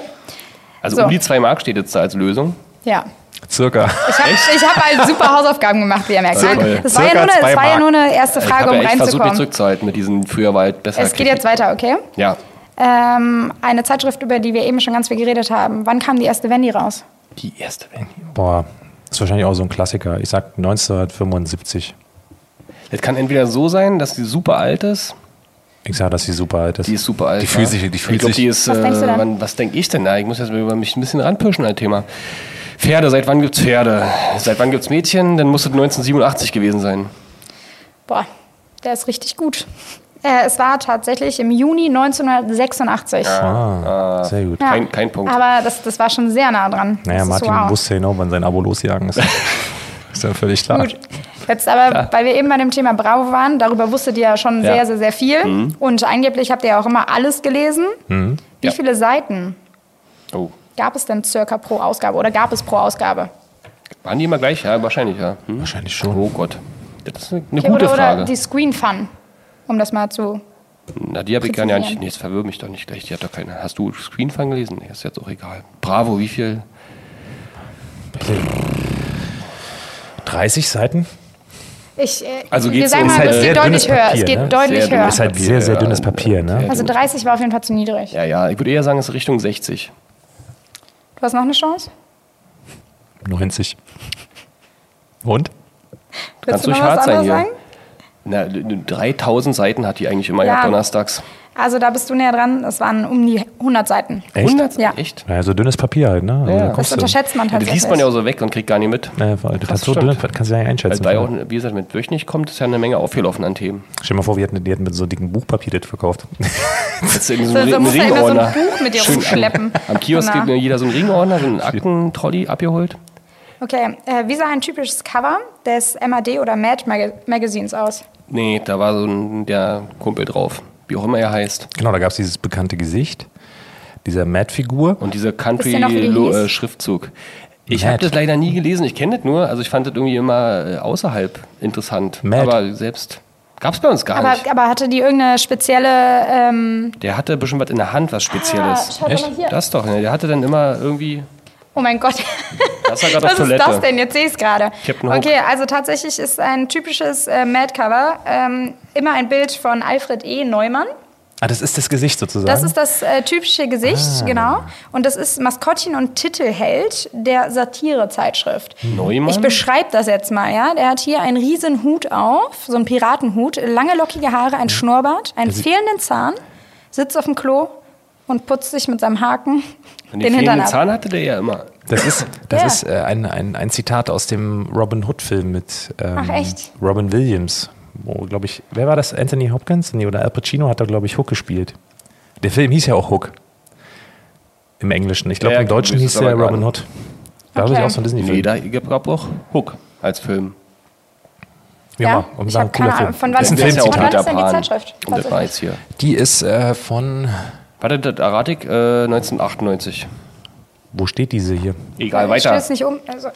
[SPEAKER 2] Also
[SPEAKER 3] So.
[SPEAKER 2] um die 2 Mark steht jetzt da als Lösung.
[SPEAKER 3] Ja.
[SPEAKER 6] Circa.
[SPEAKER 3] Ich habe hab halt super Hausaufgaben gemacht, wie ihr merkt.
[SPEAKER 2] Circa-
[SPEAKER 3] Nein, das war, ja
[SPEAKER 1] circa
[SPEAKER 3] nur eine,
[SPEAKER 1] zwei
[SPEAKER 3] das war ja
[SPEAKER 1] Mark.
[SPEAKER 3] nur eine erste
[SPEAKER 2] Also ich
[SPEAKER 3] Frage,
[SPEAKER 2] habe ja
[SPEAKER 3] um
[SPEAKER 2] echt versucht, mich
[SPEAKER 3] reinzukommen.
[SPEAKER 2] zurückzuhalten mit diesen früher war halt besser.
[SPEAKER 3] Es geht jetzt weiter, okay?
[SPEAKER 2] Ja,
[SPEAKER 3] Ähm, eine Zeitschrift, über die wir eben schon ganz viel geredet haben. Wann kam die erste Wendy raus?
[SPEAKER 2] die erste Wendy.
[SPEAKER 1] Boah, ist wahrscheinlich auch so ein Klassiker. Ich sag 1975.
[SPEAKER 2] Das kann entweder so sein, dass die super alt ist.
[SPEAKER 1] Ich sag, dass sie super alt ist.
[SPEAKER 2] Die ist super alt.
[SPEAKER 6] Die fühlt
[SPEAKER 2] ja.
[SPEAKER 6] sich- die fühlt
[SPEAKER 2] ich glaub,
[SPEAKER 6] sich-
[SPEAKER 2] Die ist,
[SPEAKER 3] Was
[SPEAKER 2] äh,
[SPEAKER 3] denkst du denn?
[SPEAKER 2] Wann, was denke ich denn? Na, ich muss jetzt mal über mich ein bisschen ranpirschen an das Thema. Pferde, seit wann gibt's Pferde? Seit wann gibt's Mädchen? Dann muss es 1987 gewesen sein.
[SPEAKER 3] Boah, der ist richtig gut. Äh, es war tatsächlich im Juni 1986.
[SPEAKER 1] ah, sehr gut.
[SPEAKER 3] Ja.
[SPEAKER 2] Kein, kein Punkt.
[SPEAKER 3] Aber das, das war schon sehr nah dran.
[SPEAKER 1] Naja,
[SPEAKER 3] das ist
[SPEAKER 1] Martin
[SPEAKER 3] wow.
[SPEAKER 1] wusste genau, wann sein Abo losgegangen ist. ist ja völlig klar.
[SPEAKER 3] Gut. Jetzt aber, weil wir eben bei dem Thema Bravo waren, darüber wusstet ihr ja schon
[SPEAKER 2] Ja. Mhm.
[SPEAKER 3] sehr, sehr, sehr viel. Und angeblich habt ihr ja auch immer alles gelesen.
[SPEAKER 1] Mhm.
[SPEAKER 3] Wie
[SPEAKER 2] Ja.
[SPEAKER 3] viele Seiten
[SPEAKER 2] Oh.
[SPEAKER 3] gab es denn circa pro Ausgabe oder gab es pro Ausgabe?
[SPEAKER 2] Waren die immer gleich? Ja, wahrscheinlich, ja. Hm?
[SPEAKER 1] Wahrscheinlich
[SPEAKER 2] Oh Gott. Das ist eine
[SPEAKER 3] Okay,
[SPEAKER 2] gute
[SPEAKER 3] oder,
[SPEAKER 2] Frage.
[SPEAKER 3] oder die Screen Fun, um das mal zu.
[SPEAKER 2] Na, die habe ich gar nicht.
[SPEAKER 3] präzisieren.
[SPEAKER 2] Nee, jetzt verwirr mich doch nicht gleich. Die hat doch keine. Hast du Screenfang gelesen? Nee, ist jetzt auch egal. Bravo, wie viel?
[SPEAKER 1] 30 Seiten?
[SPEAKER 3] Ich, äh,
[SPEAKER 2] Also
[SPEAKER 3] wir
[SPEAKER 2] geht's
[SPEAKER 3] sagen
[SPEAKER 2] um-
[SPEAKER 3] mal,
[SPEAKER 2] Ist halt
[SPEAKER 3] es
[SPEAKER 1] sehr
[SPEAKER 3] geht deutlich
[SPEAKER 1] dünnes
[SPEAKER 3] höher. Es
[SPEAKER 1] Papier,
[SPEAKER 3] geht
[SPEAKER 1] ne?
[SPEAKER 3] deutlich
[SPEAKER 2] Sehr
[SPEAKER 3] höher.
[SPEAKER 2] dünnes
[SPEAKER 1] Ist halt sehr, sehr dünnes Papier, ne?
[SPEAKER 3] Also 30 war auf jeden Fall zu niedrig.
[SPEAKER 2] Ja, ja, ich würde eher sagen, es ist Richtung 60.
[SPEAKER 3] Du hast noch eine Chance?
[SPEAKER 1] 90. Und?
[SPEAKER 3] Willst
[SPEAKER 2] Kannst
[SPEAKER 3] du
[SPEAKER 2] ruhig
[SPEAKER 3] noch was
[SPEAKER 2] hart sein
[SPEAKER 3] anderes
[SPEAKER 2] hier.
[SPEAKER 3] sagen?
[SPEAKER 2] Na, 3000 Seiten hat die eigentlich immer
[SPEAKER 3] Ja.
[SPEAKER 2] gehabt donnerstags.
[SPEAKER 3] Also da bist du näher dran. Es waren um die 100 Seiten.
[SPEAKER 1] Echt?
[SPEAKER 2] 100?
[SPEAKER 3] Ja.
[SPEAKER 2] Echt?
[SPEAKER 1] Naja, so dünnes Papier halt, ne? Also,
[SPEAKER 2] Ja.
[SPEAKER 1] da
[SPEAKER 2] Das
[SPEAKER 3] Das
[SPEAKER 1] kommst du-
[SPEAKER 3] unterschätzt man
[SPEAKER 2] Ja, das
[SPEAKER 3] tatsächlich.
[SPEAKER 2] liest man ja auch so weg und kriegt gar nicht mit.
[SPEAKER 1] Naja, weil das
[SPEAKER 2] Krass,
[SPEAKER 1] hat so
[SPEAKER 2] stimmt.
[SPEAKER 1] dünnes Papier, kannst du ja nicht
[SPEAKER 2] Also
[SPEAKER 1] einschätzen.
[SPEAKER 2] da auch, wie gesagt, mit wöchentlich kommt, ist ja eine Menge aufgelaufen an Themen.
[SPEAKER 1] Stell dir mal vor, wir hätten, die hätten mit so dicken Buchpapier das verkauft.
[SPEAKER 2] Das ist irgendwie so
[SPEAKER 3] So,
[SPEAKER 2] ein
[SPEAKER 3] so
[SPEAKER 2] Ring-
[SPEAKER 3] muss er immer so
[SPEAKER 2] Ringordner.
[SPEAKER 3] ein Buch mit dir
[SPEAKER 2] Schön
[SPEAKER 3] rumschleppen. Genau.
[SPEAKER 2] Am Kiosk
[SPEAKER 3] Na.
[SPEAKER 2] kriegt jeder so einen Ringordner, so einen Aktentrolley abgeholt.
[SPEAKER 3] Okay, äh, wie sah ein typisches Cover des MAD oder Mad Maga Magazins aus?
[SPEAKER 2] Nee, da war so ein, der Kumpel drauf. Wie auch immer er heißt.
[SPEAKER 1] genau, da gab es dieses bekannte Gesicht, dieser Mad-Figur.
[SPEAKER 2] Und dieser
[SPEAKER 3] Wisst ihr noch, wie die hieß?
[SPEAKER 2] Country-Schriftzug. äh, Ich habe
[SPEAKER 1] Mad.
[SPEAKER 2] das leider nie gelesen. Ich kenne das nur. Also ich fand das irgendwie immer äh, außerhalb interessant.
[SPEAKER 1] Mad.
[SPEAKER 2] Aber selbst gab es bei uns gar
[SPEAKER 3] Aber,
[SPEAKER 2] nicht.
[SPEAKER 3] aber hatte die irgendeine spezielle. Ähm,
[SPEAKER 2] Der hatte bestimmt was in der Hand, was Spezielles.
[SPEAKER 3] Ah, schaut doch mal hier.
[SPEAKER 2] Das doch. Ne? Der hatte dann immer irgendwie...
[SPEAKER 3] oh mein Gott.
[SPEAKER 2] Das war gerade auf
[SPEAKER 3] Was ist
[SPEAKER 2] Toilette.
[SPEAKER 3] das denn? Jetzt sehe ich es gerade.
[SPEAKER 2] Captain Hook.
[SPEAKER 3] Okay, also tatsächlich ist ein typisches äh, Mad-Cover ähm, immer ein Bild von Alfred E. Neumann.
[SPEAKER 1] Ah, das ist das Gesicht sozusagen.
[SPEAKER 3] Das ist das äh, typische
[SPEAKER 1] Ah.
[SPEAKER 3] Gesicht, genau. Und das ist Maskottchen und Titelheld der Satire-Zeitschrift.
[SPEAKER 2] Neumann?
[SPEAKER 3] Ich beschreibe das jetzt mal, ja. Der hat hier einen riesen Hut auf, so einen Piratenhut, lange lockige Haare, ein Schnurrbart, einen
[SPEAKER 1] Also
[SPEAKER 3] fehlenden Zahn, sitzt auf dem Klo und putzt sich mit seinem Haken
[SPEAKER 2] Den, den
[SPEAKER 3] den Hintern
[SPEAKER 2] fehlenden
[SPEAKER 3] ab.
[SPEAKER 2] Zahn hatte der ja immer.
[SPEAKER 6] Das ist, das
[SPEAKER 3] Ja.
[SPEAKER 6] ist äh, ein, ein, ein Zitat aus dem Robin Hood-Film mit ähm,
[SPEAKER 3] Ach, echt?
[SPEAKER 1] Robin Williams. Wo, glaube ich, wer war das? Anthony Hopkins? Nee, oder Al Pacino hat da, glaube ich, Hook gespielt. Der Film hieß ja auch Hook. Im Englischen. Ich glaube,
[SPEAKER 2] Ja,
[SPEAKER 1] im Deutschen
[SPEAKER 2] ist
[SPEAKER 1] hieß
[SPEAKER 2] aber
[SPEAKER 1] der
[SPEAKER 2] gar
[SPEAKER 1] Robin
[SPEAKER 2] nicht.
[SPEAKER 1] Hood. War glaube ich
[SPEAKER 3] Okay.
[SPEAKER 1] auch so ein Disney-Film.
[SPEAKER 2] Nee, da gab es auch Hook als Film.
[SPEAKER 1] Wie auch
[SPEAKER 3] Ja,
[SPEAKER 1] immer. Und
[SPEAKER 3] ich
[SPEAKER 1] war ein
[SPEAKER 3] habe keine
[SPEAKER 1] cooler
[SPEAKER 3] Ahnung,
[SPEAKER 1] Film.
[SPEAKER 3] von wann
[SPEAKER 1] Das ist ein
[SPEAKER 3] ist das?
[SPEAKER 1] Film,
[SPEAKER 3] Von wann
[SPEAKER 2] Filmzitat.
[SPEAKER 3] ist denn die Zeitschrift?
[SPEAKER 2] Und das war jetzt hier.
[SPEAKER 6] Die ist äh, von.
[SPEAKER 2] Warte, das errate ich, äh, 1998.
[SPEAKER 1] Wo steht diese hier?
[SPEAKER 2] Egal,
[SPEAKER 3] Ich
[SPEAKER 2] weiter.
[SPEAKER 3] stürz nicht um. Also,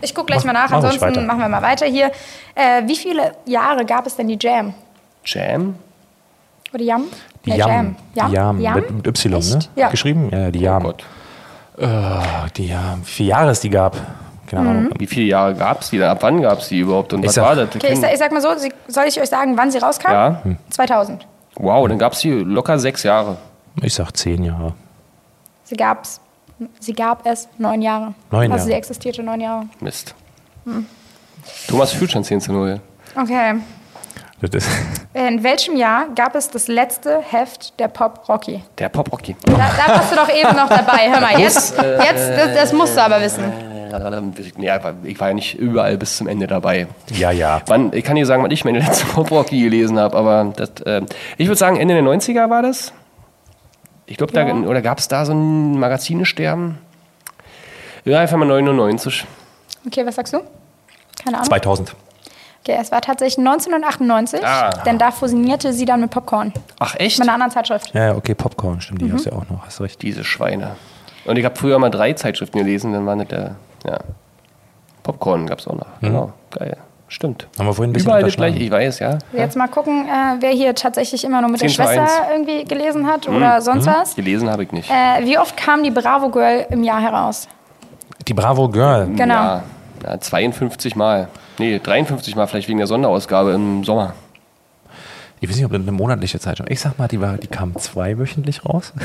[SPEAKER 3] ich gucke gleich
[SPEAKER 1] Mach-
[SPEAKER 3] mal nach,
[SPEAKER 1] mach ruhig
[SPEAKER 3] ansonsten
[SPEAKER 1] weiter.
[SPEAKER 3] machen wir mal weiter hier. Äh, wie viele Jahre gab es denn die Jam?
[SPEAKER 2] Jam?
[SPEAKER 3] Oder Jam?
[SPEAKER 1] Die
[SPEAKER 3] Nee,
[SPEAKER 1] Jam.
[SPEAKER 3] Jam.
[SPEAKER 1] Die Jam.
[SPEAKER 3] Jam?
[SPEAKER 1] Mit, mit Y, ne?
[SPEAKER 3] Echt? Ja.
[SPEAKER 1] Geschrieben? Ja, die
[SPEAKER 2] Oh
[SPEAKER 1] Jam.
[SPEAKER 2] Gott.
[SPEAKER 1] Äh, die Jam. Wie viele Jahre es die gab?
[SPEAKER 3] Mhm.
[SPEAKER 1] Keine Ahnung.
[SPEAKER 2] Wie viele Jahre gab es die? denn? Ab wann gab es die überhaupt? Und was
[SPEAKER 6] sag-
[SPEAKER 2] war das?
[SPEAKER 3] Okay, ich, sag- ich sag mal so, sie, soll ich euch sagen, wann sie rauskam?
[SPEAKER 2] Ja.
[SPEAKER 1] Hm.
[SPEAKER 3] 2000.
[SPEAKER 2] Wow, dann gab es die locker sechs Jahre.
[SPEAKER 1] Ich sag zehn Jahre.
[SPEAKER 3] Sie, gab's, sie gab es neun Jahre.
[SPEAKER 1] Neun
[SPEAKER 3] also sie
[SPEAKER 1] Jahre.
[SPEAKER 3] existierte neun Jahre.
[SPEAKER 2] Mist.
[SPEAKER 3] Hm.
[SPEAKER 2] Thomas fühlt schon 10 zu 0.
[SPEAKER 3] Okay.
[SPEAKER 1] Das ist
[SPEAKER 3] In welchem Jahr gab es das letzte Heft der Pop Rocky?
[SPEAKER 2] Der Pop-Rocky.
[SPEAKER 3] Da, da warst du doch eben noch dabei. Hör mal, jetzt,
[SPEAKER 1] Äh.
[SPEAKER 3] jetzt das, das musst du aber wissen.
[SPEAKER 2] Nee, aber ich war Äh, ja nicht überall bis zum Ende dabei.
[SPEAKER 1] ja, ja.
[SPEAKER 2] Wann, ich kann dir sagen, wann ich meine letzte Pop-Rocky gelesen habe, aber das, ähm, ich würde sagen, Ende der 90er war das. Ich glaube, da, oder gab es da so ein Magazinesterben? Ja, einfach mal 99.
[SPEAKER 3] Okay, was sagst du? Keine Ahnung.
[SPEAKER 1] 2000.
[SPEAKER 3] Okay, es war tatsächlich 1998,
[SPEAKER 2] Ah.
[SPEAKER 3] denn da fusionierte sie dann mit Popcorn.
[SPEAKER 2] Ach echt?
[SPEAKER 3] Mit einer anderen Zeitschrift.
[SPEAKER 1] Ja, ja, okay, Popcorn, stimmt,
[SPEAKER 3] Mhm.
[SPEAKER 1] die hast du ja auch noch, hast recht.
[SPEAKER 2] Diese Schweine. Und ich habe früher mal drei Zeitschriften gelesen, dann war nicht der. Ja. Popcorn gab es auch noch. Genau, geil. Stimmt.
[SPEAKER 1] Mhm. Haben wir vorhin ein bisschen
[SPEAKER 2] Überall das gleiche,
[SPEAKER 1] unterschlagen.
[SPEAKER 2] ich weiß, ja.
[SPEAKER 3] Jetzt mal gucken, äh, wer hier tatsächlich immer nur mit der
[SPEAKER 2] Zehn zu
[SPEAKER 3] Schwester
[SPEAKER 2] eins. Mhm.
[SPEAKER 3] irgendwie gelesen hat oder sonst was.
[SPEAKER 2] Gelesen habe ich nicht.
[SPEAKER 3] Äh, wie oft kam die Bravo Girl im Jahr heraus?
[SPEAKER 1] Die Bravo Girl.
[SPEAKER 3] Genau.
[SPEAKER 2] Ja, ja, 52 Mal. Nee, 53 Mal vielleicht wegen der Sonderausgabe im Sommer.
[SPEAKER 1] Ich weiß nicht, ob das eine monatliche Zeitung Ich sag mal, die, war, die kam zweiwöchentlich raus.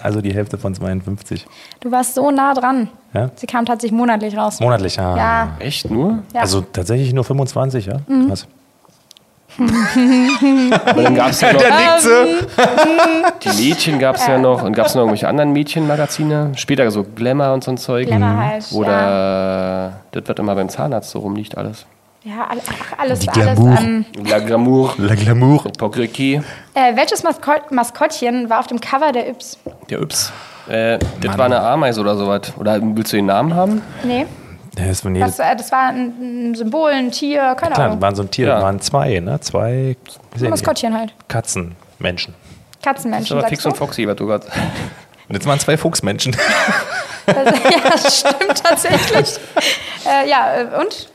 [SPEAKER 1] Also die Hälfte von 52.
[SPEAKER 3] Du warst so nah dran.
[SPEAKER 1] Ja?
[SPEAKER 3] Sie kam tatsächlich monatlich raus.
[SPEAKER 1] Monatlich, ah.
[SPEAKER 3] Ja,
[SPEAKER 2] Echt nur?
[SPEAKER 3] Ja. Mhm.
[SPEAKER 1] Also tatsächlich nur 25, ja? Krass.
[SPEAKER 2] Aber dann gab es ja noch. die Mädchen gab es ja noch. Und gab es noch irgendwelche anderen Mädchenmagazine? Später so Glamour und so ein Zeug.
[SPEAKER 1] mhm.
[SPEAKER 3] Glamour halt. ja.
[SPEAKER 2] Oder das, was immer beim Zahnarzt so rumliegt, alles.
[SPEAKER 3] ja, all- ach, alles,
[SPEAKER 1] Die
[SPEAKER 3] alles
[SPEAKER 1] Glamour.
[SPEAKER 3] an.
[SPEAKER 2] La Glamour,
[SPEAKER 1] La Glamour.
[SPEAKER 2] Pokriki,
[SPEAKER 3] Äh, welches Maskott Maskottchen war auf dem Cover der Yps?
[SPEAKER 2] der Yps. Äh, das war eine Ameise oder sowas. Oder willst du den Namen haben?
[SPEAKER 3] Nee,
[SPEAKER 1] Ja, das war, nee,
[SPEAKER 3] das, äh, das war ein, ein Symbol, ein Tier, keine
[SPEAKER 1] klar, das
[SPEAKER 3] Ahnung.
[SPEAKER 1] waren so ein Tier,
[SPEAKER 2] Ja.
[SPEAKER 1] das waren zwei, ne? Zwei
[SPEAKER 3] Ein Maskottchen halt.
[SPEAKER 1] Katzen, Menschen.
[SPEAKER 2] Das
[SPEAKER 3] Katzenmenschen,
[SPEAKER 2] war
[SPEAKER 3] sagst
[SPEAKER 2] Fix und
[SPEAKER 3] du?
[SPEAKER 2] Foxy, was du gerade.
[SPEAKER 1] Und jetzt waren zwei Fuchsmenschen.
[SPEAKER 3] ja, stimmt tatsächlich. äh, ja, äh, und?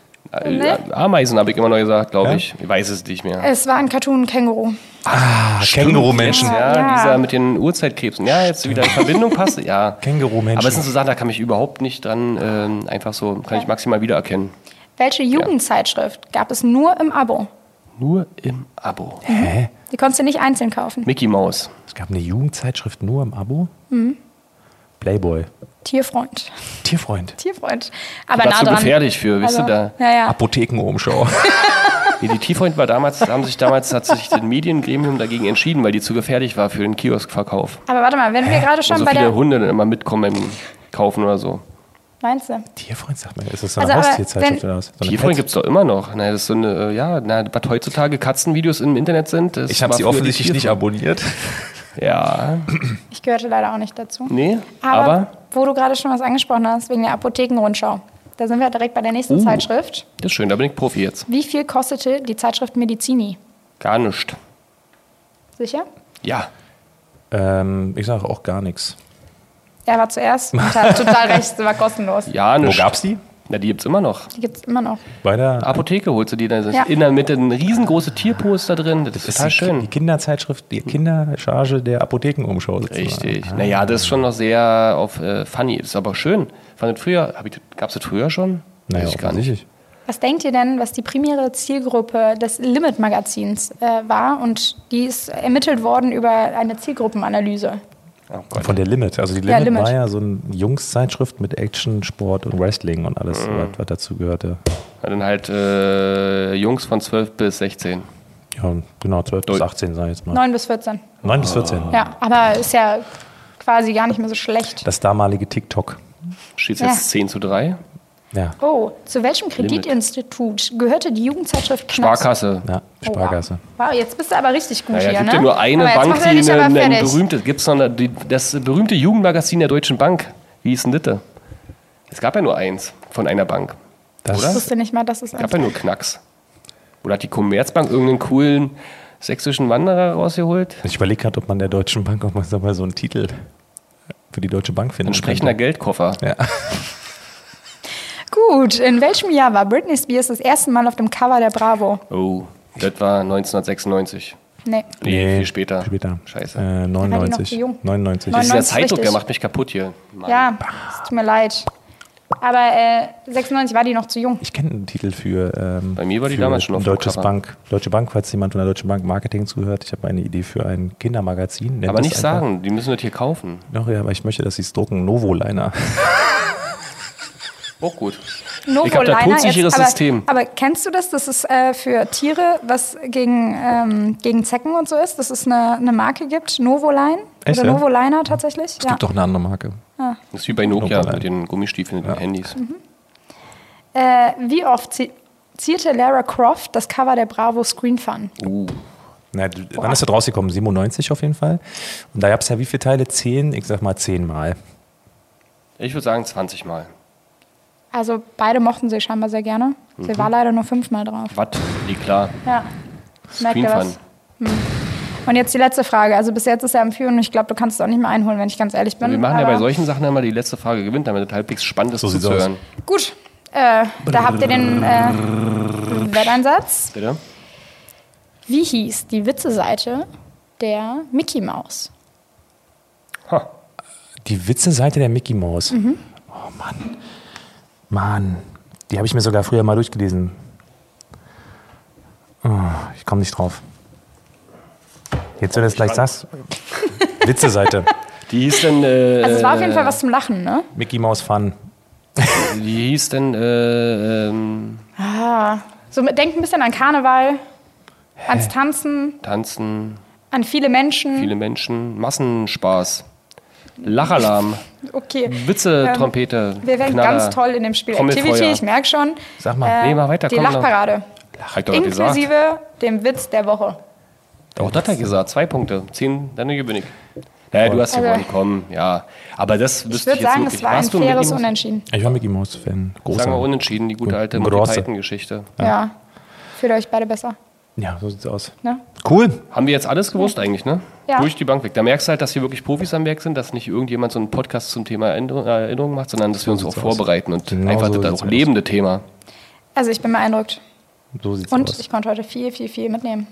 [SPEAKER 3] Nee? Äh,
[SPEAKER 2] Äh, Ameisen habe ich immer noch gesagt, glaube ich. Ich weiß es nicht mehr.
[SPEAKER 3] Es war ein Cartoon-Känguru.
[SPEAKER 1] Ah, Känguru-Menschen.
[SPEAKER 2] Ja,
[SPEAKER 3] Ja.
[SPEAKER 2] dieser mit den Urzeitkrebsen. Ja, jetzt wieder in Verbindung passt. Ja.
[SPEAKER 1] Känguru-Menschen.
[SPEAKER 2] Aber es sind so Sachen, da kann ich überhaupt nicht dran, ähm, einfach so, kann ich maximal wiedererkennen.
[SPEAKER 3] Welche Jugendzeitschrift gab es nur im Abo?
[SPEAKER 2] Nur im Abo.
[SPEAKER 1] Hä?
[SPEAKER 3] Die konntest du nicht einzeln kaufen.
[SPEAKER 2] Mickey Mouse.
[SPEAKER 1] Es gab eine Jugendzeitschrift nur im Abo?
[SPEAKER 3] Mhm.
[SPEAKER 1] Playboy.
[SPEAKER 3] Tierfreund.
[SPEAKER 1] Tierfreund.
[SPEAKER 3] Tierfreund. Aber
[SPEAKER 2] War
[SPEAKER 3] nah
[SPEAKER 2] zu
[SPEAKER 3] dran. Also,
[SPEAKER 2] gefährlich für, wisst ihr da?
[SPEAKER 3] Ja, ja.
[SPEAKER 1] Apothekenumschau.
[SPEAKER 2] Nee, die Tiefreund war damals, haben sich damals hat sich das Mediengremium dagegen entschieden, weil die zu gefährlich war für den Kioskverkauf.
[SPEAKER 3] Aber warte mal, wenn wir gerade
[SPEAKER 2] Wo
[SPEAKER 3] schon
[SPEAKER 2] so
[SPEAKER 3] bei
[SPEAKER 2] viele
[SPEAKER 3] der.
[SPEAKER 2] Hunde dann immer mitkommen im Kaufen oder so.
[SPEAKER 3] Meinst du?
[SPEAKER 1] Tierfreund sagt man, ist das so eine
[SPEAKER 3] Also, aber
[SPEAKER 1] Haustierzeitschrift
[SPEAKER 3] wenn-
[SPEAKER 1] oder was? So eine
[SPEAKER 2] Tierfreund
[SPEAKER 1] Pet-
[SPEAKER 2] gibt es doch immer noch. Na, das ist so eine, äh, ja, na, was heutzutage Katzenvideos im Internet sind. das
[SPEAKER 1] ich habe
[SPEAKER 2] war
[SPEAKER 1] sie
[SPEAKER 2] früher die
[SPEAKER 1] offensichtlich nicht
[SPEAKER 2] Tierfreund.
[SPEAKER 1] abonniert.
[SPEAKER 2] Ja,
[SPEAKER 3] Ich gehörte leider auch nicht dazu.
[SPEAKER 2] nee,
[SPEAKER 3] Aber,
[SPEAKER 2] aber
[SPEAKER 3] wo du gerade schon was angesprochen hast, wegen der Apothekenrundschau. Da sind wir direkt bei der nächsten
[SPEAKER 2] Uh.
[SPEAKER 3] Zeitschrift.
[SPEAKER 2] das ist schön, da bin ich Profi jetzt.
[SPEAKER 3] Wie viel kostete die Zeitschrift Medizini?
[SPEAKER 2] Gar nichts.
[SPEAKER 3] Sicher?
[SPEAKER 2] Ja,
[SPEAKER 1] ähm, ich sage auch gar nichts.
[SPEAKER 3] Er war zuerst und hat total recht, sie war kostenlos.
[SPEAKER 2] ja,
[SPEAKER 1] Wo
[SPEAKER 2] nichts.
[SPEAKER 1] gab's die?
[SPEAKER 2] Na, die Ah, gibt's immer noch.
[SPEAKER 3] Die gibt es immer noch.
[SPEAKER 1] Bei der
[SPEAKER 2] Apotheke holst du die, da ist
[SPEAKER 3] Ja.
[SPEAKER 2] in der Mitte ein riesengroße Tierposter drin. Das ist,
[SPEAKER 1] ist
[SPEAKER 2] total
[SPEAKER 1] die, die
[SPEAKER 2] schön.
[SPEAKER 1] Kinderzeitschrift, die Kindercharge der Apothekenumschau. sozusagen. Ah.
[SPEAKER 2] Richtig. Naja, das ist schon noch sehr auf äh, funny. Das ist aber schön. Fand das früher, hab ich, gab's das früher schon?
[SPEAKER 1] Naja,
[SPEAKER 2] Weiß ich gar
[SPEAKER 1] offensichtlich.
[SPEAKER 2] nicht.
[SPEAKER 3] Was denkt ihr denn, was die primäre Zielgruppe des Limit-Magazins äh, war? Und die ist ermittelt worden über eine Zielgruppenanalyse.
[SPEAKER 2] Oh Gott.
[SPEAKER 1] Von der Limit. Also die Limit,
[SPEAKER 3] Ja, Limit.
[SPEAKER 1] war ja so eine Jungszeitschrift mit Action, Sport und Wrestling und alles,
[SPEAKER 2] Mhm.
[SPEAKER 1] was, was dazu gehörte.
[SPEAKER 2] Na, Dann halt äh, Jungs von 12 bis 16.
[SPEAKER 1] Ja, genau, 12 bis
[SPEAKER 2] Deu-
[SPEAKER 1] 18, sag ich jetzt mal.
[SPEAKER 3] 9 bis 14.
[SPEAKER 1] 9 bis 14.
[SPEAKER 3] Ja, aber ist ja quasi gar nicht mehr so schlecht.
[SPEAKER 1] Das damalige TikTok.
[SPEAKER 2] Steht
[SPEAKER 3] Ja.
[SPEAKER 2] jetzt 10 zu 3.
[SPEAKER 1] Ja,
[SPEAKER 3] Oh, zu welchem Kreditinstitut gehörte die Jugendzeitschrift Knacks?
[SPEAKER 2] Sparkasse.
[SPEAKER 1] ja Sparkasse.
[SPEAKER 3] Oh, wow. wow, jetzt bist du aber richtig gut
[SPEAKER 2] Naja,
[SPEAKER 3] hier,
[SPEAKER 2] gibt
[SPEAKER 3] ne?
[SPEAKER 2] ja nur eine
[SPEAKER 3] aber jetzt
[SPEAKER 2] Bank,
[SPEAKER 3] macht er dich
[SPEAKER 2] die
[SPEAKER 3] aber
[SPEAKER 2] eine, eine
[SPEAKER 3] fertig.
[SPEAKER 2] berühmte, gibt's noch eine, die, das berühmte Jugendmagazin der Deutschen Bank. Wie ist denn das? da? Es gab ja nur eins von einer Bank.
[SPEAKER 1] Das,
[SPEAKER 3] Ich wusste nicht mal, dass es
[SPEAKER 2] Es gab ja nur Knacks. Oder hat die Commerzbank irgendeinen coolen sächsischen Wanderer rausgeholt?
[SPEAKER 1] Ich überlege gerade, ob man der Deutschen Bank auch mal so, mal so einen Titel für die Deutsche Bank finden
[SPEAKER 2] Entsprechender
[SPEAKER 1] könnte.
[SPEAKER 2] Geldkoffer.
[SPEAKER 3] Gut, in welchem Jahr war Britney Spears das erste Mal auf dem Cover der Bravo?
[SPEAKER 2] Oh, das war 1996.
[SPEAKER 3] Nee.
[SPEAKER 2] Nee,
[SPEAKER 1] Nee,
[SPEAKER 2] viel später.
[SPEAKER 1] Später.
[SPEAKER 2] Scheiße.
[SPEAKER 1] Äh,
[SPEAKER 3] war die noch
[SPEAKER 1] 99.
[SPEAKER 3] zu jung.
[SPEAKER 1] 99.
[SPEAKER 3] Neun-
[SPEAKER 2] Dieser
[SPEAKER 3] 90
[SPEAKER 2] Zeitdruck, der
[SPEAKER 3] richtig.
[SPEAKER 2] macht mich kaputt hier. Mann.
[SPEAKER 3] Ja, es tut mir leid. Aber äh, 96 war die noch zu jung.
[SPEAKER 1] Ich kenne einen Titel für. Ähm,
[SPEAKER 2] Bei mir war die
[SPEAKER 1] für
[SPEAKER 2] damals schon auf dem
[SPEAKER 1] Deutsches
[SPEAKER 2] Cover.
[SPEAKER 1] Bank. Deutsche Bank, falls jemand von der Deutschen Bank Marketing zuhört. Ich habe eine Idee für ein Kindermagazin. Nennt
[SPEAKER 2] Aber
[SPEAKER 1] es
[SPEAKER 2] nicht
[SPEAKER 1] einfach-
[SPEAKER 2] sagen, die müssen das hier kaufen.
[SPEAKER 1] Doch, ja, aber ich möchte, dass sie es drucken. Novoliner.
[SPEAKER 2] Auch gut.
[SPEAKER 3] Novo
[SPEAKER 2] Ich hab da todsicheres
[SPEAKER 3] aber,
[SPEAKER 2] System.
[SPEAKER 3] Aber kennst du das? Das ist äh, für Tiere, was gegen, ähm, gegen Zecken und so ist. Das ist eine, eine Marke gibt, Novoline.
[SPEAKER 1] Echt,
[SPEAKER 3] oder
[SPEAKER 1] ja?
[SPEAKER 3] Novoliner tatsächlich.
[SPEAKER 1] Es gibt doch eine andere Marke.
[SPEAKER 2] Das ist wie bei Nokia
[SPEAKER 1] Nokia.
[SPEAKER 2] mit den Gummistiefeln und den Handys.
[SPEAKER 3] Äh, wie oft zi zierte Lara Croft das Cover der Bravo Screen Fun?
[SPEAKER 2] Uh,
[SPEAKER 1] Na, d- wann ist das rausgekommen? 97 auf jeden Fall. Und da gab es ja wie viele Teile? Zehn? Ich sag mal zehnmal.
[SPEAKER 2] ich würde sagen 20 Mal.
[SPEAKER 3] Also beide mochten sie scheinbar sehr gerne.
[SPEAKER 1] Mhm.
[SPEAKER 3] Sie war leider nur fünfmal drauf.
[SPEAKER 2] Was? Nee, klar.
[SPEAKER 3] Ja. Merkt
[SPEAKER 2] Screen
[SPEAKER 3] ihr
[SPEAKER 2] Fun. Also
[SPEAKER 3] was? Und jetzt die letzte Frage. Also bis jetzt ist er am Führen und ich glaube, du kannst es auch nicht mehr einholen, wenn ich ganz ehrlich bin.
[SPEAKER 2] Wir machen ja
[SPEAKER 3] Aber
[SPEAKER 2] bei solchen Sachen immer die letzte Frage gewinnt, damit es halbwegs spannend ist
[SPEAKER 1] So sieht's
[SPEAKER 2] zuzuhören.
[SPEAKER 3] Gut, äh, da habt ihr den äh, Wetteinsatz.
[SPEAKER 2] Bitte?
[SPEAKER 3] Wie hieß die Witze-Seite der Mickey Maus?
[SPEAKER 2] Ha.
[SPEAKER 1] Die Witze-Seite der Mickey Mouse.
[SPEAKER 3] Mhm.
[SPEAKER 1] Oh Mann. Mann. Die habe ich mir sogar früher mal durchgelesen. Oh, ich komme nicht drauf. Jetzt, wenn du es gleich sagst. Witze-Seite.
[SPEAKER 2] Die hieß denn,
[SPEAKER 3] Also
[SPEAKER 2] äh,
[SPEAKER 3] es war auf jeden Fall was zum Lachen, ne?
[SPEAKER 1] Mickey Mouse Fun.
[SPEAKER 2] die hieß denn, äh, ähm,
[SPEAKER 3] So mit- denkt ein bisschen an Karneval, ans Tanzen,
[SPEAKER 2] Tanzen,
[SPEAKER 3] an viele Menschen.
[SPEAKER 2] viele Menschen, Massenspaß, Lachalarm,
[SPEAKER 3] Okay.
[SPEAKER 2] Witze,
[SPEAKER 3] Ähm,
[SPEAKER 2] Trompete,
[SPEAKER 3] Wir werden
[SPEAKER 2] Knaller,
[SPEAKER 3] ganz toll in dem Spiel
[SPEAKER 2] Trommelfeuer.
[SPEAKER 3] Activity, ich merke schon. Ähm,
[SPEAKER 1] Sag mal.
[SPEAKER 2] Nee, mal weiter,
[SPEAKER 3] die
[SPEAKER 2] komm noch.
[SPEAKER 3] Lachparade.
[SPEAKER 2] Hab ich doch gerade gesagt.
[SPEAKER 3] Inklusive dem Witz der Woche.
[SPEAKER 2] Auch das hat er gesagt. Zwei Punkte. Zehn, dann gewinne ich. Naja, du hast
[SPEAKER 3] Also-
[SPEAKER 2] gewonnen, komm. Ja. Aber das
[SPEAKER 3] Ich
[SPEAKER 2] wüsste ich,
[SPEAKER 3] würde
[SPEAKER 2] jetzt
[SPEAKER 3] sagen,
[SPEAKER 2] wirklich.
[SPEAKER 3] es war ein
[SPEAKER 2] Warst du mit
[SPEAKER 3] faires
[SPEAKER 2] ihm-
[SPEAKER 3] Unentschieden.
[SPEAKER 1] Ich war Mickey Mouse Fan. Großer.
[SPEAKER 2] Sagen wir unentschieden, die gute alte Monty
[SPEAKER 1] Große.
[SPEAKER 2] Python-Geschichte.
[SPEAKER 3] Ja. Fühlt euch beide besser.
[SPEAKER 1] Ja, so sieht's aus.
[SPEAKER 3] Ne?
[SPEAKER 1] Cool.
[SPEAKER 2] Haben wir jetzt alles gewusst eigentlich, ne?
[SPEAKER 3] Ja.
[SPEAKER 2] Durch die Bank weg. Da merkst du halt, dass hier wirklich Profis am Werk sind, dass nicht irgendjemand so einen Podcast zum Thema Erinnerung, äh, Erinnerung macht, sondern dass wir uns auch vorbereiten und
[SPEAKER 1] Genau
[SPEAKER 2] einfach
[SPEAKER 1] so
[SPEAKER 2] das
[SPEAKER 1] sieht's
[SPEAKER 2] auch
[SPEAKER 1] aus.
[SPEAKER 2] lebende Thema.
[SPEAKER 3] Also ich bin beeindruckt.
[SPEAKER 1] So sieht's
[SPEAKER 3] Und
[SPEAKER 1] aus.
[SPEAKER 3] ich konnte heute viel, viel, viel mitnehmen.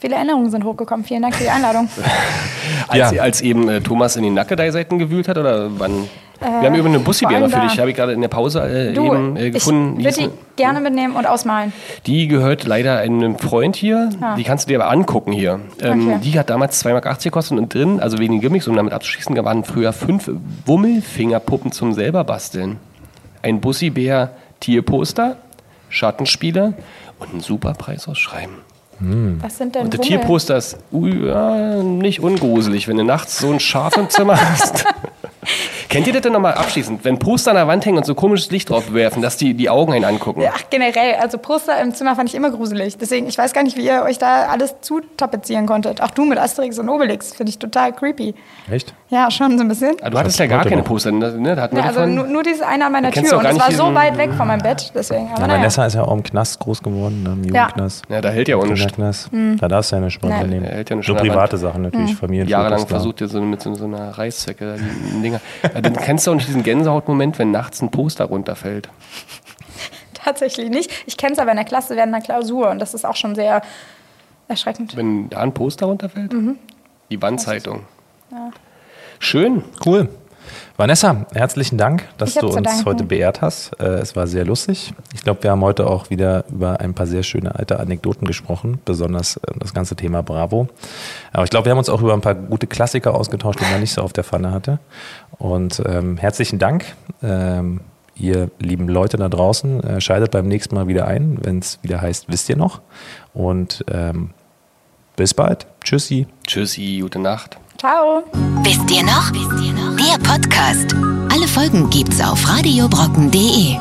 [SPEAKER 3] Viele Erinnerungen sind hochgekommen. Vielen Dank für die Einladung.
[SPEAKER 2] Als,
[SPEAKER 1] Ja.
[SPEAKER 2] als eben äh, Thomas in die Nackedei-Seiten gewühlt hat, oder wann? wir haben übrigens eine Bussibäre
[SPEAKER 3] Äh, allem
[SPEAKER 2] für
[SPEAKER 3] da.
[SPEAKER 2] dich, habe ich gerade in der Pause äh,
[SPEAKER 3] Du,
[SPEAKER 2] eben äh, gefunden.
[SPEAKER 3] ich
[SPEAKER 2] Hieß
[SPEAKER 3] würde
[SPEAKER 2] eine-
[SPEAKER 3] die gerne mitnehmen und ausmalen.
[SPEAKER 2] Die gehört leider einem Freund hier. Die kannst du dir aber angucken hier. Ähm,
[SPEAKER 3] Ah. Okay.
[SPEAKER 2] Die hat damals 2,80 Mark gekostet und drin, also wegen den Gimmicks, um damit abzuschließen, da waren früher fünf Wummelfingerpuppen zum selber basteln. Ein Bussibär Tierposter, Schattenspieler und einen super Preisausschreiben.
[SPEAKER 3] Was sind denn
[SPEAKER 2] Und der
[SPEAKER 3] Wummel?
[SPEAKER 2] Tierposter ist uh, ja, nicht ungruselig, wenn du nachts so ein Schaf im Zimmer hast. Kennt ihr das denn nochmal abschließend? Wenn Poster an der Wand hängen und so komisches Licht drauf werfen, dass die die Augen einen angucken.
[SPEAKER 3] Ach, generell. Also Poster im Zimmer fand ich immer gruselig. Deswegen, ich weiß gar nicht, wie ihr euch da alles zutapezieren konntet. Auch du mit Asterix und Obelix. Finde ich total creepy.
[SPEAKER 1] Echt?
[SPEAKER 3] Ja, schon so ein bisschen.
[SPEAKER 2] Ah, Du hattest ja
[SPEAKER 1] Hab ich
[SPEAKER 2] gar
[SPEAKER 1] heute
[SPEAKER 2] keine
[SPEAKER 1] noch.
[SPEAKER 2] Poster, ne? Da hatten wir
[SPEAKER 3] Ja, also
[SPEAKER 2] davon.
[SPEAKER 3] nur, nur dieses eine an meiner
[SPEAKER 2] Da kennst du
[SPEAKER 3] Tür.
[SPEAKER 2] auch
[SPEAKER 3] Und
[SPEAKER 2] gar
[SPEAKER 3] es war
[SPEAKER 2] nicht
[SPEAKER 3] so
[SPEAKER 2] diesen-
[SPEAKER 3] weit weg von meinem Bett. Deswegen, aber
[SPEAKER 1] Ja,
[SPEAKER 3] naja.
[SPEAKER 1] Vanessa ist ja auch im Knast groß geworden, ne? im
[SPEAKER 3] Ja. Mhm.
[SPEAKER 1] Jugendknast.
[SPEAKER 2] Ja, da hält ja auch nichts.
[SPEAKER 1] Knast. Da darfst du ja nicht
[SPEAKER 3] Nein. Mhm.
[SPEAKER 1] unternehmen.
[SPEAKER 2] Er hält ja
[SPEAKER 1] Nur
[SPEAKER 2] nicht an der
[SPEAKER 1] private Sachen natürlich, Familien.
[SPEAKER 2] Jahrelang versucht, dir so mit so, so einer Reißzwecke die Dinger. Ja, dann kennst du auch nicht diesen Gänsehautmoment, wenn nachts ein Poster runterfällt.
[SPEAKER 3] Tatsächlich nicht. Ich kenne es aber in der Klasse während einer Klausur und das ist auch schon sehr erschreckend.
[SPEAKER 2] Wenn da ein Poster runterfällt?
[SPEAKER 3] Mhm.
[SPEAKER 2] Die Wandzeitung. Schön.
[SPEAKER 1] Cool. Vanessa, herzlichen Dank, dass
[SPEAKER 3] Ich hab
[SPEAKER 1] du
[SPEAKER 3] zu
[SPEAKER 1] uns
[SPEAKER 3] danken.
[SPEAKER 1] heute beehrt hast. Äh, es war sehr lustig. Ich glaube, wir haben heute auch wieder über ein paar sehr schöne alte Anekdoten gesprochen, besonders äh, das ganze Thema Bravo. Aber ich glaube, wir haben uns auch über ein paar gute Klassiker ausgetauscht, die man nicht so auf der Pfanne hatte. Und ähm, herzlichen Dank, ähm, ihr lieben Leute da draußen. Äh, scheidet beim nächsten Mal wieder ein, wenn es wieder heißt, wisst ihr noch. Und ähm, bis bald. Tschüssi.
[SPEAKER 2] Tschüssi, gute Nacht.
[SPEAKER 3] Ciao.
[SPEAKER 4] Wisst ihr noch? Der Podcast. Alle Folgen gibt's auf radiobrocken.de.